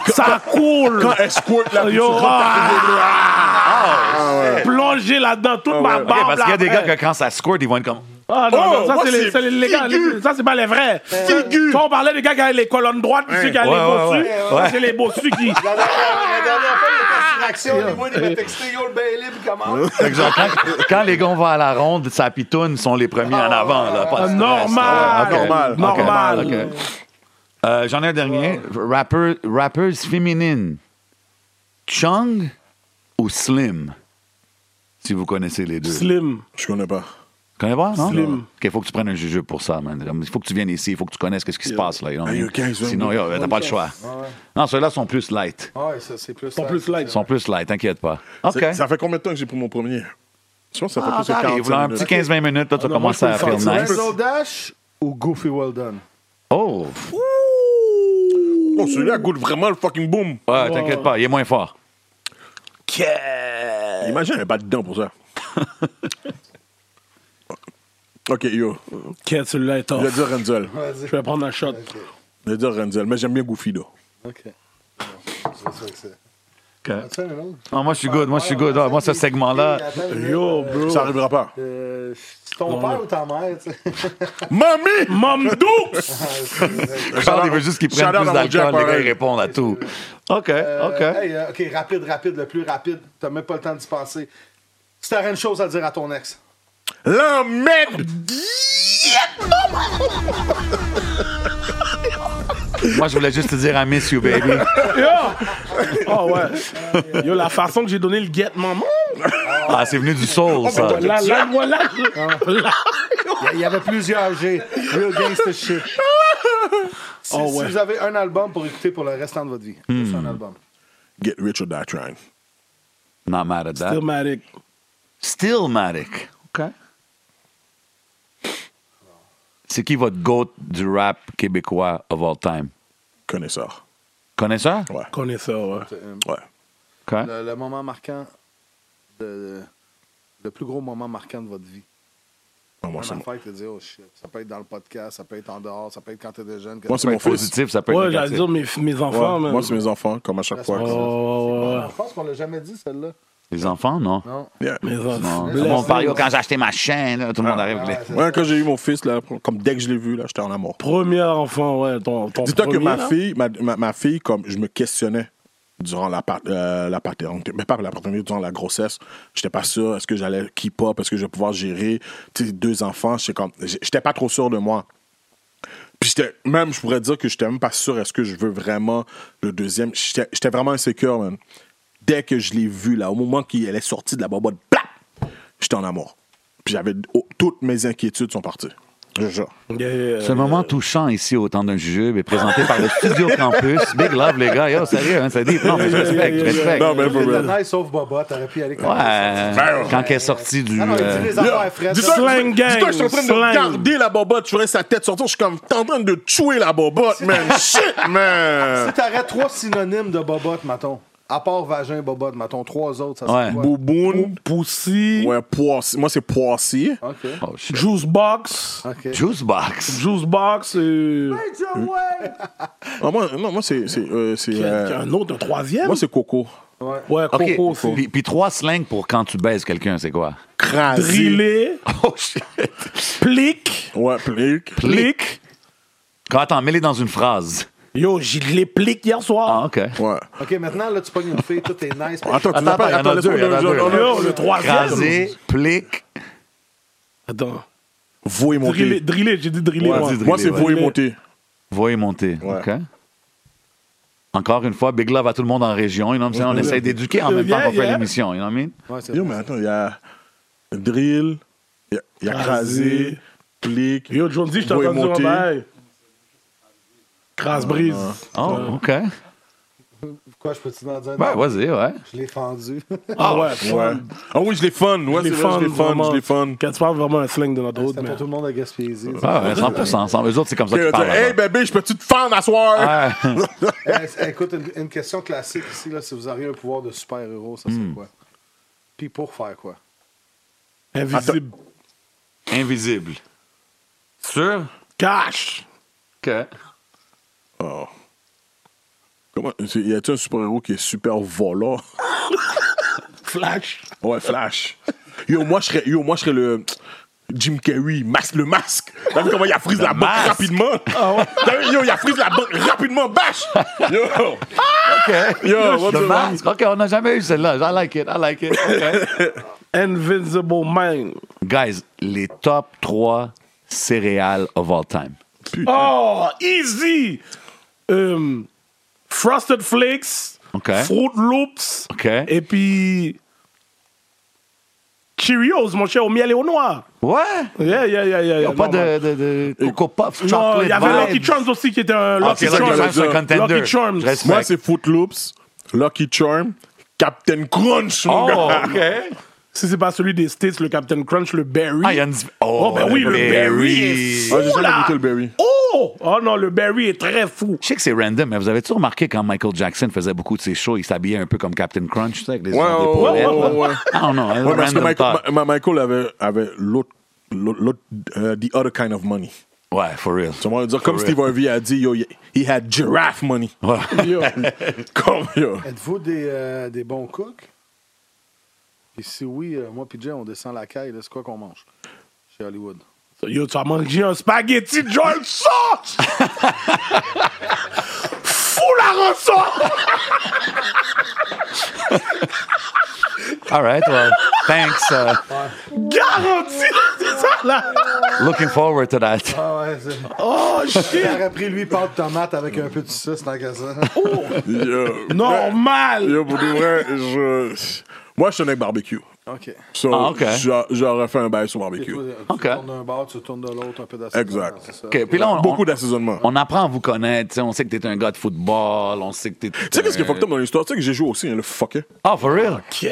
C: là. Ça coule.
E: Quand elle squirt la
C: Yo, ah, plonger là-dedans, toute ma
E: ouais.
C: barbe.
D: OK, Ah, Eh, parce qu'il y
C: là,
D: a des gars
C: après.
D: que quand ça squirt, ils vont être comme...
C: Ah non,
E: Oh,
C: non, ça
E: moi,
C: c'est les,
E: c'est
C: c'est les- les gars,
E: figu.
C: les- ça c'est pas les vrais.
E: Figu.
C: Quand on parlait des gars qui avaient les colonnes droites, puis ceux qui avaient
D: Ouais,
C: les
D: ouais,
C: bossus,
D: ouais.
C: ça
D: Ouais.
C: c'est les bossus qui.
B: La dernière, la dernière fois, il était sur action, les moines, il m'a texté, yo, le Bailey, puis comment?
D: Exact. Quand, quand les gars vont à la ronde, ça pitoune, ils sont les premiers en avant. Là, pas de stress.
C: normal.
D: OK.
E: Normal.
D: OK.
C: Normal.
D: OK. Euh, J'en ai un dernier. Rapper, rappers féminines. Chung ou Slim? Si vous connaissez les deux.
C: Slim.
E: Je connais pas.
D: Connais pas, non?
C: Slim.
D: OK, faut que tu prennes un jujube pour ça, man. Il faut que tu viennes ici, il faut que tu connaisses ce qui se passe, là. you know what I mean?
E: Hey, you guys,
D: Sinon, yo, t'as pas le choix. Non, ceux-là sont plus light.
B: Ouais, ça, c'est plus.
C: Sont plus light.
D: Ils sont plus light, t'inquiète pas. OK.
E: Ça- Ça fait combien de temps que j'ai pris mon premier? Je pense que ça fait
D: Ah,
E: plus de
D: t'arrives,
E: 40
D: là, un petit
E: minutes.
D: 15-20 minutes, là,
C: Ah,
D: tu as
C: non, moi,
D: commencé à
C: je peux
D: faire
C: le sentir.
D: nice.
B: Razzle Dash ou Goofy Well Done?
D: Oh!
E: Oh, celui-là goûte vraiment le fucking boom.
D: Ouais, t'inquiète pas, il est moins fort. Yeah!
E: Imagine un pas dedans pour ça. ok, yo.
C: Qu'est-ce celui-là est
E: Je vais
C: off.
E: dire Renzel.
C: Je vais prendre un shot.
E: Je vais dire Renzel, mais j'aime bien Goofy, là.
B: OK. Bon, c'est sûr que c'est- Tu fais un autre?
D: Ah, moi, je suis good. Moi, je suis good. Ah, moi, ce segment-là.
C: Yo, bro.
E: Ça arrivera pas.
B: Euh, c'est ton père ou ta mère, tu sais.
E: Mamie!
C: Mamdou!
D: Charles, il veut juste qu'ils
E: Shout out
D: prennent
E: à
D: plus
E: mon
D: d'alcool.
E: Jack
D: Les gars,
E: Warren.
D: ils répondent à tout. OK,
B: Euh,
D: OK.
B: hey, euh, OK, rapide, rapide, le plus rapide. T'as même pas le temps d'y penser. Si t'aurais une chose à dire à ton ex.
E: La merde!
D: Moi, je voulais juste te dire I miss you, baby.
C: Yo! Oh ouais. Yo, la façon que j'ai donné le get maman.
D: Ah, c'est venu du
E: Oh,
D: soul, ça.
C: Là, là, voilà.
D: Ah.
B: Il y avait plusieurs G. Real gangster shit. Si,
C: Oh,
B: si
C: ouais.
B: vous avez un album pour écouter pour le restant de votre vie,
E: Hmm.
B: c'est un album.
E: Get rich or die trying.
D: Not mad at that.
C: Automatic.
D: Stillmatic. OK. C'est qui votre goat du rap québécois of all time?
E: Connaisseur.
D: Connaisseur?
E: Ouais.
C: Connaisseur, ouais.
E: Ouais.
D: OK.
B: Euh, Le, le moment marquant de, de- Le plus gros moment marquant de votre vie.
E: Non, moi,
B: Une
E: c'est mon-
B: affaire que tu dis, oh shit. Ça peut être dans le podcast, ça peut être en dehors, ça peut être quand t'es jeune. que-
E: Moi, c'est mon fils.
D: Positif, ça peut être
C: Ouais, j'allais
D: négatif.
C: dire mes, mes
E: Ouais,
C: enfants, man.
E: Moi, c'est mes enfants, comme à chaque fois.
C: Ouais, ouais,
D: Oh.
C: ouais, ouais.
B: Ah. Je pense qu'on l'a jamais dit, celle-là. Ah,
D: Les enfants, non?
B: Non.
E: Yeah.
C: Mes enfants.
D: Non.
C: Bless.
D: Mon père, yo, quand j'ai acheté ma chaîne, là, tout le monde arrive avec les...
E: Ouais, quand j'ai eu mon fils, là, comme dès que je l'ai vu, là, j'étais en amour.
C: Premier enfant, ouais. Ton, ton
E: Dis-toi que
C: premier,
E: ma
C: là.
E: fille, ma, ma- ma fille, comme je me questionnais durant la, pat- euh, la paternité, mais pas la paternité, durant la grossesse, j'étais pas sûr, est-ce que j'allais keep up, est-ce que je vais pouvoir gérer tu sais, deux enfants, j'étais comme, j'étais pas trop sûr de moi. Puis j'étais, même, je pourrais dire que j'étais même pas sûr, est-ce que je veux vraiment le deuxième, j'étais j'étais vraiment insécure, man. Dès que je l'ai vu, là, au moment qu'elle est sortie de la bobotte, blap, j'étais en amour. Puis j'avais, oh, toutes mes inquiétudes sont parties. Je jure.
C: Yeah, yeah,
D: Ce moment touchant ici au temps d'un jujube est présenté par le Studio Campus. Big love, les gars. Yo, sérieux, hein, c'est dit. Non, mais je respecte, je respecte.
E: euh, Non, mais for real.
B: Nice, sauf Boba, t'aurais pu y aller.
D: Ouais, euh, quand elle est sortie du...
B: Ah non, il dit
D: euh,
B: les affaires fraîches.
E: Dis-toi que,
C: Slang gang,
E: dis-toi que je suis en train
C: slang.
E: de garder la bobotte, je ferais sa tête sortir, je suis comme, t'es en train de tuer la bobotte, man. Shit, man.
B: Si t'aurais trois synonymes de bobotte, maton, à part vagin, bobotte, maton, trois autres, ça
D: Ouais.
B: serait quoi?
E: Bouboune.
C: Pussy,
E: Ouais, poissi. Moi, c'est poissi.
B: OK.
D: oh, shit.
C: Juice Box.
B: OK.
D: Juice box.
C: Juice Box. euh,
E: Ah, moi, non, moi, c'est. c'est, euh, c'est,
C: Il y a- il y a
E: euh,
C: un autre, un troisième.
E: moi, c'est coco.
B: Ouais.
C: ouais, Coco
D: OK,
C: aussi.
D: puis, puis trois slangs pour quand tu baises quelqu'un, c'est quoi?
E: Crasé.
C: Drillé,
D: Oh, shit.
C: plique,
E: Ouais, plique.
C: plique.
D: Quand, attends, mets-les dans une phrase.
C: Yo, j'ai les pliques hier
D: Ah,
C: soir.
D: OK.
E: Ouais.
B: OK, maintenant, là, tu pognes une fille, tout est nice.
E: Attends, tu
D: Attends,
E: n'as pas.
D: attends, il y en a
E: laisse-moi
D: deux, il y en a
E: le-
D: deux.
E: le- le-
C: Yo, le troisième.
D: Crasé, plique.
C: Attends.
E: Vouer et
C: Drillé,
E: monter.
C: drillé, j'ai dit drillé.
E: Ouais,
C: moi.
D: dis drillé.
E: Moi, c'est
D: ouais.
E: vouer et
C: Mais-
E: monter.
D: Voyez monter.
E: Ouais.
D: OK. Encore une fois, big love à tout le monde en région. You know what I'm saying? On essaie d'éduquer en même temps
C: Yeah,
D: qu'on fait
C: yeah.
D: l'émission. You know what I mean?
B: Ouais, c'est
E: Yo,
B: vrai.
E: mais attends, il y a. Drill. Il y a- il y a crasé.
C: Crasé.
E: Plique.
C: Yo, John D, je t'ai
E: Vouer et
C: entendu en
E: monter.
C: bail. Crasse brise.
D: Oh, OK.
B: Pourquoi je peux-tu en dire?
D: Ben,
B: non?
D: vas-y, ouais.
B: Je l'ai fendu.
C: Ah ouais,
E: Ouais.
C: fun.
E: Ah oui, je l'ai fun. Ouais,
C: Je
E: c'est
C: l'ai
E: vrai,
C: fun,
E: je l'ai fun.
C: vraiment.
E: Je l'ai fun.
C: Quand tu parles vraiment un slang de notre route,
B: C'était
C: mais.
B: pour tout le monde à Gaspésie.
D: Ah, ouais, 100 100 Eux autres, c'est comme ça
E: Que-
D: qu'ils parlent.
E: Hey,
D: alors.
E: bébé, je peux-tu te fendre à soir?
D: Ouais.
B: Eh, Écoute, une, une question classique ici, là, si vous auriez un pouvoir de super-héros, ça
D: Hmm.
B: serait quoi? Puis pour faire quoi?
C: Invisible.
D: Invisible. Sûr?
C: Cash.
D: OK.
E: Oh. Comment, c'est- y a-t-il un super-héros qui est super volant?
C: Flash.
E: Ouais, Flash. Yo, moi, je serais, yo, moi, je serais le Jim Carrey, masque, le masque. T'as vu comment il a frise la banque
D: masque. Ah
E: rapidement? T'as vu, yo, il a frise la banque rapidement, bâche! Yo!
D: OK.
E: Yo, what's
D: The
E: up, man?
D: mask. OK, on n'a jamais eu celle-là. I like it. I like it. OK.
C: Invisible Mind.
D: Guys, les top 3 céréales of all time. Ah.
C: Oh, easy. Um, Frosted Flakes.
D: OK.
C: Fruit Loops.
D: OK.
C: Et puis. Cheerios, mon cher, au miel et au noir.
D: Ouais.
C: Yeah, yeah, yeah, yeah.
D: Y a
C: yeah,
D: pas
C: non, man.
D: de, de, de Coco Puff,
C: Non,
D: chocolate
C: il y avait Lucky
D: Vibes.
C: Charms aussi qui était un
D: Ah,
C: Lucky
D: c'est ça que
E: Charms.
D: j'allais
C: Charms.
D: dire, contender.
C: Lucky Charms.
D: Je respecte.
E: Moi, c'est Footloops, Lucky Charm, Captain Crunch, mon
D: Oh,
E: gars. Ah,
D: OK.
C: Si c'est pas celui des States, le Captain Crunch, le Berry.
D: Ah, il y a une...
C: Oh, ben oui, le berry.
E: Ah, j'ai jamais goûté le berry.
C: Oh fou! Oh non, le Barry est très fou.
D: Je sais que c'est random, mais vous avez-tu remarqué quand Michael Jackson faisait beaucoup de ses shows, il s'habillait un peu comme Captain Crunch, tu sais, avec les
E: Ouais,
D: ondes
E: ouais,
D: d'épaulettes,
E: ouais,
D: là?
E: ouais, ouais.
D: Ah non, un
E: Ouais, parce que
D: random
E: Michael,
D: thought.
E: Ma- Ma- Michael avait, avait l'autre, l'autre, l'autre, euh, the other kind of money.
D: Ouais, for real.
E: Tu vas dire, comme
D: real. Oh.
E: Steve Harvey a dit, yo, he had giraffe money.
D: Ouais.
E: Yo. comme, yo.
B: Êtes-vous des, euh, des bons cooks? Et si oui, euh, moi puis Jay, on descend la caille. là, C'est quoi qu'on mange chez Hollywood?
C: Yo, tu as mangé un spaghetti George Sauce! Fou la ressort!
D: All right, well, thanks. uh,
C: Garanti! C'est ça là!
D: looking forward to that.
B: Ah ouais, c'est...
C: Oh shit!
B: J'aurais pris lui pâte tomate avec un peu de sauce tant qu'à ça.
D: Oh!
E: Yo.
C: Normal!
E: Yo, pour de vrai, je... Moi, je suis un mec barbecue.
B: OK.
E: So,
D: Ah, ok.
E: j'a- J'aurais fait un bail sur barbecue.
B: Tu
D: Ok.
B: tournes d'un bord, tu tournes de l'autre, un peu d'assaisonnement,
E: Exact.
B: c'est ça.
D: OK, puis là, on,
E: Beaucoup
D: on-
E: d'assaisonnement.
D: on apprend à vous connaître. tu sais, on sait que t'es un gars de football. On sait que t'es.
E: Tu sais qu'est-ce qui est fucked up dans l'histoire? Tu sais que j'ai joué aussi, hein, le fucké.
D: Ah, for real? OK.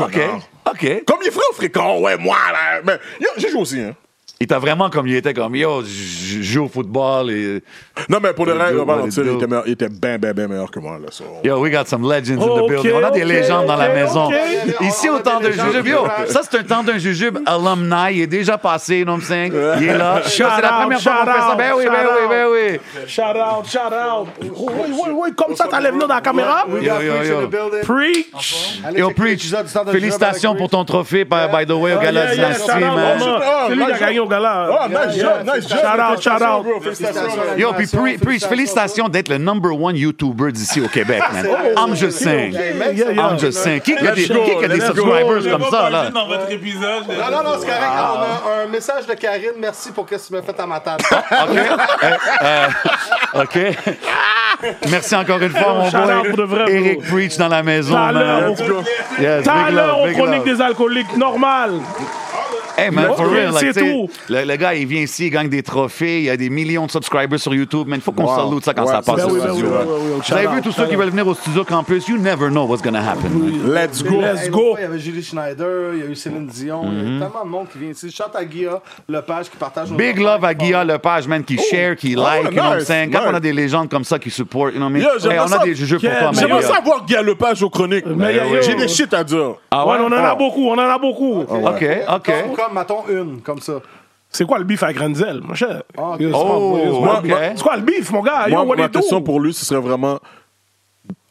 D: OK.
E: Comme les frères fréquents, ouais, moi, là. Mais yo, j'ai joué aussi, hein.
D: Il t'a vraiment comme il était comme yo, je je joue au football et
E: Non, mais pour le
D: Les
E: rêve,
D: deux,
E: Robert
D: ouais, les
E: Lantil,
D: deux.
E: il était, meilleur- il était bien, bien, bien meilleur que moi, là. so.
D: yo, we got some legends in the
C: Ok,
D: building. On a des
C: ok,
D: légendes dans la
C: ok,
D: maison.
C: ok.
D: Ici
B: On a
D: au temps
B: des
D: d'un
B: légendes.
D: jujube, yo, ça c'est un temps d'un jujube alumni, il est déjà passé, non me saying? Il est là. Ça,
C: Shout
D: C'est la
C: out,
D: première fois qu'on
C: shout
D: fait ça.
C: out,
D: Ben oui,
C: shout
D: ben oui,
C: out.
D: ben oui.
C: Shout out, shout out! Oui, oui, oui, comme ça, t'allais venir dans la caméra?
B: Ah, We
D: Yo,
B: got
D: yo,
B: Preach
D: yo.
B: in the building.
C: Preach!
B: Allez,
D: Yo,
B: checker
D: Preach,
B: l'épisode du Stade de
D: félicitations
B: Jura
D: pour
B: avec
D: ton trophée, by, by the way, au
B: Yeah,
D: gala
B: yeah,
D: de
B: yeah,
D: la
C: shout out,
D: Cime, man.
C: maman. C'est lui qui a gagné au gala.
E: Ah, nice
B: Yeah,
E: job, nice job.
C: Shout out, shout out.
E: Bro, félicitations,
B: Félicitations.
E: man.
D: Yo, puis Preach, Preach, félicitations d'être le number one YouTuber d'ici au Québec, man. I'm just saying.
B: Hey, mec,
C: Yeah,
B: ça
C: yeah.
B: va.
D: I'm just saying. Qui a des,
E: Let's
D: qui
E: go,
D: a des
E: let's go.
D: subscribers comme ça, là?
H: dans votre épisode.
B: Non, non, non, c'est correct.
D: Ah.
B: On a un message de Karine. Merci pour ce que tu m'as fait à ma table.
D: OK. Euh, euh, OK. Merci encore une fois, mon
C: shout out pour de
D: boy.
C: vrai,
D: Eric
C: bro.
D: Preach dans la maison.
C: Tout à l'heure,
D: man.
C: on-
D: Yes,
C: Tout à
D: big
C: l'heure,
D: love,
C: on
D: big
C: chronique
D: love.
C: des alcooliques, normal!
D: Hey, man, for
C: Ok,
D: real. like,
C: c'est
D: t'sais,
C: tout.
D: Le, le gars, il vient ici, il gagne des trophées, il y a des millions de subscribers sur YouTube, man. Faut qu'on salute ça quand
E: Ouais,
D: ça passe
E: ben
D: au
E: oui, ben
D: studio.
E: oui,
D: man.
E: ben
D: Vous avez vu tous ceux qui veulent venir au studio campus? You never know what's gonna happen, man.
E: Let's go.
C: Let's
B: Hey,
C: go!
B: l'autre fois, Il y avait Julie Schneider, il y a eu Céline
D: Mm-hmm.
B: Dion, il y a tellement de monde qui vient ici. Chante à Guilla Lepage qui partage nos
D: Big love à Guilla Lepage, man, qui share, qui
E: Ah ouais,
D: like, you know what I'm
E: nice,
D: saying? Quand
E: nice.
D: on a des légendes comme ça qui supportent, you know what I mean?
E: Yo, j'aimerais
D: Hey, on a
E: ça-
D: des jeux pour
C: Yeah,
D: toi, man.
E: J'aimerais
D: Yo.
E: ça voir Guy Lepage aux chroniques.
D: Euh,
C: Mais yo, yo.
E: J'ai des shit à dire.
D: Ah
C: Ouais,
D: ouais?
C: on en a
D: Ah.
C: beaucoup, on en a beaucoup!
D: OK, OK.
B: Comme, comme, mettons, une, comme ça.
C: Ah C'est quoi le beef à Grenzel, mon cher?
B: Ah,
C: Yo, c'est
D: Oh,
C: pas-
D: ok.
C: C'est quoi le beef, mon gars? Yo,
E: Moi,
C: what
E: ma
C: it do?
E: question pour lui, ce serait vraiment.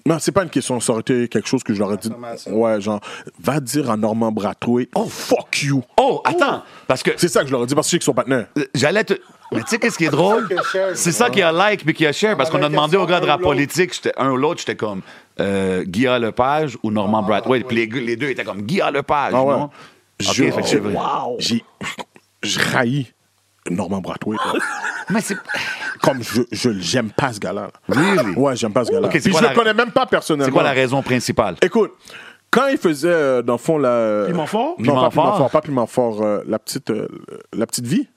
E: Non, c'est pas une question. Ça aurait été quelque chose que je leur ai dit.
B: Affirmation.
E: Ouais, genre, va dire à Normand Bratoué, oh fuck you.
D: Oh, attends, parce que
E: C'est ça que je leur ai dit parce que je sais qu'ils sont partenaires.
D: Euh, J'allais te. Mais tu sais, qu'est-ce qui est drôle?
B: C'est ça qui est cher,
D: C'est ça qui a like puis qui a share parce
B: On
D: qu'on a
B: avait
D: demandé
B: question,
D: aux gars de
B: un
D: rap
B: ou l'autre.
D: politique, j'étais un ou l'autre, j'étais comme euh, Guillaume Lepage ou Normand
B: Ah,
D: Brathwaite. Puis les, gu- les deux étaient comme Guillaume Lepage.
E: Ah ouais.
D: non? Ok,
E: Je-
D: fait que c'est vrai.
E: Wow. J'ai. Je raillis Normand Bratoué. là.
D: Mais c'est.
E: Comme je, je j'aime pas ce gars-là. là.
D: Really?
E: Ouais, j'aime pas ce gars-là.
D: Ok, c'est
E: Puis
D: quoi
E: je
D: la-
E: le connais même pas personnellement.
D: C'est quoi la raison principale?
E: Écoute, quand il faisait, euh, dans le fond, la.
C: Piment fort?
E: Non,
D: Piment
E: pas Piment
D: fort.
E: fort, pas Piment fort, euh, la petite. euh, la petite vie.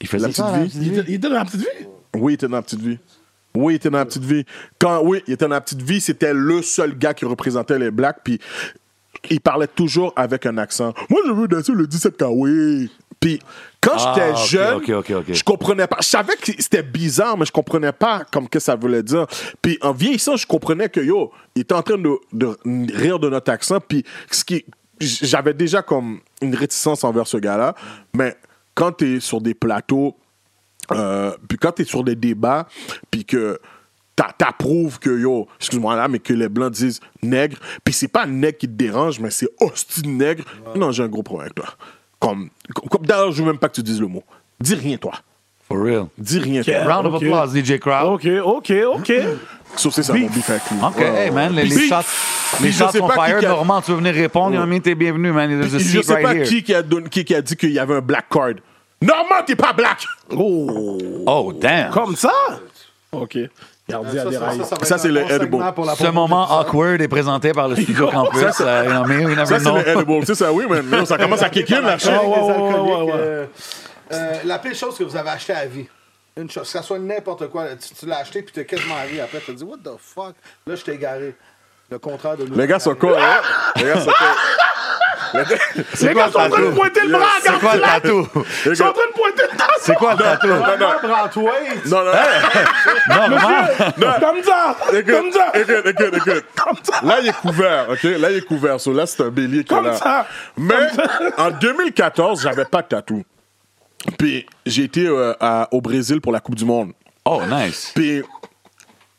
D: Il
E: La
D: faisait
E: petite
D: ça. hein?
E: vie.
C: Il était- il était dans la petite vie?
E: Oui, il était dans la petite vie. Oui, il était dans la petite vie. Quand oui, il était dans la petite vie, c'était le seul gars qui représentait les blacks. Puis il parlait toujours avec un accent. Moi, je veux danser le 17 oui. Puis quand
D: Ah,
E: j'étais
D: ok,
E: jeune,
D: ok, ok, ok.
E: je comprenais pas. Je savais que c'était bizarre, mais je comprenais pas comme que ça voulait dire. Puis en vieillissant, je comprenais que yo, il était en train de, de rire de notre accent. Puis ce qui, j'avais déjà comme une réticence envers ce gars-là. Mais quand t'es sur des plateaux euh, puis quand tu es sur des débats, puis que t'a- t'approuves que yo, excuse-moi là, mais que les blancs disent nègre, puis c'est pas nègre qui te dérange, mais c'est hostile nègre. Non, j'ai un gros problème avec toi. Comme, comme, comme- d'ailleurs, je veux même pas que tu dises le mot. Dis rien toi.
D: For real.
E: Dis rien toi.
C: Yeah.
D: Round of
C: Ok.
D: applause, DJ Crowd.
C: Ok, ok, ok.
E: Sauf que c'est ça mon beef avec lui.
D: OK,
E: Ouais.
D: hey man, les, les
E: Puis-
D: shots, les
E: puis je
D: shots
E: sais
D: sont
E: pas qui
D: fired.
E: qui a- Oh.
D: Normand, tu veux venir répondre? Ils ont mis, t'es bienvenu, man. There's a
E: Je
D: seat
E: sais
D: right
E: pas
D: here.
E: qui, qui, a donné- qui, qui a dit qu'il y avait un black card. Normand, t'es pas black!
D: Oh, damn.
C: Comme ça? Ok. Gardien
B: Ça, ça, ça, ça va
E: Ça,
B: être un
E: c'est le
B: bon segment
E: edible.
B: pour la
D: Ce moment awkward est présenté par le studio campus.
E: Ça, c'est-
D: euh, you know what I mean? We never
E: Ça, c'est
D: know.
E: le edible. Tu sais, ça, oui, man. Non, ça commence à kick in, la
B: Avec des
E: shit.
C: Ah, ouais, ouais,
B: alcooliques,
C: ouais, ouais.
B: euh, euh, la pire chose que vous avez acheté à la vie. Une chose, que ça soit n'importe quoi, tu, tu l'as acheté puis t'es quasiment arrivé après, t'as dit what the fuck, là je t'ai garé. Le contraire de nous.
E: Les gars sont cool, hein? Les gars sont cool.
C: Les gars sont en train de pointer le bras,
D: C'est quoi le
C: regarde-la.
D: tatou?
C: Ils sont en train de pointer le bras.
D: C'est quoi le tatou?
E: Non, non,
D: Normal.
C: Comme ça. Comme
E: écoute,
C: ça.
E: écoute, écoute, écoute.
C: Comme ça.
E: Là, il est couvert, OK? Là, il est couvert. So, là, c'est un bélier qui est
C: Comme
E: là.
C: ça.
E: Mais en 2014, j'avais pas de tatou. Puis j'ai été euh, à- au Brésil pour la Coupe du Monde.
D: Oh, nice.
E: Puis,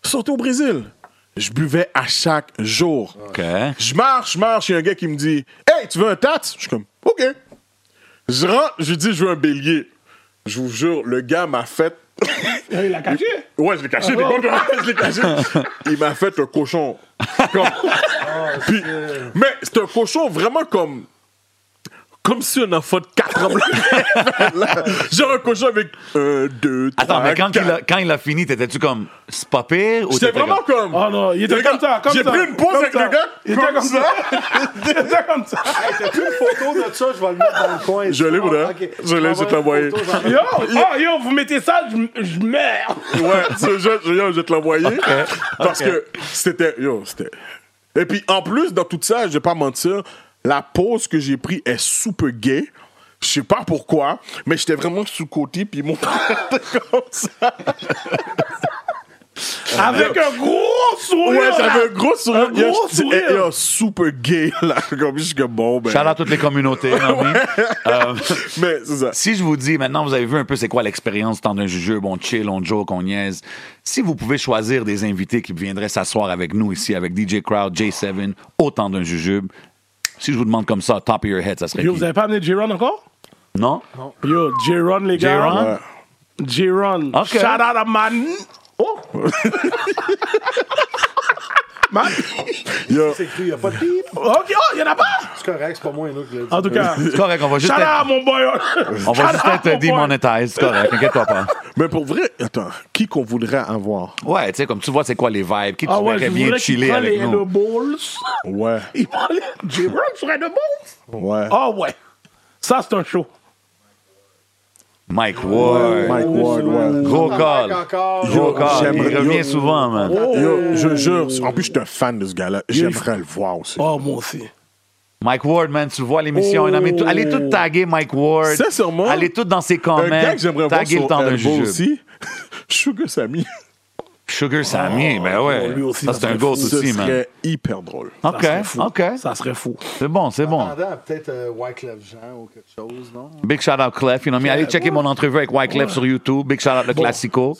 E: surtout au Brésil, je buvais à chaque jour.
D: OK.
E: Je marche, je marche, il y a un gars qui me dit Hey, tu veux un tat Je suis comme OK. Je rentre, je lui dis Je veux un bélier. Je vous jure, le gars m'a fait.
C: Il l'a caché.
E: Ouais, je l'ai caché, t'es con, toi? je l'ai caché. Ah Il m'a fait un cochon. Comme-
C: Ah,
E: Puis- mais c'est un cochon vraiment comme. Comme si un enfant de 4 ans. me l'avait fait, là. Genre un cochon avec 1, 2, 3.
D: Attends, mais quand il a, quand il a fini, t'étais-tu comme, c'est pas pire? ou
E: J'étais
D: t'étais
E: vraiment comme.
C: Oh non, il était
E: Les gars,
C: comme ça. comme
E: J'ai
C: ça,
E: pris une pause
C: comme
E: avec
C: ça.
E: le gars.
C: Il était comme ça. Il était comme ça.
B: T'as plus une photo de ça, je vais le mettre dans le coin.
E: Je l'ai, Bouddha.
B: Ok.
E: Je l'ai, je vais te l'envoyer.
C: Yo, oh, yo, vous mettez ça, je, je meurs.
E: Ouais, ce jeu, je, yo, je vais te l'envoyer. Parce que c'était. Yo, c'était. Et puis, en plus, dans tout ça, je vais pas mentir, la pause que j'ai prise est soupe gay. Je sais pas pourquoi, mais j'étais vraiment sous-côté, puis mon père était comme ça.
C: Avec un gros sourire.
E: Ouais,
C: là.
E: j'avais un gros sourire.
C: Un
E: Yo,
C: gros
E: je dis,
C: sourire.
E: eh, Yo, soupe gay, là. Comme je suis comme bon, ben.
D: Shout out à toutes les communautés. you know what I mean? Euh,
E: Mais c'est ça.
D: si je vous dis, maintenant, vous avez vu un peu c'est quoi l'expérience du temps d'un jujube, on chill, on joke, on niaise. Si vous pouvez choisir des invités qui viendraient s'asseoir avec nous ici, avec DJ Crowd, J7, au temps d'un jujube, si je vous demande comme ça, top of your head, ça serait
C: Yo,
D: qui?
C: vous avez pas amené J-Ron encore?
D: Non?
C: Yo, J-Ron, les
D: J-Ron?
C: gars. J-Ron.
D: Ok.
C: Shout out à man. Oh! man.
E: Yo.
B: C'est écrit, il n'y a pas de bip.
C: Ok, oh, il y en a pas!
B: C'est correct, c'est pas moi et nous qui l'a dit.
C: En tout cas.
D: C'est correct, Euh, on va
C: Shout
D: juste
C: out
D: être,
C: à mon boy.
D: on va
C: Shout
D: juste
C: out
D: être
C: mon boy.
D: démonétisé, c'est correct, inquiète-toi pas.
E: Mais pour vrai, attends, qui qu'on voudrait avoir?
D: Ouais, tu sais, comme tu vois, c'est quoi les vibes, qui tu
C: Ah ouais, je
D: verrais bien
C: voudrais qu'il
D: chiller
C: prenne les
D: avec nous.
C: Balls.
E: Ouais,
C: Il prend les J-Ron sur Red Balls.
E: ouais.
C: Ah ouais. Ça, c'est un show.
D: Mike Ward.
E: Mike Ward, ouais.
D: Gros
B: Mike
D: call.
B: encore. euh,
D: Gros call.
E: j'aimerais-
D: Il revient souvent, man.
C: Oh,
E: Yo, je jure, en plus, je suis un fan de ce gars-là. J'aimerais le voir aussi.
C: Oh, moi aussi.
D: Mike Ward, man, tu le vois à l'émission. Non, mais tout- allez tout taguer Mike Ward.
E: Oh. Ça, sûrement.
D: Allez tout dans ses
E: Un
D: comments.
E: gars que j'aimerais voir
D: Taguer le
E: sur
D: temps d'un
E: Elbow
D: jujube.
E: aussi, Sugar Sammy.
D: Sugar
E: Oh,
D: Sammy, ben ouais.
C: lui aussi,
D: ça,
C: ça
D: c'est un
C: serait
D: goat
E: Ce
D: aussi, man.
E: serait hyper drôle.
D: OK,
C: serait fou.
D: OK.
C: Ça serait fou.
D: C'est bon, c'est bon.
B: Attendant, peut-être euh, Wyclef Jean ou quelque chose, non?
D: Big shout-out Clef, you know me. Allez checker mon entrevue avec Wyclef sur YouTube. Big shout-out le classico.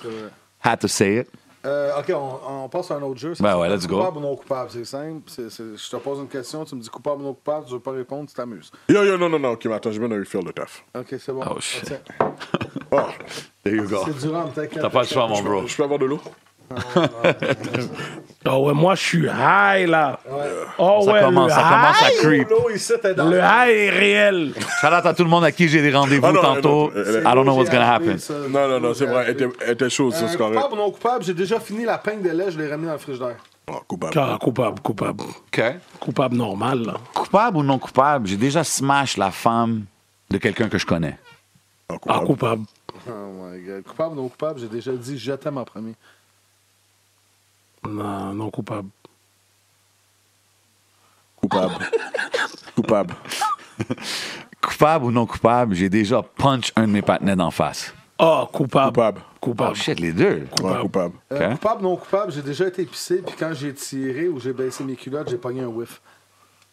D: Had to say it.
B: Euh, OK, on, on passe à un autre jeu. c'est
D: Ben
B: ça?
D: ouais, let's go.
B: Coupable ou non coupable, c'est simple. C'est- c'est- je te pose une question, tu me dis coupable ou non coupable, tu veux pas répondre, tu t'amuses.
E: Yo, yo, non, non, non, ok, mais attends, je viens de refaire le taf.
B: OK, c'est bon.
D: Oh, shit.
B: Tiens,
E: Oh,
D: There you go.
B: C'est durant, peut-être.
D: T'as pas le choix, mon bro.
E: je peux avoir de l'eau?
C: Ah ouais, moi, je suis high, là. Oh
D: Ça
C: ouais,
D: commence,
C: le
D: ça commence à
C: high.
D: creep.
B: L'eau ici, t'es dans
C: Le high est réel.
D: Shout-out à tout le monde à qui j'ai des rendez-vous
E: Ah non,
D: tantôt.
E: elle est- elle est-
D: I don't know what's gonna happen.
B: Ça,
E: Non, non, non, c'est vrai, elle était- elle était chaude, ça,
B: Euh,
E: c'est correct.
B: coupable ou non coupable, j'ai déjà fini la peigne de lait, je l'ai remis dans le frigidaire.
E: Oh, coupable.
C: Ah, coupable, coupable.
D: OK.
C: Coupable normal, là.
D: Coupable ou non coupable, j'ai déjà smash la femme de quelqu'un que je connais.
E: Oh,
C: Ah,
E: coupable.
C: coupable.
B: Oh my god. Coupable ou non coupable, j'ai déjà dit je t'aime en premier.
C: Non, non coupable.
E: Ah, Coupable. Coupable.
D: Coupable ou non coupable, j'ai déjà punch un de mes partenaires d'en face.
C: Ah, coupable.
E: Coupable.
D: Oh
C: Coupable.
D: shit, les deux.
E: Ouais, coupable.
B: Euh,
D: Ok.
B: Coupable ou non coupable, j'ai déjà été pissé, puis quand j'ai tiré ou j'ai baissé mes culottes, j'ai pogné un whiff.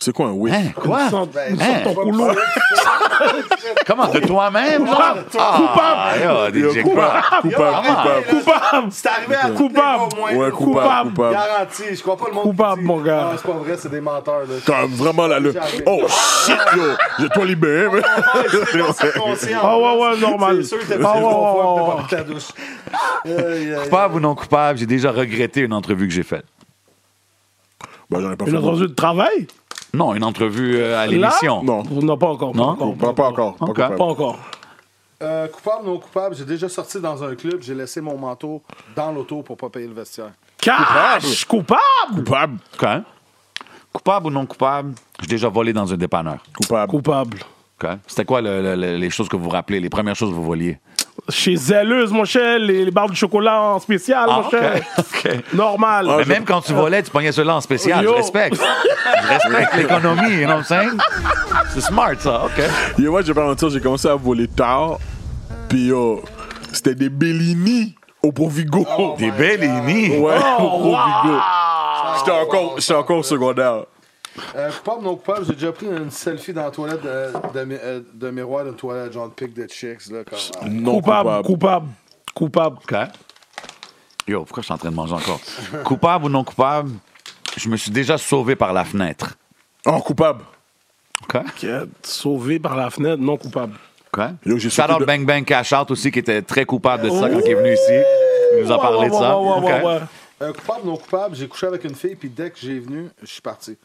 E: C'est quoi un whiff?
D: Hein, quoi?
C: Sors-
B: Ben,
C: sors ton couloir.
D: Comment, de toi-même? genre?
C: Coupable.
D: Ah, yo,
E: Yo,
D: DJ
E: coupable,
D: Crowd.
E: coupable, coupable.
C: Coupable.
B: C'est arrivé à
C: Coupable.
B: tous les gars, au moins.
E: Ouais, coupable,
C: Coupable.
E: coupable.
B: Garanti, je crois pas le monde. qui
C: Coupable,
B: dit,
C: mon gars.
B: Ah, c'est pas vrai, c'est des menteurs. Là.
E: Comme vraiment là, le. Oh shit, yo! J'ai toi libéré, mais.
C: Ah
B: Ah
C: ouais, ouais, normal.
B: C'est sûr que t'as
C: Ah
B: pris
C: ouais,
B: trois
C: ouais,
B: fois, t'as
C: ouais.
B: pas pris ta douche. Aïe, aïe, aïe.
D: Coupable ou non coupable, j'ai déjà regretté une entrevue que j'ai faite.
E: Bah, j'en ai pas fait.
C: Une autre entrevue de travail?
D: Non, une entrevue euh,
C: Là?
D: à l'émission.
E: Non.
C: Non, pas encore.
D: Non?
C: Pas encore.
E: Pas, pas encore. Pas
D: Ok.
E: coupable.
C: Pas encore.
B: Euh, coupable, non coupable, j'ai déjà sorti dans un club, j'ai laissé mon manteau dans l'auto pour pas payer le vestiaire.
C: Cash! Coupable!
E: Coupable.
D: OK. Coupable ou non coupable, j'ai déjà volé dans un dépanneur.
E: Coupable.
C: Coupable.
D: OK. C'était quoi le- le- le- les choses que vous vous rappelez, les premières choses que vous voliez?
C: Chez Zelleuse, mon cher, les, les barres de chocolat en spécial,
D: Ah,
C: mon
D: OK.
C: cher.
D: OK.
C: Normal.
D: Mais même quand tu volais, tu pognais ceux-là en spécial.
C: Ah, Yo.
D: Je respecte. Je respecte l'économie, you know what I'm saying? C'est smart, ça. OK.
E: Yo, moi, je vais pas mentir, j'ai commencé à voler tard. Puis yo, c'était des Bellini au Provigo.
C: Oh
D: Des belles ennemis.
E: Ouais, au Provigo. J'étais encore, j'étais encore au secondaire.
B: Euh, coupable, non coupable, j'ai déjà pris une selfie dans la toilette de, de, mi- euh, de miroir d'une toilette genre de pic de chicks. Là, comme,
E: Non
C: Coupable, coupable, coupable.
D: OK. Yo, pourquoi je suis en train de manger encore? Coupable ou non coupable, je me suis déjà sauvé par la fenêtre.
E: Oh, coupable.
D: OK?
C: Qui est Sauvé par la fenêtre, non coupable.
D: OK?
E: Yo, j'ai
D: Shout out
E: sauté de-
D: Bang Bang Cash Out aussi, qui était très coupable de ça quand il est venu ici. Il nous a
C: Oh! Ouais,
D: parlé
C: ouais,
D: de ça.
C: ouais, ouais,
D: OK.
C: ouais, ouais.
B: Euh, coupable, non coupable, j'ai couché avec une fille, puis dès que j'ai venu, je suis parti.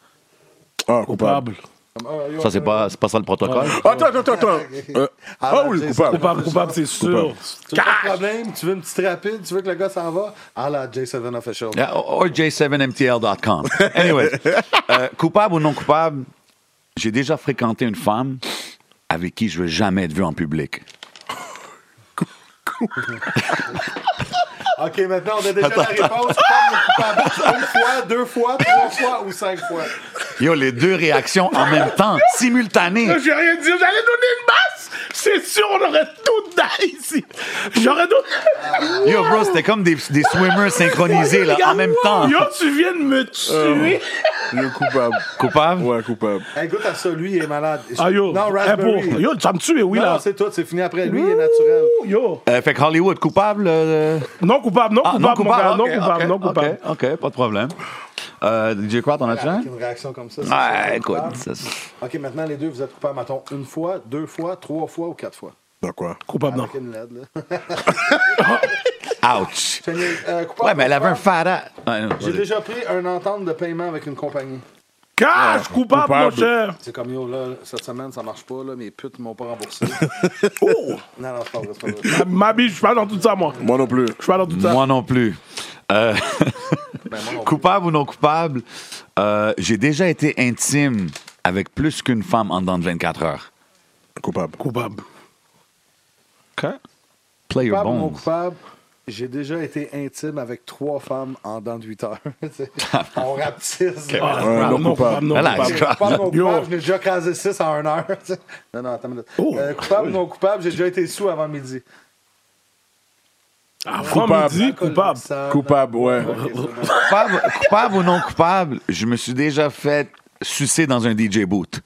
E: Ah, coupable.
C: Coupable.
B: Comme, ah, yo,
D: Ça, c'est
B: euh,
D: pas, c'est pas ça le protocole. Ah!
E: Attends, attends, attends. Euh, ah oui, coupable.
C: Coupable, coupable, c'est sûr.
B: Tu veux pas de problème, tu veux une petite rapide, tu veux que le gars s'en va? Ah la J7 Official.
D: Yeah, or j7mtl.com. Anyway, euh, coupable ou non coupable, j'ai déjà fréquenté une femme avec qui je veux jamais être vu en public.
B: Ok, maintenant on a déjà la réponse. Coupable ou coupable? Une fois, deux fois, trois fois ou cinq fois?
D: Yo, les deux réactions en même temps, simultanées.
C: J'ai rien dit, j'allais donner une masse. C'est sûr, on aurait tout dingue ici. J'aurais donné.
D: Yo, bro, c'était comme des, des swimmers synchronisés là, en même temps.
C: Yo, tu viens de me tuer.
B: Euh,
E: Le coupable.
D: Coupable?
E: Ouais, coupable.
B: Hey, goûte à ça, lui il est malade.
C: Ah yo,
B: non,
C: hey,
B: Raspberry.
C: pour- yo, tu vas me tuer, oui,
B: non,
C: là.
B: non, c'est tout, c'est fini après. Lui, il est naturel.
C: Yo.
D: Euh, fait que Hollywood, coupable? euh,
C: Non coupable, non
D: Ah,
C: coupable,
D: non
C: mon gars,
D: coupable,
C: non
D: ok,
C: coupable,
D: ok,
C: non coupable.
D: OK, OK, pas de problème. Euh, DJ Crowd, t'en as déjà un?
B: Avec une réaction comme ça. c'est sûr que
D: Ouais,
B: c'est
D: écoute.
B: coupable.
D: ça, c'est-
B: Ok, maintenant les deux, vous êtes coupables, mettons, une fois, deux fois, trois fois ou quatre fois.
E: Dans quoi?
C: Coupable, non.
B: Avec une LED, là.
D: Ouch!
B: Tenez, euh, coupable,
D: Ouais, mais elle avait un
B: coupable.
D: fat ass. Ouais, non,
B: J'ai
D: vas-y.
B: déjà pris un entente de paiement avec une compagnie.
C: Cash, coupable, mon
E: coupable.
C: cher.
B: C'est comme yo, là, cette semaine, ça marche pas, là, mes putes m'ont pas remboursé. Non, non, c'est pas vrai, c'est pas vrai.
C: Oh, Ma biche, je suis pas dans tout ça, moi.
E: Moi non plus.
C: Je suis pas dans tout ça. Ben,
D: Moi non plus. Euh, coupable ou non coupable, euh, j'ai déjà été intime avec plus qu'une femme en dedans de 24 heures.
E: Coupable.
C: Coupable.
D: Player
B: Coupable ou non
D: Bones.
B: coupable, j'ai déjà été intime avec trois femmes en dans de 8 heures. C'est- On rapetisse. Euh,
C: Ah,
E: Ouais, non
C: non
E: coupable.
C: coupable, non
D: Relax.
C: coupable.
B: Coupable,
C: Yo.
B: non coupable, je n'ai déjà crasé 6 en 1 heure. tu sais. non, non, attends une minute.
C: Oh.
B: Euh, coupable, non coupable, j'ai déjà été sous avant midi.
C: Avant midi, coupable.
B: Ça,
E: Coupable, ouais.
B: ok, ça, non.
D: Coupable, coupable ou non coupable, je me suis déjà fait sucer dans un DJ boot.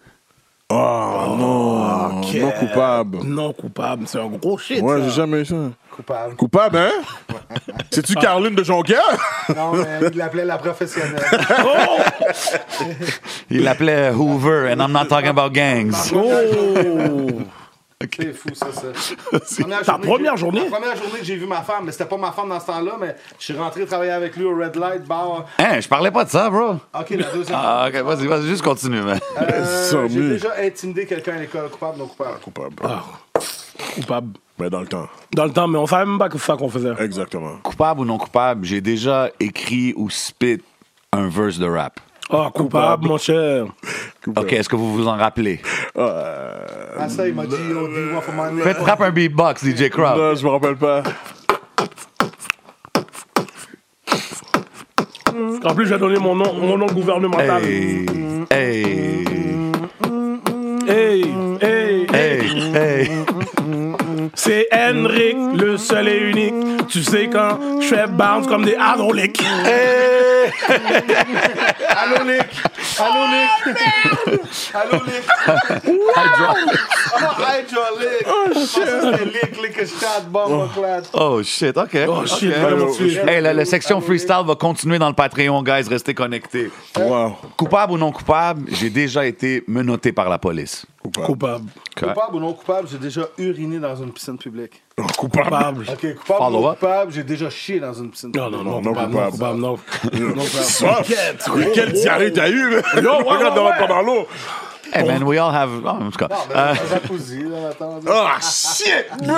E: Oh non. Non coupable.
C: Non coupable, c'est un gros shit.
E: Ouais,
C: ça.
E: j'ai jamais eu ça.
B: Coupable.
E: Coupable, hein? C'est-tu Caroline de Jonquière?
B: Non, mais il l'appelait la professionnelle.
C: Oh!
D: Il l'appelait Hoover, and I'm not talking about gangs.
C: Oh!
B: C'est fou, ça, ça. Première
C: Ta première
B: journée que-
C: journée?
B: La première journée que j'ai vu ma femme, mais c'était pas ma femme dans ce temps-là, mais je suis rentré travailler avec lui au Red Light Bar.
D: Hein, je parlais pas de ça, bro.
B: Ok, la deuxième.
D: Ah, ok, vas-y, vas-y, juste continue, man.
B: Euh,
E: ça,
B: j'ai
E: oui.
B: déjà intimidé quelqu'un à l'école, coupable, non coupable.
E: Coupable.
C: Coupable.
E: Mais dans le temps.
C: Dans le temps, mais on savait même pas que c'est ça qu'on faisait.
E: Eh, Exactement.
D: Coupable ou non coupable, j'ai déjà écrit ou spit un verse de rap.
C: Ah, coupable, mon cher.
D: Ok, est-ce que vous vous en rappelez?
B: Ah, ça, il m'a dit, yo, dis-moi, faut m'en aller.
D: Faites rap un beatbox, DJ Crowd.
E: Non, Ah, je me rappelle pas.
C: En plus, j'ai donné mon nom, mon nom gouvernemental. Hey,
D: Hey, hey,
C: hey, hey.
D: hey, hey.
C: C'est Henrik, le seul et unique. Tu sais quand je fais bounce comme des hydrauliques.
B: Allô, Nick! Allô, Nick! Allô, Nick! Oh, hi, Nick! Oh, shit! C'était Nick, Nick, que j'étais à de bord, mon classe.
D: Oh shit, ok.
C: Oh, shit,
D: ok.
C: vraiment tué.
D: Hey, la, la section freestyle va continuer dans le Patreon, guys. Restez connectés.
E: Wow.
D: Coupable ou non coupable, j'ai déjà été menotté par la police.
E: Coupable.
C: Coupable.
B: Coupable ou non coupable, j'ai déjà uriné dans une piscine publique.
E: Coupable.
C: Coupable.
B: Ok, coupable ou
D: Follow
B: non
D: up.
B: coupable, j'ai déjà chié dans une piscine
C: Non, non, non,
E: Non,
C: coupable, non,
E: coupable.
C: coupable, non.
E: Ah, Quelle diarrhée t'as eu, man.
C: ouais, ouais,
E: Regarde, on va
C: ouais.
E: pas dans l'eau.
D: Hey man, we all have. oh, en tout cas.
B: Non, mais
D: Euh,
B: Ah, ben, dans un jacuzzi, là, attends.
E: Ah, shit, bro.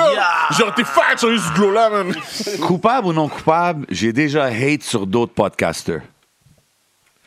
E: Genre, t'es fat sur ce glow-là, man.
D: coupable ou non coupable, j'ai déjà hate sur d'autres podcasters.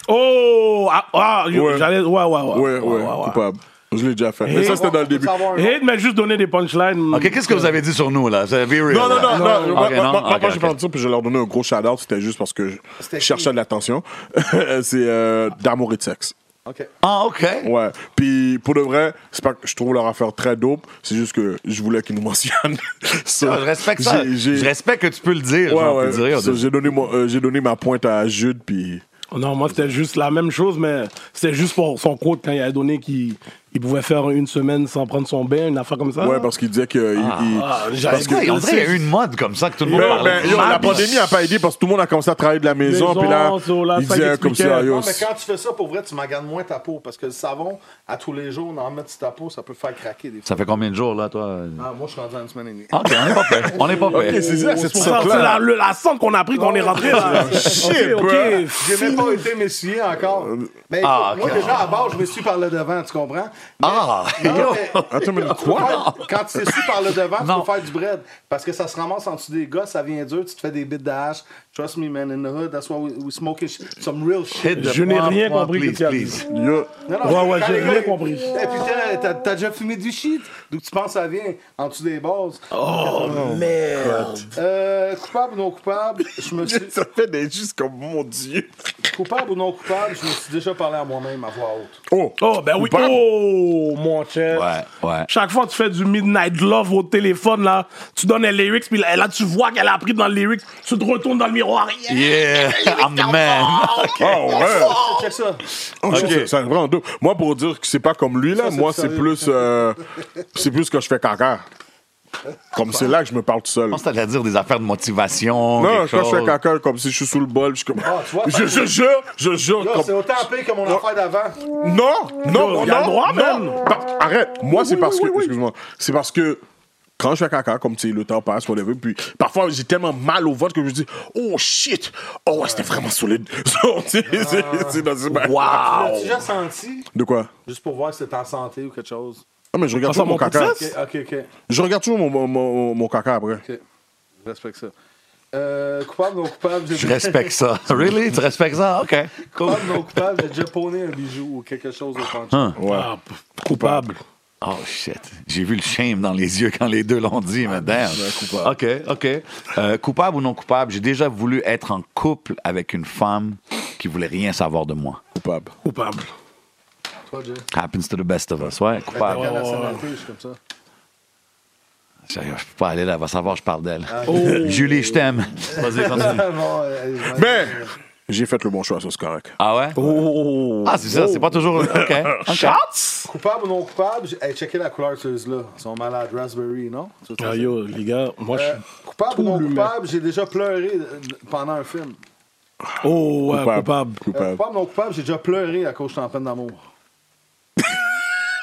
C: Oh, ah, ah, yo,
E: Ouais.
C: Oh, ah, j'allais. Ouais, ouais, ouais.
E: Ouais, ouais, coupable. Je l'ai déjà fait. Mais ça, c'était dans le début.
C: Hate m'a juste donné des punchlines.
D: OK, qu'est-ce que vous avez dit sur nous, là? C'est viré,
E: Non, non,
D: là.
E: non, non. Moi,
D: Ok,
E: moi, moi,
D: non?
E: moi,
D: Ok,
E: j'ai
D: ok.
E: fait un tour, puis je vais leur donner un gros shout-out. C'était juste parce que je cherchais de l'attention. c'est euh, d'amour et de sexe.
B: OK.
D: Ah, OK.
E: Ouais. Puis pour de vrai, c'est pas que je trouve leur affaire très dope. C'est juste que je voulais qu'ils nous mentionnent. So,
D: Ah, Je respecte ça.
E: j'ai- j'ai-
D: Je respecte que tu peux le dire.
E: Ouais,
D: genre,
E: ouais.
D: tu peux le dire.
E: So, j'ai donné, mon- euh, j'ai donné ma pointe à Jude, puis.
C: Euh, Non, moi, c'était juste la même chose, mais c'était juste pour son quote quand il a donné qu'il il pouvait faire une semaine sans prendre son bain, une affaire comme ça.
E: Ouais, parce qu'il disait que. il- il-
C: Ah, j'avais
E: parce
D: Parce
E: que-
D: que, on dirait qu'il y a eu une mode comme ça que tout le monde
E: Ben,
D: parlait. Ah,
E: ben, yo, la pandémie n'a pas aidé parce que tout le monde a commencé à travailler de la maison.
C: Maison,
E: puis là,
C: so, là,
E: il
C: ça
E: disait comme
C: expliquait.
E: ça. yo,
B: Non, mais quand tu fais ça, pour vrai, tu m'en gardes moins ta peau. Parce que le savon, à tous les jours, on en met sur ta peau, ça peut faire craquer des fois.
D: Ça fait combien de jours, là, toi?
B: Ah, moi, je suis rendu à une semaine et demie.
D: OK, on n'est pas prêts. On n'est pas prêts.
E: c'est ça,
C: C'est
E: cette
C: pour ça,
E: sorte
C: c'est
E: là
C: la, le- la scène qu'on a pris qu'on est rentré là.
E: Shit,
C: Ok,
E: bro.
C: ok.
B: J'ai même pas été messillé encore. Euh, Mais
D: Ah,
B: écoute, moi,
D: ok.
B: déjà, à bord, je me suis par le devant, tu comprends? Mais-
D: Ah,
B: Non,
D: yo.
B: mais-
E: Attends, mais quoi?
B: Quand- Quand tu t'es su par le devant, tu
D: Non.
B: peux faire du bread. Parce que ça se ramasse en dessous des gars, ça vient dur, tu te fais des bits de hache. Trust me, man, in the hood, that's why we, we smoking sh- some real shit.
C: Je n'ai rien compris que
D: Please,
C: tu as
D: please.
C: dit.
E: Yo.
C: Ouais,
B: Non,
C: ouais,
B: quand
C: j'ai
B: les gars,
C: rien
B: ils-
C: compris.
B: Eh, putain, t'as- t'as déjà fumé du shit? D'où tu penses ça vient? En dessous des bases.
E: Oh,
C: Merde.
B: Euh, coupable ou non coupable? Je me suis...
E: Ça fait des juste comme mon Dieu.
B: Coupable ou non coupable, je me suis déjà parlé à moi-même à voix haute.
E: Oh,
C: Oh, ben oui.
E: Coupable.
C: Oh, mon chest.
D: Ouais, ouais.
C: Chaque fois que tu fais du Midnight Love au téléphone, là, tu donnes les lyrics, puis là, là, tu vois qu'elle a pris dans les lyrics, tu te retournes dans le miroir. Yeah.
D: Yeah, I'm the man.
E: oh, ouais.
B: Check ça.
E: Oh, shit, c'est- c'est vraiment dope. Moi, pour dire que c'est pas comme lui, là,
B: Ça, c'est
E: moi, c'est
B: sérieux.
E: plus, euh, c'est plus que je fais caca. Comme c'est là que je me parle tout seul.
D: Je
C: Ah,
D: pense que t'allais dire des affaires de motivation.
E: Non,
D: quelque
E: quand je fais
D: chose.
E: caca, comme si je suis sous le bol, je suis comme.
B: Ah, tu vois,
E: je, je jure, je jure.
B: Là,
E: comme-
B: c'est autant pire que mon affaire d'avant.
E: Non, non, non,
C: y a le droit,
E: non,
C: man.
E: Pa- Arrête. Moi, c'est parce que, excuse-moi, c'est parce que quand je fais caca, comme tu sais, le temps passe, whatever, puis parfois j'ai tellement mal au ventre que je me dis, oh shit, oh ouais, c'était vraiment solide. So, tu sais, c'est- c'est dans ce
D: Ah,
B: L'as-tu
E: Wow.
B: déjà senti?
E: De quoi?
B: Juste pour voir si t'es en santé ou quelque chose.
E: Ah, mais je regarde
C: Ça,
E: toujours mon
C: mon
E: caca.
C: petit
B: Ok, ok, ok.
E: Je regarde toujours mon, mon, mon, mon caca après.
B: ok. Je respecte ça. Euh, coupable, non coupable, j'ai
D: Je respecte ça. really? Tu respectes ça? OK. Cool.
B: coupable, non coupable, j'ai déjà pawné un bijou ou quelque chose au punch.
D: Hein.
E: Ouais.
C: Ah, p- coupable.
D: Oh, shit. J'ai vu le shame dans les yeux quand les deux l'ont dit, madame. coupable. OK, OK. Euh, coupable ou non coupable, j'ai déjà voulu être en couple avec une femme qui voulait rien savoir de moi.
E: Coupable.
C: Coupable.
B: Toi, Jay.
D: Happens to the best of us.
B: T'as
D: Ouais, coupable.
B: quelle nationalité, je suis comme ça.
D: Sérieux, Je peux pas aller là, elle va savoir, je parle d'elle. Julie, je t'aime. Oh. Vas-y, continue.
B: Bon, euh, je m'en-
E: Mais j'ai fait le bon choix, ça, c'est correct.
D: Ah ouais? Ah, c'est ça, c'est pas toujours. OK. OK.
C: Shots?
B: Coupable ou non coupable, j'ai- hey, checkez la couleur de ceux-là. Ils sont malades, raspberry, non? Tu veux
C: Ah,
B: ça?
C: yo, les gars, moi, je
B: Euh,
C: suis.
B: coupable ou non
C: Tout
B: coupable, j'ai déjà pleuré euh, pendant un film.
C: Oh, ouais, coupable.
B: Euh,
E: Coupable.
B: coupable ou non coupable, j'ai déjà pleuré à cause de en peine d'amour.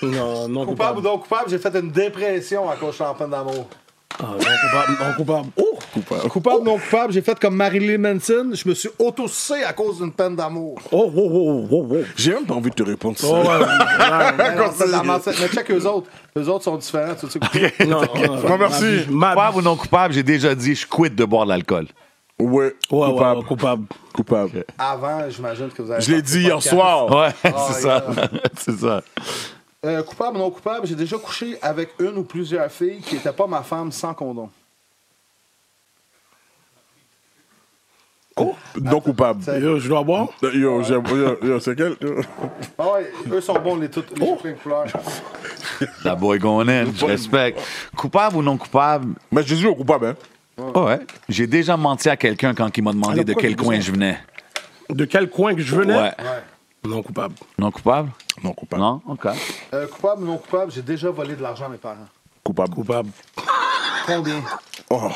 C: Non, non,
B: Coupable ou
C: coupable.
B: non coupable, j'ai fait une dépression à cause de champagne d'amour.
C: Ah, non, coupable, non, coupable. Oh!
E: Coupable.
B: Coupable ou non coupable, j'ai fait comme Marilyn Manson, je me suis auto-sucé à cause d'une peine d'amour.
C: Oh, oh, oh, oh, oh,
E: J'ai même pas envie de te répondre ça.
C: oh. ouais,
E: Ah,
C: ouais.
B: Mais non, c'est de Ben, la merde. Mais check eux autres. Eux autres sont différents. Tu sais, coupable.
C: Non, non,
E: Non, merci.
C: ma-
D: Coupable ou non coupable, j'ai déjà dit, je quitte de boire de l'alcool.
E: Ouais.
C: Ouais,
E: coupable.
C: ouais, ouais, coupable.
E: Coupable.
B: Avant, j'imagine que vous avez.
E: Je l'ai
B: fait
E: dit
B: le
E: hier
B: podcast.
E: soir.
C: Oh.
D: Ouais,
B: Ah,
D: c'est ça.
B: yeah.
D: c'est ça.
B: Euh, coupable ou non coupable, j'ai déjà couché avec une ou plusieurs filles qui n'étaient pas ma femme sans condom.
E: Non coupable.
C: Yo, Euh, je dois boire?
E: Yo, j'aime. Yo, yo, c'est quel? Yo.
B: Ah ouais, eux sont bons, les toutes.
E: Oh!
B: Les plein de couleurs.
D: La boy going in, je respecte. Coupable ou non coupable,
E: Mais je dis au coupable, hein.
D: oh ouais, j'ai déjà menti à quelqu'un quand il m'a demandé
C: Alors,
D: de
C: pourquoi
D: quel
C: tu dis
D: coin
C: ça?
D: je venais.
C: De quel coin que je venais?
D: Ouais.
B: Ouais.
C: Non, coupable.
D: Non coupable?
E: Non coupable.
D: Non? OK.
B: Euh, coupable ou non coupable, j'ai déjà volé de l'argent à mes parents.
E: Coupable.
C: Coupable.
B: Combien
E: Oh.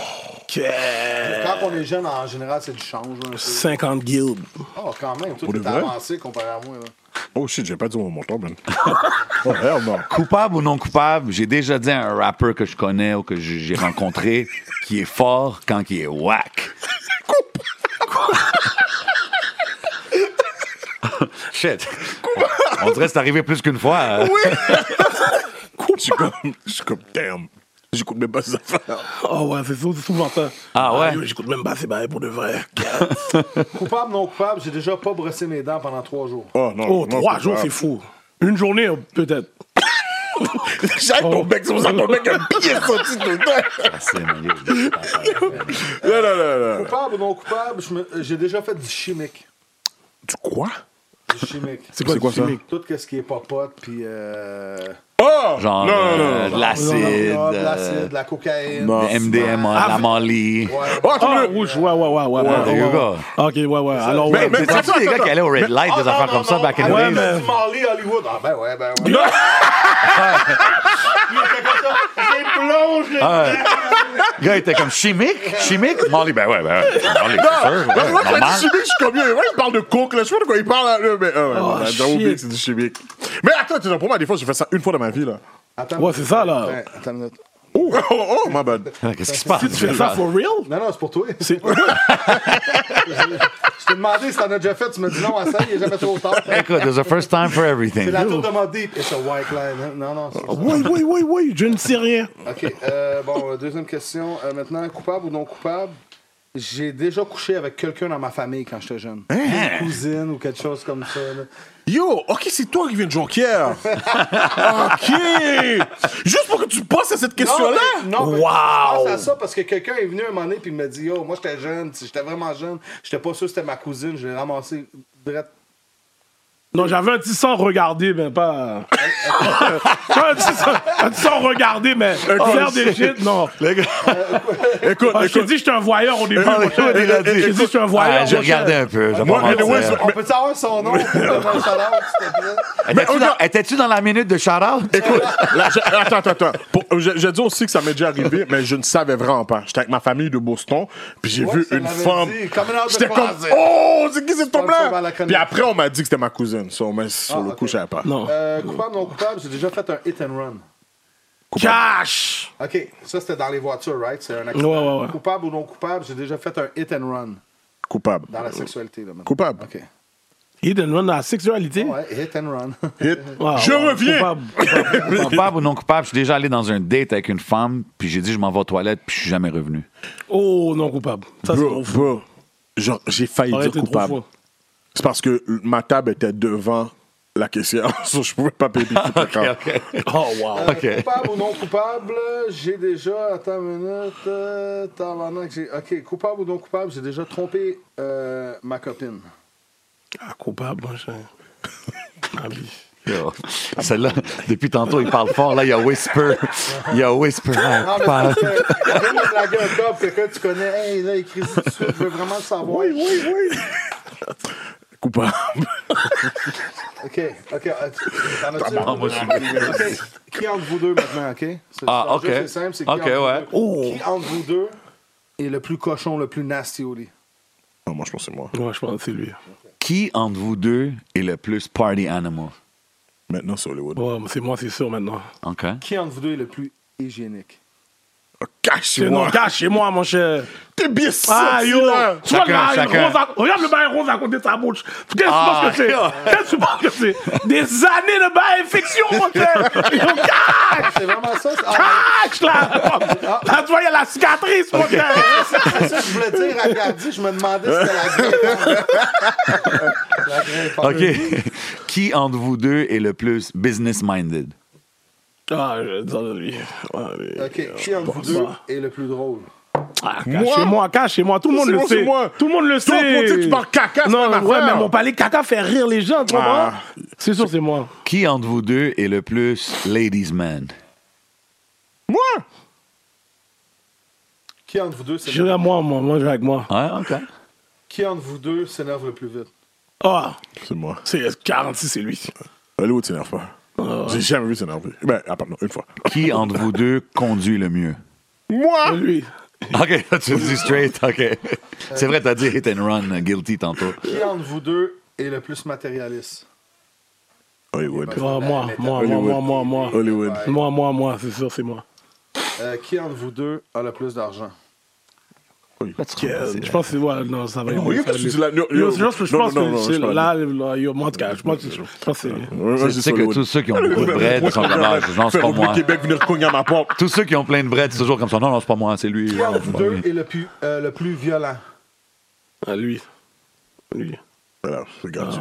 B: Quand on est jeune, en général, c'est du change. là, un peu.
C: 50 guilds.
B: Oh, quand même, toi,
E: Pour de
B: t'es
E: vrai?
B: avancé comparé à moi. Là.
E: Oh shit, j'ai pas dit mon montant, man. oh hell non.
D: Coupable ou non coupable, j'ai déjà dit à un rappeur que je connais ou que j- j'ai rencontré qui est fort quand il est whack. Shit. On dirait que c'est arrivé plus qu'une fois. euh.
E: Je suis comme, je suis comme, damn. J'écoute même pas ces affaires.
C: Oh ouais, c'est sou- c'est souvent ça.
D: Ah ouais?
C: yo, J'écoute même pas ces bails pour de vrai.
B: Coupable, non coupable, j'ai déjà pas brossé mes dents pendant trois jours.
E: Oh non.
C: Oh,
E: non,
C: trois jours,
E: coupable.
C: c'est fou. Une journée, peut-être.
E: Jacques, ton bec, c'est pour ça que ton bec a bien sorti tout le temps.
D: C'est ma liste de affaires.
E: Non, non, non, non.
B: Coupable ou non coupable, je me- j'ai déjà fait du chimique.
E: Tu crois?
B: Du chimique.
E: C'est quoi, ça?
B: Tout ce qui est popote, puis. Euh...
E: Ah!
D: Genre,
E: non, non, non,
D: euh,
E: non.
D: de l'acide,
B: de
D: euh,
B: l'acide, de la cocaïne. Ah,
E: Non.
D: de MDMA, de la Molly.
B: Ouais.
E: Ah,
C: Ah,
E: tu veux-
C: rouge, ouais, ouais, ouais, ouais. ouais,
D: there you
C: ouais,
D: go.
C: ouais. Ok, ouais, ouais. Alors,
E: Mais-
C: ouais.
E: mais-
D: C'est
E: attends,
D: tous les gars
E: attends, Ah,
D: qui allaient au Red Light, des affaires comme ça, back
C: Ouais,
D: in the days.
C: mais-
B: Tu Marley, Hollywood. Ah, ben ouais, ben ouais. J'ai plonge, les
D: Ah, ouais. Le gars était comme chimique, chimique. Molly, ben ouais, ben ouais. Molly, c'est sûr.
E: Non,
D: ouais,
E: Ah! moi, quand il
D: normal.
E: dit chimique, je suis comme mieux. Moi, il parle de coke, là. Je sais pas de quoi il parle, là. Mais, ah, ouais,
C: Oh,
E: ouais, j'avais
C: shit.
E: oublié que c'est du chimique. Mais attends, tu sais, pour moi, des fois, j'ai fait ça une fois dans ma vie, là.
B: Attends
C: Ouais, c'est ça, là.
B: Attends, attends une minute.
E: Oh, oh, oh, my bad.
D: Qu'est-ce qui se passe?
C: Si tu fais ça for real?
B: Non, non, c'est pour toi. Je
C: C'est.
B: t'ai demandé si t'en as déjà fait. Tu m'as dit non à ça, il est jamais trop tard.
D: Écoute, there's a first time for everything. Ah,
B: C'est la tour de mon deep. It's a white line. hein. Non, non, c'est ça.
C: Oui, oui, oui, oui, je ne sais rien.
B: OK. euh, bon, euh, deuxième question. Euh, maintenant, coupable ou non coupable? J'ai déjà couché avec quelqu'un dans ma famille quand j'étais jeune. Une
C: Hein?
B: cousine ou quelque chose comme ça. là.
E: Yo, ok, c'est toi qui viens de Jonquière. ok. Juste pour que tu passes à cette question-là.
B: Non, mais- non, mais
C: Wow!
B: je pense à ça parce que quelqu'un est venu un moment donné puis il m'a dit Yo, moi j'étais jeune, si j'étais vraiment jeune, j'étais pas sûr que c'était ma cousine, je l'ai ramassé direct.
C: Non, j'avais un petit sang regardé, mais pas. euh, un, petit sang, un petit sang regardé, mais faire des shit, non.
E: Euh, Écoute,
C: Ah, je t'ai
E: écoute.
C: dit, j'étais un voyeur au début.
E: Ah,
C: mon
E: ouais,
C: cher.
E: ouais,
C: Je
E: ouais,
C: t'ai dit,
E: écoute.
C: je suis un voyeur.
D: Ouais, Ah, j'ai
C: mon cher.
D: regardé un peu. j'ai
E: Moi,
D: pas
E: mais ouais,
D: menti.
E: c'est-
B: On peut savoir son nom pour avoir un salaire, s'il te plaît?
D: Étais-tu
E: Mais
D: dans-
E: regarde-
D: Étais-tu dans la minute de shout-out?
E: Écoute, là, j'ai- attends, attends, attends. Pour- J'ai j'ai dit aussi que ça m'est déjà arrivé, mais je ne savais vraiment pas. J'étais avec ma famille de Boston, puis j'ai
B: Ouais,
E: vu
B: ça
E: une
B: l'avait
E: femme.
B: dit, coming out the
E: J'étais comme,
B: closet.
E: oh, c'est qui cette
B: Sponsor par
E: femme-là?
B: la chronique.
E: Puis après, on m'a dit que c'était ma cousine. So, mais sur le coup,
B: ok.
E: je savais pas.
C: Non.
B: Euh, coupable, non coupable, j'ai déjà fait un hit and run.
C: Cash!
B: OK, ça c'était dans les voitures, right? C'est un
C: Ouais,
B: accident.
C: ouais, ouais.
B: Coupable ou non coupable, j'ai déjà fait un hit and run
E: Coupable.
B: dans la sexualité. Là, maintenant.
E: Coupable.
B: OK.
C: Hidden Run dans la sexualité?
B: Ouais, hit and run.
E: Hit.
C: Wow,
E: je
C: wow,
E: reviens.
C: coupable.
D: Coupable ou non coupable, je suis déjà allé dans un date avec une femme, puis j'ai dit je m'en vais aux toilettes, puis je suis jamais revenu.
C: Oh, non coupable. Ça, c'est
E: Bro,
C: trop fou.
E: bro, genre, j'ai failli
C: Ça aurait
E: dire
C: été trop
E: coupable.
C: fou.
E: C'est parce que ma table était devant la caissière, so je pouvais pas payer tout le temps.
C: Oh, wow.
B: Euh,
D: Ok.
B: Coupable ou non coupable, j'ai déjà. Attends une minute. euh, tabarnak, j'ai- ok, coupable ou non coupable, j'ai déjà trompé euh, ma copine.
C: Ah, coupable, mon cher. Ah, oui.
D: Yo. Celle-là, depuis tantôt, il parle fort. Là, il y a whisper. Il y a whisper. Ah,
B: Non, mais
D: parle.
B: c'est parce que j'aime me blaguer un cop, quelqu'un que tu connais. Hey, là, écris ça tout de suite, je veux vraiment le savoir.
E: oui, oui. Coupable.
B: Ok, ok. euh, T'en as-tu
D: Tabarnak, moi, je
B: Ok, Qui entre vous deux maintenant, ok? C'est-
D: Ah,
B: c'est un
D: ok.
B: jeu, C'est simple, c'est qui,
D: Ok,
B: entre
D: ouais. Oh.
B: vous deux- qui entre vous deux est le plus cochon, le plus nasty au lit?
E: Non, moi, je pense que c'est moi.
C: Ouais, je pense que c'est lui.
D: Qui entre vous deux est le plus party animal?
E: Maintenant, c'est Hollywood.
C: Ouais, mais c'est moi, c'est sûr, maintenant.
D: OK.
B: Qui entre vous deux est le plus hygiénique?
E: Oh,
C: C'est non,
E: Cache-moi.
C: cachez-moi, mon cher.
E: T'es bien
C: Ah,
E: sorti,
C: yo!
E: là.
C: Tu vois le
D: Chacun,
C: bail
D: chacun.
C: rose à- Regarde le bail rose à côté de sa bouche. Qu'est-ce que
D: Ah,
C: tu penses que
E: oh.
C: c'est? Qu'est-ce que tu penses que c'est? Des années de bail fiction, mon cher! Yo, Cash!
B: C'est vraiment ça? c'est- ah,
C: Cash, là! Là, tu vois, il y a la cicatrice, mon cher!
B: C'est ça que je voulais dire à Gladys. Je me demandais si c'était la vraie femme.
D: OK. Qui entre vous deux est le plus business-minded?
C: Ah, je désolé.
B: La vraie femme. OK. Qui entre vous deux est le plus drôle?
C: Ah, cachez-moi, cachez-moi. Tout le monde
E: C'est
C: le
E: moi, c'est
C: sait.
E: moi.
C: Tout le monde le
E: Toi, pour dire
C: sait.
E: que tu parles caca, c'est
C: Non,
E: pas ma
C: ouais, mais
E: affaire.
C: mon palais caca fait rire les gens, tu comprends?
E: Ah.
C: C'est sûr, c'est moi.
D: Qui entre vous deux est le plus ladies man?
E: Moi?
B: Qui entre vous deux
C: Je vais
B: s'énerve
C: à moi, moi, moi, je vais avec moi.
D: Ouais, OK.
B: Qui entre vous deux s'énerve le plus vite?
C: Ah,
E: C'est moi.
C: c'est 46, c'est lui.
E: Hollywood s'énerve pas. J'ai jamais vu s'énerver. Ben, ah, pardon, une fois.
D: Qui entre vous deux conduit le mieux?
E: Moi?
C: Lui.
D: OK, là, tu le dis straight. OK. C'est vrai, t'as dit hit and run, euh, guilty tantôt.
B: Qui entre vous deux est le plus matérialiste?
E: Hollywood.
C: Ah, moi, moi, moi, moi, moi, moi.
E: Hollywood. Ah,
C: Moi, moi, moi, c'est sûr, c'est moi.
B: Euh, qui entre vous deux a le plus d'argent?
C: Je pense que c'est. Ouais, non, ça va.
E: Regarde
C: ça
E: que
C: va
E: tu
C: mieux.
E: dis là, non,
C: Yo,
E: yo,
C: c'est juste que je
E: non,
C: pense
E: non, non,
C: que
E: non,
C: c'est
E: je parle
C: là, là, yo, moi, en tout cas, je pense que je pense que c'est.
E: Ouais, ouais,
D: Tu sais que
E: Hollywood.
D: tous ceux qui ont beaucoup de bread sont comme ah, non, c'est
E: Faire
D: pas
E: oublier
D: moi.
E: Québec venir cogner à ma porte.
D: Tous ceux qui ont plein de bread, c'est toujours comme ça. Non, non, c'est pas moi, c'est lui. Euh,
B: Qui
D: Non,
B: entre
D: c'est
B: vous
D: pas
B: deux
D: lui.
E: Ah.
B: est le plus, euh, le plus violent?
C: Ah, lui. Lui.
E: Voilà, regarde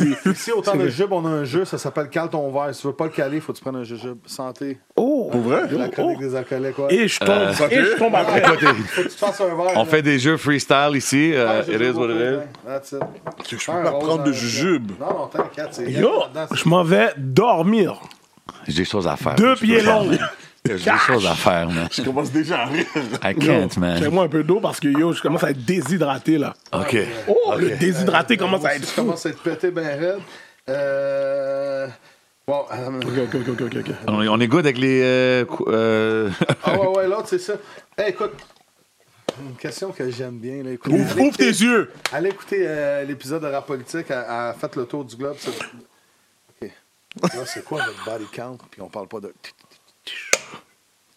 E: lui.
B: Ici, autant de jujubes, on a un jeu, ça s'appelle Cale ton verre. Si tu veux pas le caler, faut que tu prennes un jujube. Santé.
C: Oh!
E: Pour vrai?
B: La chronique des alcooliques, quoi.
C: Et je tombe,
E: Euh,
C: et je tombe après.
B: Faut que tu te fasses un verre.
D: On fait des jeux freestyle ici. euh, it is what it is.
B: That's it.
E: Tu- Je
B: Ah,
E: peux pas
B: rose,
E: prendre de
B: hein,
E: jujube.
B: Non, non, t'inquiète. c'est-
C: Yo,
B: là-dedans, c'est-
C: je m'en vais dormir.
D: J'ai des choses à faire.
C: Deux
E: Ah,
D: Je peux
C: pieds
D: pas,
C: longs.
D: man. J'ai des choses à faire, man.
E: Je commence déjà à rire.
D: I
C: Yo,
D: can't, man.
C: Fais-moi un peu d'eau parce que yo, je commence à être déshydraté là.
D: OK.
C: Oh,
D: OK.
C: le
E: Euh,
C: déshydraté commence à
B: Tu
C: être fou.
B: commences à être pété ben raide. Euh... Bon, euh,
C: Ok, ok, ok, ok, ok.
D: On, est- on est good avec les. euh, cou- euh,
B: ah ouais, ouais, l'autre, c'est ça. Hey, écoute, une question que j'aime bien. Là, écoute,
E: Ouvre,
B: allez
E: ouvre tes
B: écouter-
E: yeux.
B: Allez écouter euh, l'épisode de Rap Politique à, à Faites le tour du globe. c'est- OK. Là, c'est quoi votre body count? Puis on parle pas de...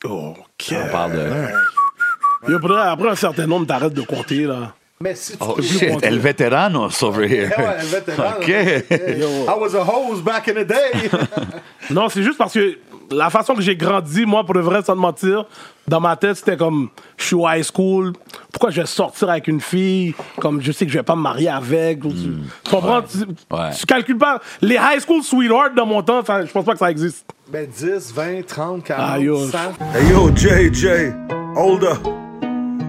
C: Ok.
D: on parle de.
C: Yo, après, après un certain nombre, t'arrêtes de compter là.
B: Mais si tu...
D: Oh
B: trouves-
D: shit, El Veteranos over here.
B: Eh ouais, elle va te rendre.
D: OK.
B: Hey, I was a hose back in the day.
C: Non, c'est juste parce que la façon que j'ai grandi, moi, pour de vrai, sans te mentir, dans ma tête, c'était comme, je suis au high school, pourquoi je vais sortir avec une fille, comme je sais que je vais pas me marier avec. ou tu, tu comprends? Tu,
D: Hmm. Ouais.
C: tu calcules pas. Les high school sweethearts dans mon temps, ça- je pense pas que ça existe.
B: ben 10, 20, 30, 40,
C: Ah, yo.
B: 100.
H: Hey yo, JJ, hold up.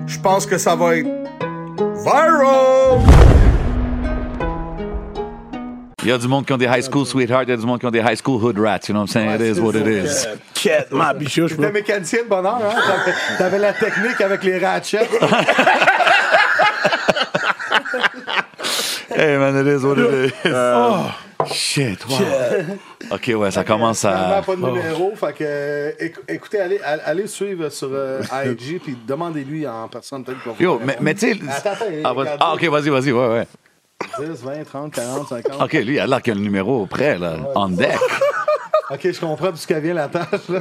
H: Je pense que ça va être viral.
D: Il y a du monde qui ont des high school sweethearts, il y a du monde qui ont des high school hood rats. You know what I'm saying?
B: Ouais,
D: it is
B: c'est
D: what it
B: ça.
D: is.
C: Quête, ma biche, je
B: T'es
C: peux.
B: mécanicien de bonheur, hein? T'avais- T'avais la technique avec les ratchets.
D: Hey man, it is what it is. Oh, Shit, wow. OK, ouais, ça Oh. commence
B: Finalement,
D: à.
B: pas de numéro. Fait que, euh, éc- écoutez, allez, allez- allez suivre sur euh, IG, puis demandez-lui en personne. peut-être qu'on
D: Yo,
B: va
D: mais, mais tu sais.
B: Attends, attends,
D: Ah, vas- ah, OK, vas-y, vas-y, ouais, ouais.
B: 10, 20, 30, 40, 50.
D: OK, lui, il a l'air qu'il y a le numéro prêt, là, on deck.
B: OK, je comprends d'où qu'elle vient la tâche. là.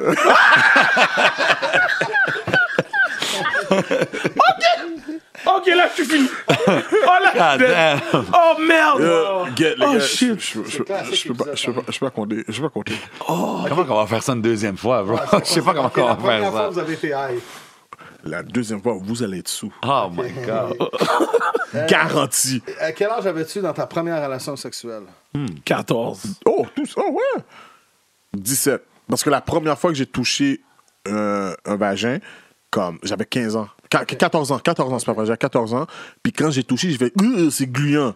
C: Ok, là, je suis fini. Oh là,
D: God Ah, damn.
C: Oh merde.
E: Euh, get, les
C: oh
E: gars,
C: shit.
E: Je je- je-
B: classique,
E: je peux pas- je peux pas- je peux pas compter. Je peux pas compter.
D: Comment qu'on va faire ça une deuxième fois, bro? Je sais pas comment
B: Ok,
D: qu'on
B: la
D: va
B: première
D: faire
B: fois,
D: ça.
B: vous avez été high.
E: La deuxième fois, vous allez être sous.
D: Oh my God.
E: Garanti.
B: À Euh, quel âge avais-tu dans ta première relation sexuelle?
C: 14.
E: Oh, tous. Oh, ouais. 17. Parce que la première fois que j'ai touché euh, un vagin, comme j'avais 15 ans. Qu- 14 ans, 14 ans, c'est pas vrai, j'avais 14 ans. Puis quand j'ai touché, j'ai fait, Euh, c'est gluant.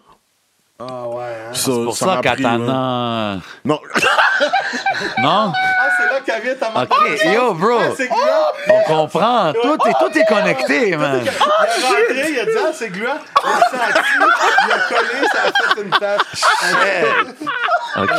B: Ah ouais, hein?
E: Ça,
D: Pour
E: m'a
D: ça,
E: pris, hein.
D: Katana.
E: Non,
B: Ah,
D: Non?
B: c'est là qu'elle vient ta maman.
D: OK, yo, bro.
B: Ah, c'est gluant.
D: On comprend. Tout est, tout est connecté, man.
B: il a rentré, il a dit, ah, c'est gluant. Il a senti, il a collé, ça a fait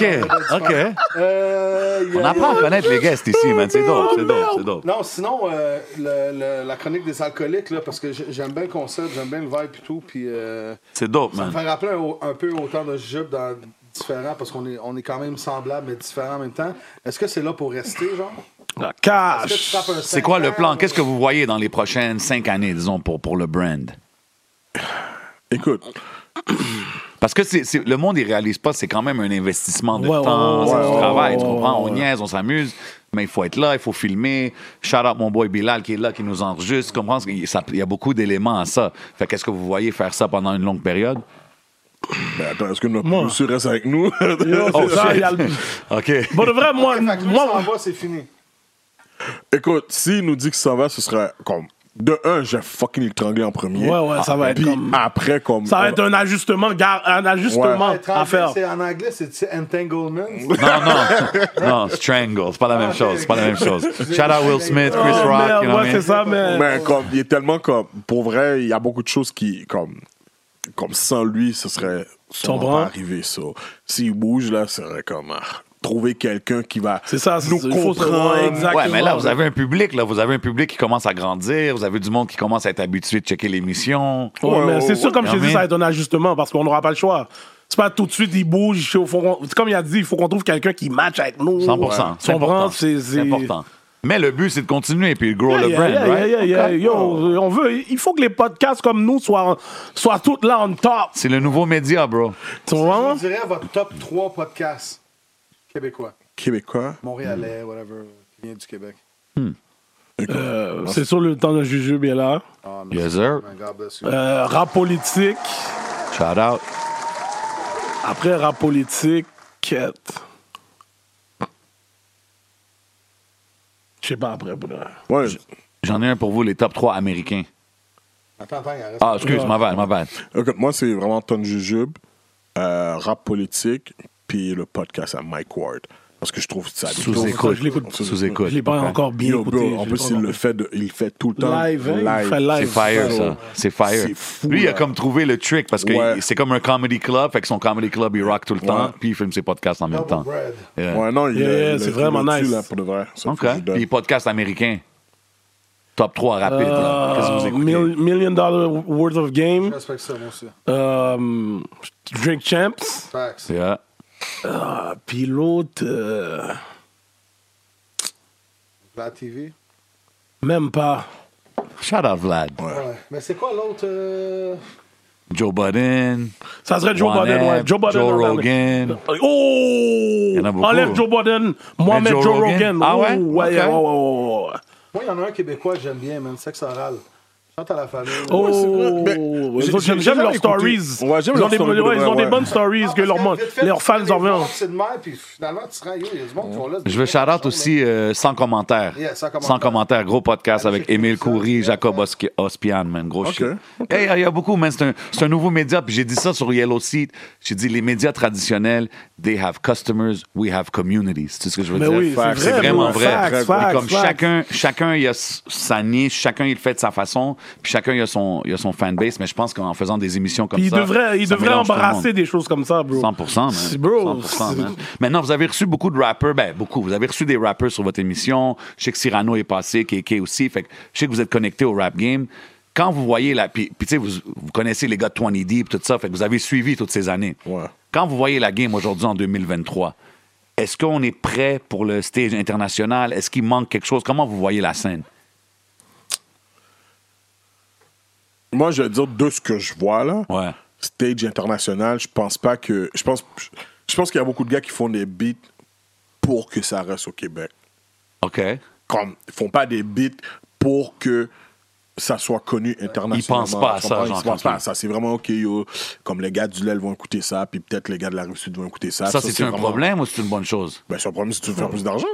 B: une tâche.
D: OK, OK.
B: Euh, il y a-
D: On apprend à connaître les guests ici, man. C'est dope, c'est dope, c'est dope.
B: Non, sinon, euh, le- le- la chronique des alcooliques, là, parce que j'ai- j'aime bien le concept, j'aime bien le vibe et tout, puis euh,
D: C'est dope,
B: ça me
D: man.
B: fait rappeler un, un peu autant de jupes dans différents, parce qu'on est, on est quand même semblables, mais différents en même temps. Est-ce que c'est là pour rester, genre?
D: Ah.
C: La
B: Est-ce que tu
C: cash.
B: frappes un
D: C'est quoi le
B: cinquante,
D: plan?
B: ou-
D: Qu'est-ce que vous voyez dans les prochaines cinq années, disons, pour, pour le brand?
E: écoute,
D: Parce que c'est- c'est- le monde, il réalise pas, c'est quand même un investissement de
C: Ouais, ouais,
D: temps,
C: ouais,
D: c'est du
C: ouais,
D: travail,
C: ouais,
D: tu comprends?
C: ouais,
D: On
C: ouais.
D: niaise, on s'amuse, mais il faut être là, il faut filmer. Shout out mon boy Bilal qui est là, qui nous enregistre, tu comprends? Il ça- il y a beaucoup d'éléments à ça. Fait qu'est-ce que vous voyez faire ça pendant une longue période?
E: ben attends, est-ce que notre
C: Moi.
E: monsieur reste avec nous?
C: Oh, ça, il y a le-
D: OK.
C: Bon, de vrai,
D: Oh,
C: moi,
B: Fait que lui, il s'en
C: moi,
B: va, c'est fini.
E: Écoute, s'il nous dit que ça va, ce serait comme. De un, je vais fucking l'étrangler en premier. Ah,
C: Ouais, ouais, ça va être
E: Puis
C: comme-
E: après, comme.
C: ça va être un ajustement, gar- un
D: Ah,
C: ajustement
B: Être
C: à
B: anglais,
C: faire.
B: c'est- En anglais, c'est tu sais, entanglement.
D: Non, non, non, strangle, c'est pas la même chose, c'est pas la même chose. Shout out Will Smith, Chris
C: Oh,
D: Rock,
C: merde,
D: you know what I
C: ouais,
D: mean?
C: c'est ça, mais.
E: Mais comme, il est tellement comme. Pour vrai, il y a beaucoup de choses qui. Comme, comme sans lui, ce serait.
C: Ton
E: sûrement
C: bras.
E: pas arrivé, ça. S'il bouge, là, ce serait comme. ah, trouver quelqu'un qui va
C: C'est ça, c'est-
E: nous
C: il faut se- ouais,
E: comprendre.
C: exactement.
D: Ouais, mais là, vous avez un public, là. Vous avez un public qui commence à grandir. Vous avez du monde qui commence à être habitué de checker l'émission.
C: Ouais, mais c'est sûr, comme je
D: Quand
C: te dis,
D: même.
C: ça va être un ajustement parce qu'on n'aura pas le choix. C'est pas tout de suite, il bouge. il faut qu'on- comme il a dit, il faut qu'on trouve quelqu'un qui match avec nous.
D: 100 C'est
C: Tu comprends?
D: important.
C: C'est
D: C'est important. Mais le but, c'est de continuer et puis de grow
C: Yeah,
D: le
C: yeah,
D: brand,
C: yeah,
D: right?
C: yeah, yeah. Yo, euh, on veut, il faut que les podcasts comme nous soient, soient toutes là on top.
D: C'est le nouveau média, bro.
C: Tu
B: Je
C: vois?
B: vous dirais votre top 3 podcasts québécois.
E: Québécois.
B: Montréalais, whatever, qui vient du Québec.
E: Écoute,
C: Euh, c'est sûr, le temps de jujube est là.
B: Ah, merci.
D: Yes, sir.
B: God bless you.
C: Euh, rap politique.
D: Shout out.
C: Après rap politique, quête. Je sais pas après. pour de vrai.
E: Ouais.
D: J'en ai un pour vous, les top 3 américains.
B: Attends, attends, il en reste-
D: Ah, excuse, ma bad, ma bad.
E: Ok, moi, c'est vraiment Ton Jujube, euh, rap politique, puis le podcast à Mike Ward. Parce que je trouve ça des-
C: ça,
D: Sous-écoute.
C: je l'écoute.
D: Sous-écoute.
C: Je l'ai pas
D: Ok.
C: encore bien
E: Yo,
C: écouté.
E: bro,
C: je
E: en
C: l'ai
E: plus,
C: pas
E: il
C: encore-
E: le fait, de- il le fait tout le temps.
C: Live, hein, il fait
D: C'est
C: live.
D: fire, ça. C'est fire.
E: C'est fou,
D: Lui, il a
E: là.
D: comme trouvé le trick parce que
E: Ouais.
D: il- c'est comme un comedy club. Fait que son comedy club, il rock tout le temps.
E: Ouais.
D: Puis il filme ses podcasts en même temps.
B: bread.
D: Yeah.
E: Ouais, non, il
C: Yeah,
E: a-
C: yeah,
E: il a-
C: c'est vraiment
E: il a tué,
C: nice.
E: là, pour de vrai. Ça,
D: Euh, OK.
E: faut que je donne.
D: Puis podcasts américains. Top 3 rapide. là. Qu'est-ce que vous
C: Euh,
D: écoutez?
C: mil- million Dollar Worth of Game.
B: Je respecte ça, moi aussi.
C: Euh, Drink Champs.
B: Facts.
D: Yeah.
C: Ah, Puis l'autre, euh,
B: La TV.
C: même pas.
D: Shout out Vlad.
B: Ouais. Mais c'est quoi l'autre euh,
D: Joe Budden.
C: Ça serait Joe
D: One
C: Biden. ouais.
D: App,
C: Joe Biden.
D: Joe
C: enlève-
D: Rogan.
C: Oh!
D: y en a beaucoup.
C: Enlève Joe Biden. Mohamed
D: Joe
C: Joe,
D: Rogan.
C: Rogan.
D: Ah
C: Oh,
D: ouais?
C: Ouais,
D: Ok.
C: ouais, ouais, ouais, ouais.
B: Moi, il y en a un québécois que j'aime bien, man. Sexe oral. Chante à la famille.
C: Oh,
E: c'est vrai. Ben,
C: Ils
E: j'ai-
C: ont- j'aime
E: j'ai jamais
C: j'aime leurs
E: écouté.
C: stories.
E: Ouais, j'aime
C: ils ont,
E: leurs
C: des,
E: stories,
C: ouais, ils ont
E: ouais.
C: des bonnes stories
B: Ah,
C: que
B: parce
C: leurs, mon-
B: vite fait,
C: leurs fans
B: tu
C: en veulent.
B: fais des portes, c'est de même, puis finalement, tu te rends, yo, il y a du monde qui sont là.
D: Je veux shout out aussi euh, sans commentaire.
B: Yeah, Sans Commentaire.
D: commentaire, Gros podcast
B: Allez,
D: avec
B: checker
D: Émile
B: ça.
D: Coury, Jacob Oski- Ospian, man. Gros
E: Ok,
D: shit. Hey, il y a beaucoup, man. C'est un, c'est un nouveau média. Puis j'ai dit ça sur Yellow Seat. J'ai dit les médias traditionnels, they have customers, we have communities. C'est ce que je veux
C: Mais
D: dire.
C: oui, c'est
E: Facts.
C: vrai.
D: C'est vraiment
C: bro.
D: vrai.
C: Facts,
D: Et
C: facts,
D: comme
C: facts.
D: chacun, chacun il a s- sa niche, chacun il le fait de sa façon, puis chacun il a son, il a son fanbase, mais je pense qu'en faisant des émissions comme
C: Puis ils
D: ça.
C: devraient, ils
D: ça
C: devraient
D: mélange tout le
C: embrasser
D: monde.
C: des choses comme ça, bro.
D: 100%, man.
C: C'est- Bro,
D: 100%,
C: c'est-
D: man. Maintenant, vous avez reçu beaucoup de rappers, ben beaucoup. Vous avez reçu des rappers sur votre émission. Je sais que Cyrano est passé, KK aussi. Fait que je sais que vous êtes connecté au rap game. Quand vous voyez la. Puis, puis tu sais, vous, vous connaissez les gars de 20 Deep, tout ça. Fait que vous avez suivi toutes ces années.
E: Ouais.
D: Quand vous voyez la game aujourd'hui en 2023, est-ce qu'on est prêt pour le stage international? Est-ce qu'il manque quelque chose? Comment vous voyez la scène?
E: Moi, je vais dire de ce que je vois là.
D: Ouais.
E: Stage international, je pense pas que. Je pense, je pense qu'il y a beaucoup de gars qui font des beats pour que ça reste au Québec.
D: OK.
E: Comme, ils font pas des beats pour que ça soit connu internationalement.
D: Ils pensent pas à ça,
E: Tu comprends?
D: genre,
E: Ils pensent
D: quand
E: pas à ça. C'est vraiment OK, yo. Comme les gars du LEL vont écouter ça, puis peut-être les gars de la Russie vont écouter ça.
D: Ça, c'est un
E: vraiment-
D: problème ou c'est une bonne chose?
E: Ben, c'est un problème si tu veux faire plus d'argent.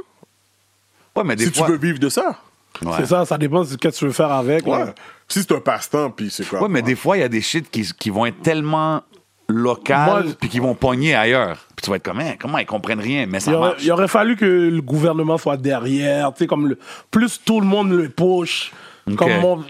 D: Ouais, mais des
E: Si
D: fois.
E: tu veux vivre de ça.
D: Ouais.
C: C'est ça, ça dépend de ce que tu veux faire avec.
E: Ouais.
C: là.
E: Si c'est un passe-temps, puis c'est quoi.
D: Ouais, mais des fois, il y a des shit qui, qui vont être tellement locales
C: Moi,
D: puis qui vont pogner ailleurs. Puis tu vas être comme, Hein, comment ils comprennent rien, mais ça
C: Il aurait,
D: marche.
C: il aurait fallu que le gouvernement soit derrière, tu sais, comme le, plus tout le monde le push.
D: Ok.
C: Comme on,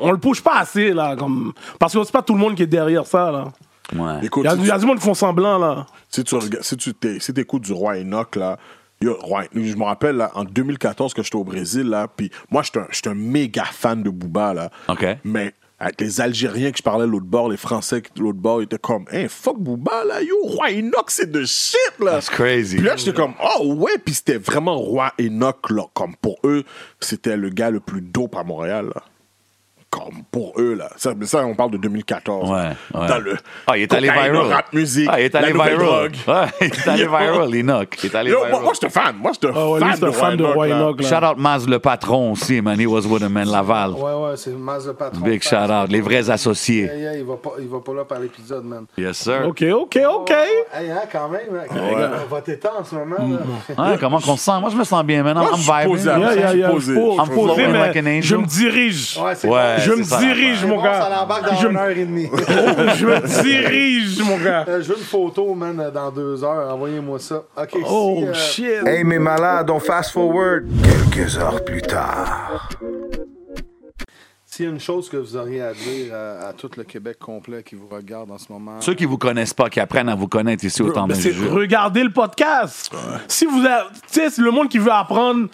C: on le push pas assez, là. Comme, parce que c'est pas tout le monde qui est derrière ça, là.
D: Ouais.
E: Écoute,
C: Il y, a
E: si
C: du-
E: tu-
C: y a du monde qui font semblant, là.
E: si tu regardes- si tu t'es- si t'écoutes du roi Enoch là yo, Roi- je me rappelle là, en 2014 que j'étais au Brésil là puis moi j'étais un, j'étais un méga fan de Booba là
D: Ok.
E: mais avec les Algériens que je parlais de l'autre bord les Français de l'autre bord ils étaient comme hey fuck Booba là yo roi Enoch c'est de shit là
D: That's crazy.
E: puis là j'étais comme oh ouais puis c'était vraiment roi Enoch là comme pour eux c'était le gars le plus dope à Montréal là comme pour eux là ça, mais ça on parle de 2014
D: Ouais, ouais.
E: dans le
D: Ah, il est allé
E: cocaïne,
D: viral.
E: rap music
D: Ah, il est allé
E: la nouvelle
D: viral.
E: drogue.
D: Ouais, il est allé viral, Enoch. Il est allé
E: Yo,
D: viral.
E: moi, moi, je suis fan. Moi, je suis
C: Ah ouais, lui,
E: fan,
C: c'est un
E: de
C: fan de
E: Roy
C: Roy
E: Knock.
C: Enoch, là.
D: Shout out Maz le patron aussi, man. He was with a man Laval.
B: Ouais, ouais, c'est Maz le patron.
D: Big
B: Facts.
D: shout out. Les vrais associés.
B: Yeah, yeah, il va pas, il va pas là par l'épisode, man.
D: Yes, sir.
C: OK, OK, OK.
B: Hey, hein, quand même, hein, quand on va t'étendre en ce moment. là.
C: Mm.
D: Ouais, comment qu'on se sent? Moi, je me sens bien, man.
E: Moi,
D: I'm
E: je suis
D: vibing.
E: posé à-
C: Yeah, yeah, yeah. Je suis
E: Posé.
C: posé,
D: I'm
C: je suis posé,
D: flowing
C: mais
D: like an angel.
C: je me dirige.
B: Ouais, c'est
D: Ouais,
B: bon.
C: je me
D: c'est ça,
C: dirige,
D: ouais.
B: C'est
C: mon
B: bon, Ça
C: gars.
B: l'embarque dans
C: Je
B: une
C: me-
B: heure et demie.
C: je me dirige, mon gars.
B: Euh, je veux une photo, man, euh, dans deux heures. Envoyez-moi ça. OK, si,
C: Oh,
B: euh,
C: shit.
H: Hey, mes malades, on fast forward. Quelques heures plus tard.
B: S'il y a une chose que vous auriez à dire euh, à tout le Québec complet qui vous regarde en ce moment.
D: Ceux qui vous connaissent pas, qui apprennent à vous connaître ici au temps
C: Ben,
D: de
C: c'est
D: jeu.
C: regarder le podcast. Si vous avez, tu sais, c'est le monde qui veut apprendre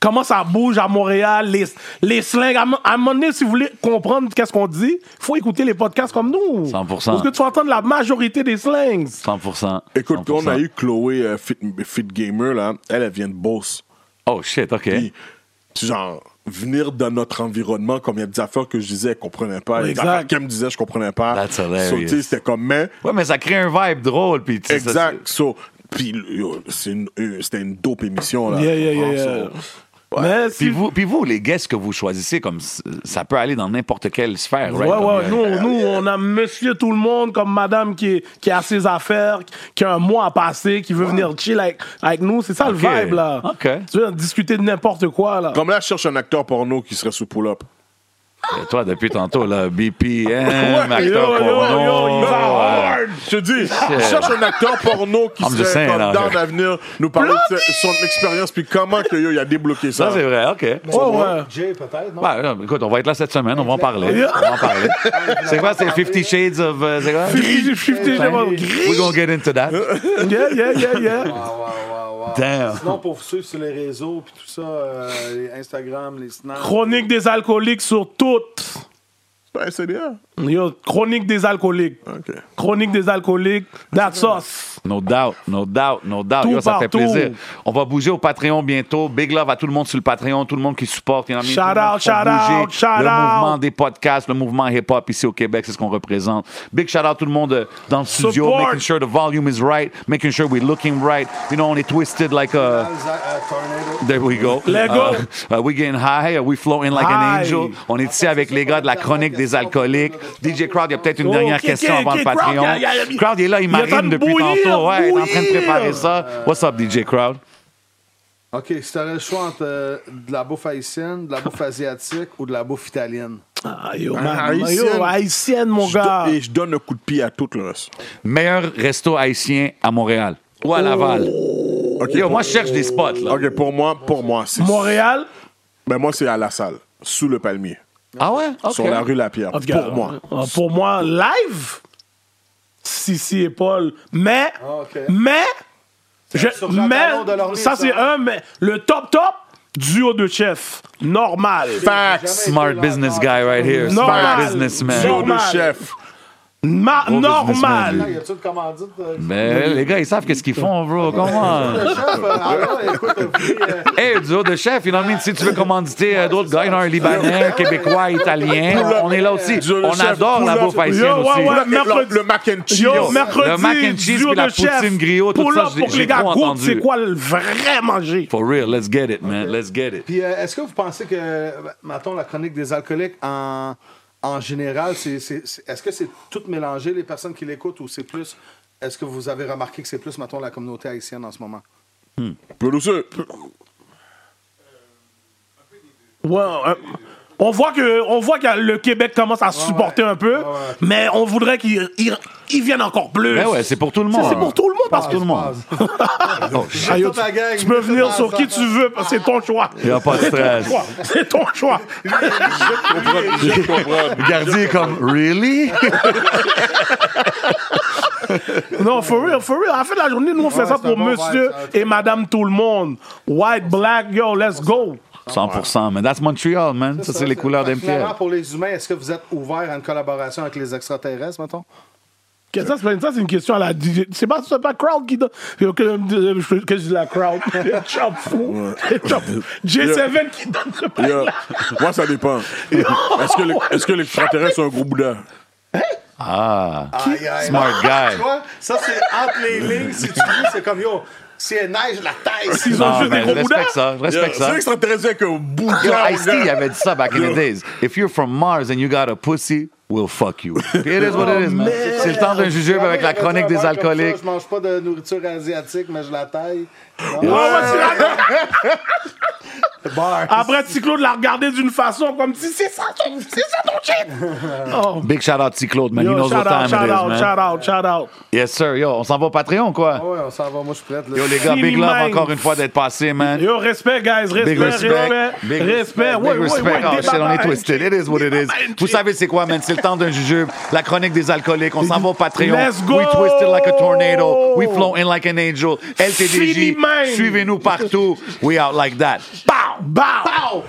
C: comment ça bouge à Montréal, les, les slings, à, mo- à un moment donné, si vous voulez comprendre qu'est-ce qu'on dit, faut écouter les podcasts comme nous.
D: 100%.
C: Parce que tu vas entendre la majorité des slings.
D: 100%.
E: Écoute, on a
D: 100%.
E: eu Chloé euh, Fit, Fit Gamer, là. Elle, elle vient de Beauce.
D: Oh shit, OK.
E: Puis, genre, venir dans notre environnement, comme il y a des affaires que je disais, elle comprenait pas. Il y a des
C: Exact.
E: affaires qu'elle me disait, je comprenais pas.
D: That's hilarious.
E: So, tu sais, c'était comme, mais,
D: Ouais, mais ça crée un vibe drôle. Puis tu sais, ça,
E: exact. So, puis, yo, c'est une- euh, c'était une dope émission, là.
C: Yeah, yeah,
E: Tu comprends?
C: yeah, yeah.
E: So,
C: Mais si-
D: Puis vous, puis vous, les guests que vous choisissez, comme c- ça peut aller dans n'importe quelle sphère,
C: Ouais,
D: right?
C: ouais,
D: Comme, euh,
C: nous, nous, on a monsieur tout le monde, comme madame qui, est- qui a ses affaires, qui a un mois à passer, qui veut venir chill avec, avec nous. C'est ça
D: Ok.
C: le vibe, là.
D: Ok.
C: Tu veux discuter de n'importe quoi, là.
E: Comme là, je cherche un acteur porno qui serait sous pull-up.
D: euh, toi, depuis tantôt, là, BPM,
E: Ouais,
D: acteur
C: yo, yo, yo,
D: porno.
C: il va
D: euh,
E: Je te dis, je cherche un acteur porno qui
D: I'm just
E: serait
D: saying,
E: comme
D: là,
E: down
D: je-
E: à venir nous parler de son expérience, puis comment que, yo, il a débloqué ça.
D: Ça, c'est vrai, OK.
C: Ouais, ouais.
B: Jay, peut-être, non?
D: Ben, non, écoute, on va être là cette semaine, on va en parler. On va en parler. C'est quoi, c'est 50 Shades of. euh, c'est quoi?
C: Fifty- fifty, je vois.
D: We're gonna get into that.
C: Yeah, yeah, yeah, yeah.
B: Wow, wow, wow, wow.
D: Damn.
B: Sinon, pour vous suivre sur les réseaux, puis tout ça, euh, les Instagram, les snaps.
C: Chronique des alcooliques sur toutes.
E: C'est un CDA.
C: Yo, chronique des alcooliques.
E: OK.
C: Chronique des alcooliques. That's us.
D: No doubt, no doubt, no doubt.
C: Tout
D: Yo, ça fait
C: partout.
D: plaisir. On va bouger au Patreon bientôt. Big love à tout le monde sur le Patreon, tout le monde qui supporte. Shout
C: Shout out, shout out, shout
D: Le
C: out.
D: mouvement des podcasts, le mouvement hip-hop ici au Québec, c'est ce qu'on représente. Big shout out tout le monde euh, dans le studio,
C: Support.
D: making sure the volume is right, making sure we're looking right. You know, on est twisted like a.
B: euh,
D: There we go.
C: Let go.
D: Uh, uh, we getting high. Uh, we floating like an
C: High.
D: angel. On est ici avec les gars de la chronique des alcooliques. DJ Crowd, il y a peut-être une
C: Oh,
D: dernière
C: qui-
D: question
C: qui-
D: avant
C: qui-
D: le
C: Crowd,
D: Patreon.
C: il y a- il y a-
D: Crowd, il est là, il
C: il est en train
D: marine
C: de
D: depuis
C: bouillir,
D: tantôt. Ouais, il est en train de
C: bouillir.
D: préparer ça. What's up, DJ Crowd?
B: OK, si t'aurais le choix entre euh, de la bouffe haïtienne, de la bouffe asiatique ou de la bouffe italienne.
C: Ah, yo,
E: Ah,
C: man.
E: haïtienne.
C: Yo, haïtienne, mon
E: Je
C: gars.
E: do- Et je donne un coup de pied à tout le reste.
D: Meilleur resto haïtien à Montréal ou
C: Oh.
D: à Laval?
E: OK,
D: Yo,
E: pour-
D: moi, je cherche des spots, là.
E: OK, pour moi, pour moi, c'est...
C: Montréal.
E: Ben, moi, c'est à la salle, sous le palmier,
D: Ah ouais? OK.
E: sur la rue La Pierre,
C: En tout cas,
E: pour moi.
C: euh, Pour moi, live, Sissi et Paul. Mais,
B: Ah, ok.
C: mais, je-
B: sur Jacques Allon de hein.
C: mais,
B: Lormier,
C: ça
B: ça.
C: c'est un, mais le top top, duo de chef. Normal.
E: Facts!
D: Smart business guy right here. Smart
C: Normal.
E: Duo
D: businessman.
C: Normal.
E: de chef.
C: Ma-
D: Gros
C: normal.
B: Y a-tu une commandite? euh,
D: Mais les gars, ils savent qu'est-ce qu'ils font, bro. Comment?
B: Le chef, euh, alors, écoute, euh, puis, euh,
D: Hey, duo de chef, il en a mis, si tu veux commanditer euh, d'autres gars, il y en a un Libanais, un Québécois, Italien. On est là aussi.
E: Duo de
D: On
E: chef,
D: adore la
E: poula.
D: bouffe haïtienne
C: Yo, ouais,
D: aussi.
C: ouais.
E: Le-
C: mercredi-
E: Le mac and cheese.
C: Yo, mercredi,
D: le mac and cheese
C: duo
D: puis la
C: de chef.
D: poutine griot, tout
C: pour
D: ça,
C: là,
D: j'ai-
C: pour que
D: j'ai
C: les gars
D: trop
C: goûtent,
D: entendu.
C: c'est quoi le vrai manger.
D: For real, let's get it, man. Let's get it.
B: Puis euh, est-ce que vous pensez que, euh, mettons, la chronique des alcooliques en, en général, c'est, c'est- c'est- est-ce que c'est tout mélangé, les personnes qui l'écoutent, ou c'est plus. Est-ce que vous avez remarqué que c'est plus, mettons, la communauté haïtienne en ce moment?
E: Peu douceur.
C: Ouais, euh, on voit que on voit que le Québec commence à se supporter un peu, mais on voudrait qu'ils ils- ils viennent encore plus.
D: Ben ouais, c'est pour tout le
C: Ça,
D: monde.
C: c'est pour tout le monde parce que
D: Tout le monde.
C: Ah, yo,
B: Toute la gang,
C: tu, tu peux venir
B: dans
C: sur
B: ça, hein.
C: qui tu veux, parce que c'est ton choix.
D: Il n'y a pas de stress.
C: C'est ton choix.
D: Regardez comme, really?
C: Non, for real, for real. À la fin de la journée, nous, on fait ça
B: c'est
C: pour
B: un bon
C: monsieur
B: vibe, ça,
C: et madame tout le monde. White, black, yo, let's go.
D: 100%, man. That's Montreal, man. Ça, c'est les couleurs
B: Fait que
D: d'MTL.
B: Finalement, pour les humains, est-ce que vous êtes ouvert à une collaboration avec les extraterrestres, mettons?
C: Que ça, c'est pas- ça, c'est une question à la DJ. C'est pas, c'est pas crowd qui donne. Yo, Que, euh, je- que je dis la crowd. Chop fou. Chop. J7 qui donne ce bail-là.
E: Yo, Moi, ça dépend. Est-ce que, le- est-ce que les extraterrestres sont un gros boudin?
D: Ah,
B: Aïe, aïe,
D: smart
B: Tu
D: guy.
B: vois, ça, c'est entre les lignes. Si tu dis, c'est comme, yo, si elle neige, la taille. Si
C: Ils ont
D: Non,
C: juste des
D: mais
C: gros boudins.
D: respecte ça, respecte
E: C'est
D: ça.
E: extraterrestre avec un boudin.
D: Yo,
E: mon
D: Ice-T,
E: gars.
D: il avait dit ça back in the days. If you're from Mars and you got a pussy, we'll fuck you. Puis it is what it is,
C: Oh,
D: man. C'est le temps d'un jujube avec la chronique des alcooliques.
B: Je mange pas de nourriture asiatique, mais je la taille.
C: Après, Ticlo de la regarder d'une façon comme si c'est ça ton, c'est ça ton shit. Oh.
D: Big shout out to Claude, man. he
C: Yo,
D: knows what
C: shout out,
D: time
C: shout
D: it is,
C: out,
D: man.
C: shout out, shout out.
D: Yes, sir. Yo, on s'en va au Patreon, quoi?
B: Ah Ouais, on s'en va, moi, je suis prête. là.
D: Yo, les gars,
C: Fini
D: big love
C: mind.
D: encore une fois d'être passé, man.
C: Yo, respect, guys. Respect,
D: Big respect.
C: respect.
D: Big
C: respect.
D: Big
C: Ouais, ouais,
D: respect.
C: ouais,
D: Oh,
C: des
D: shit, on est
C: babas
D: twisted. It is what it is. Vous savez c'est quoi, man? C'est le temps d'un jujube. La chronique des alcooliques. On s'en va au Patreon.
C: Let's go!
D: We twisted like a tornado. We flow in like an angel.
C: Fini
D: LTDJ,
C: mind.
D: suivez-nous partout. We out like that.
C: Bow, bow.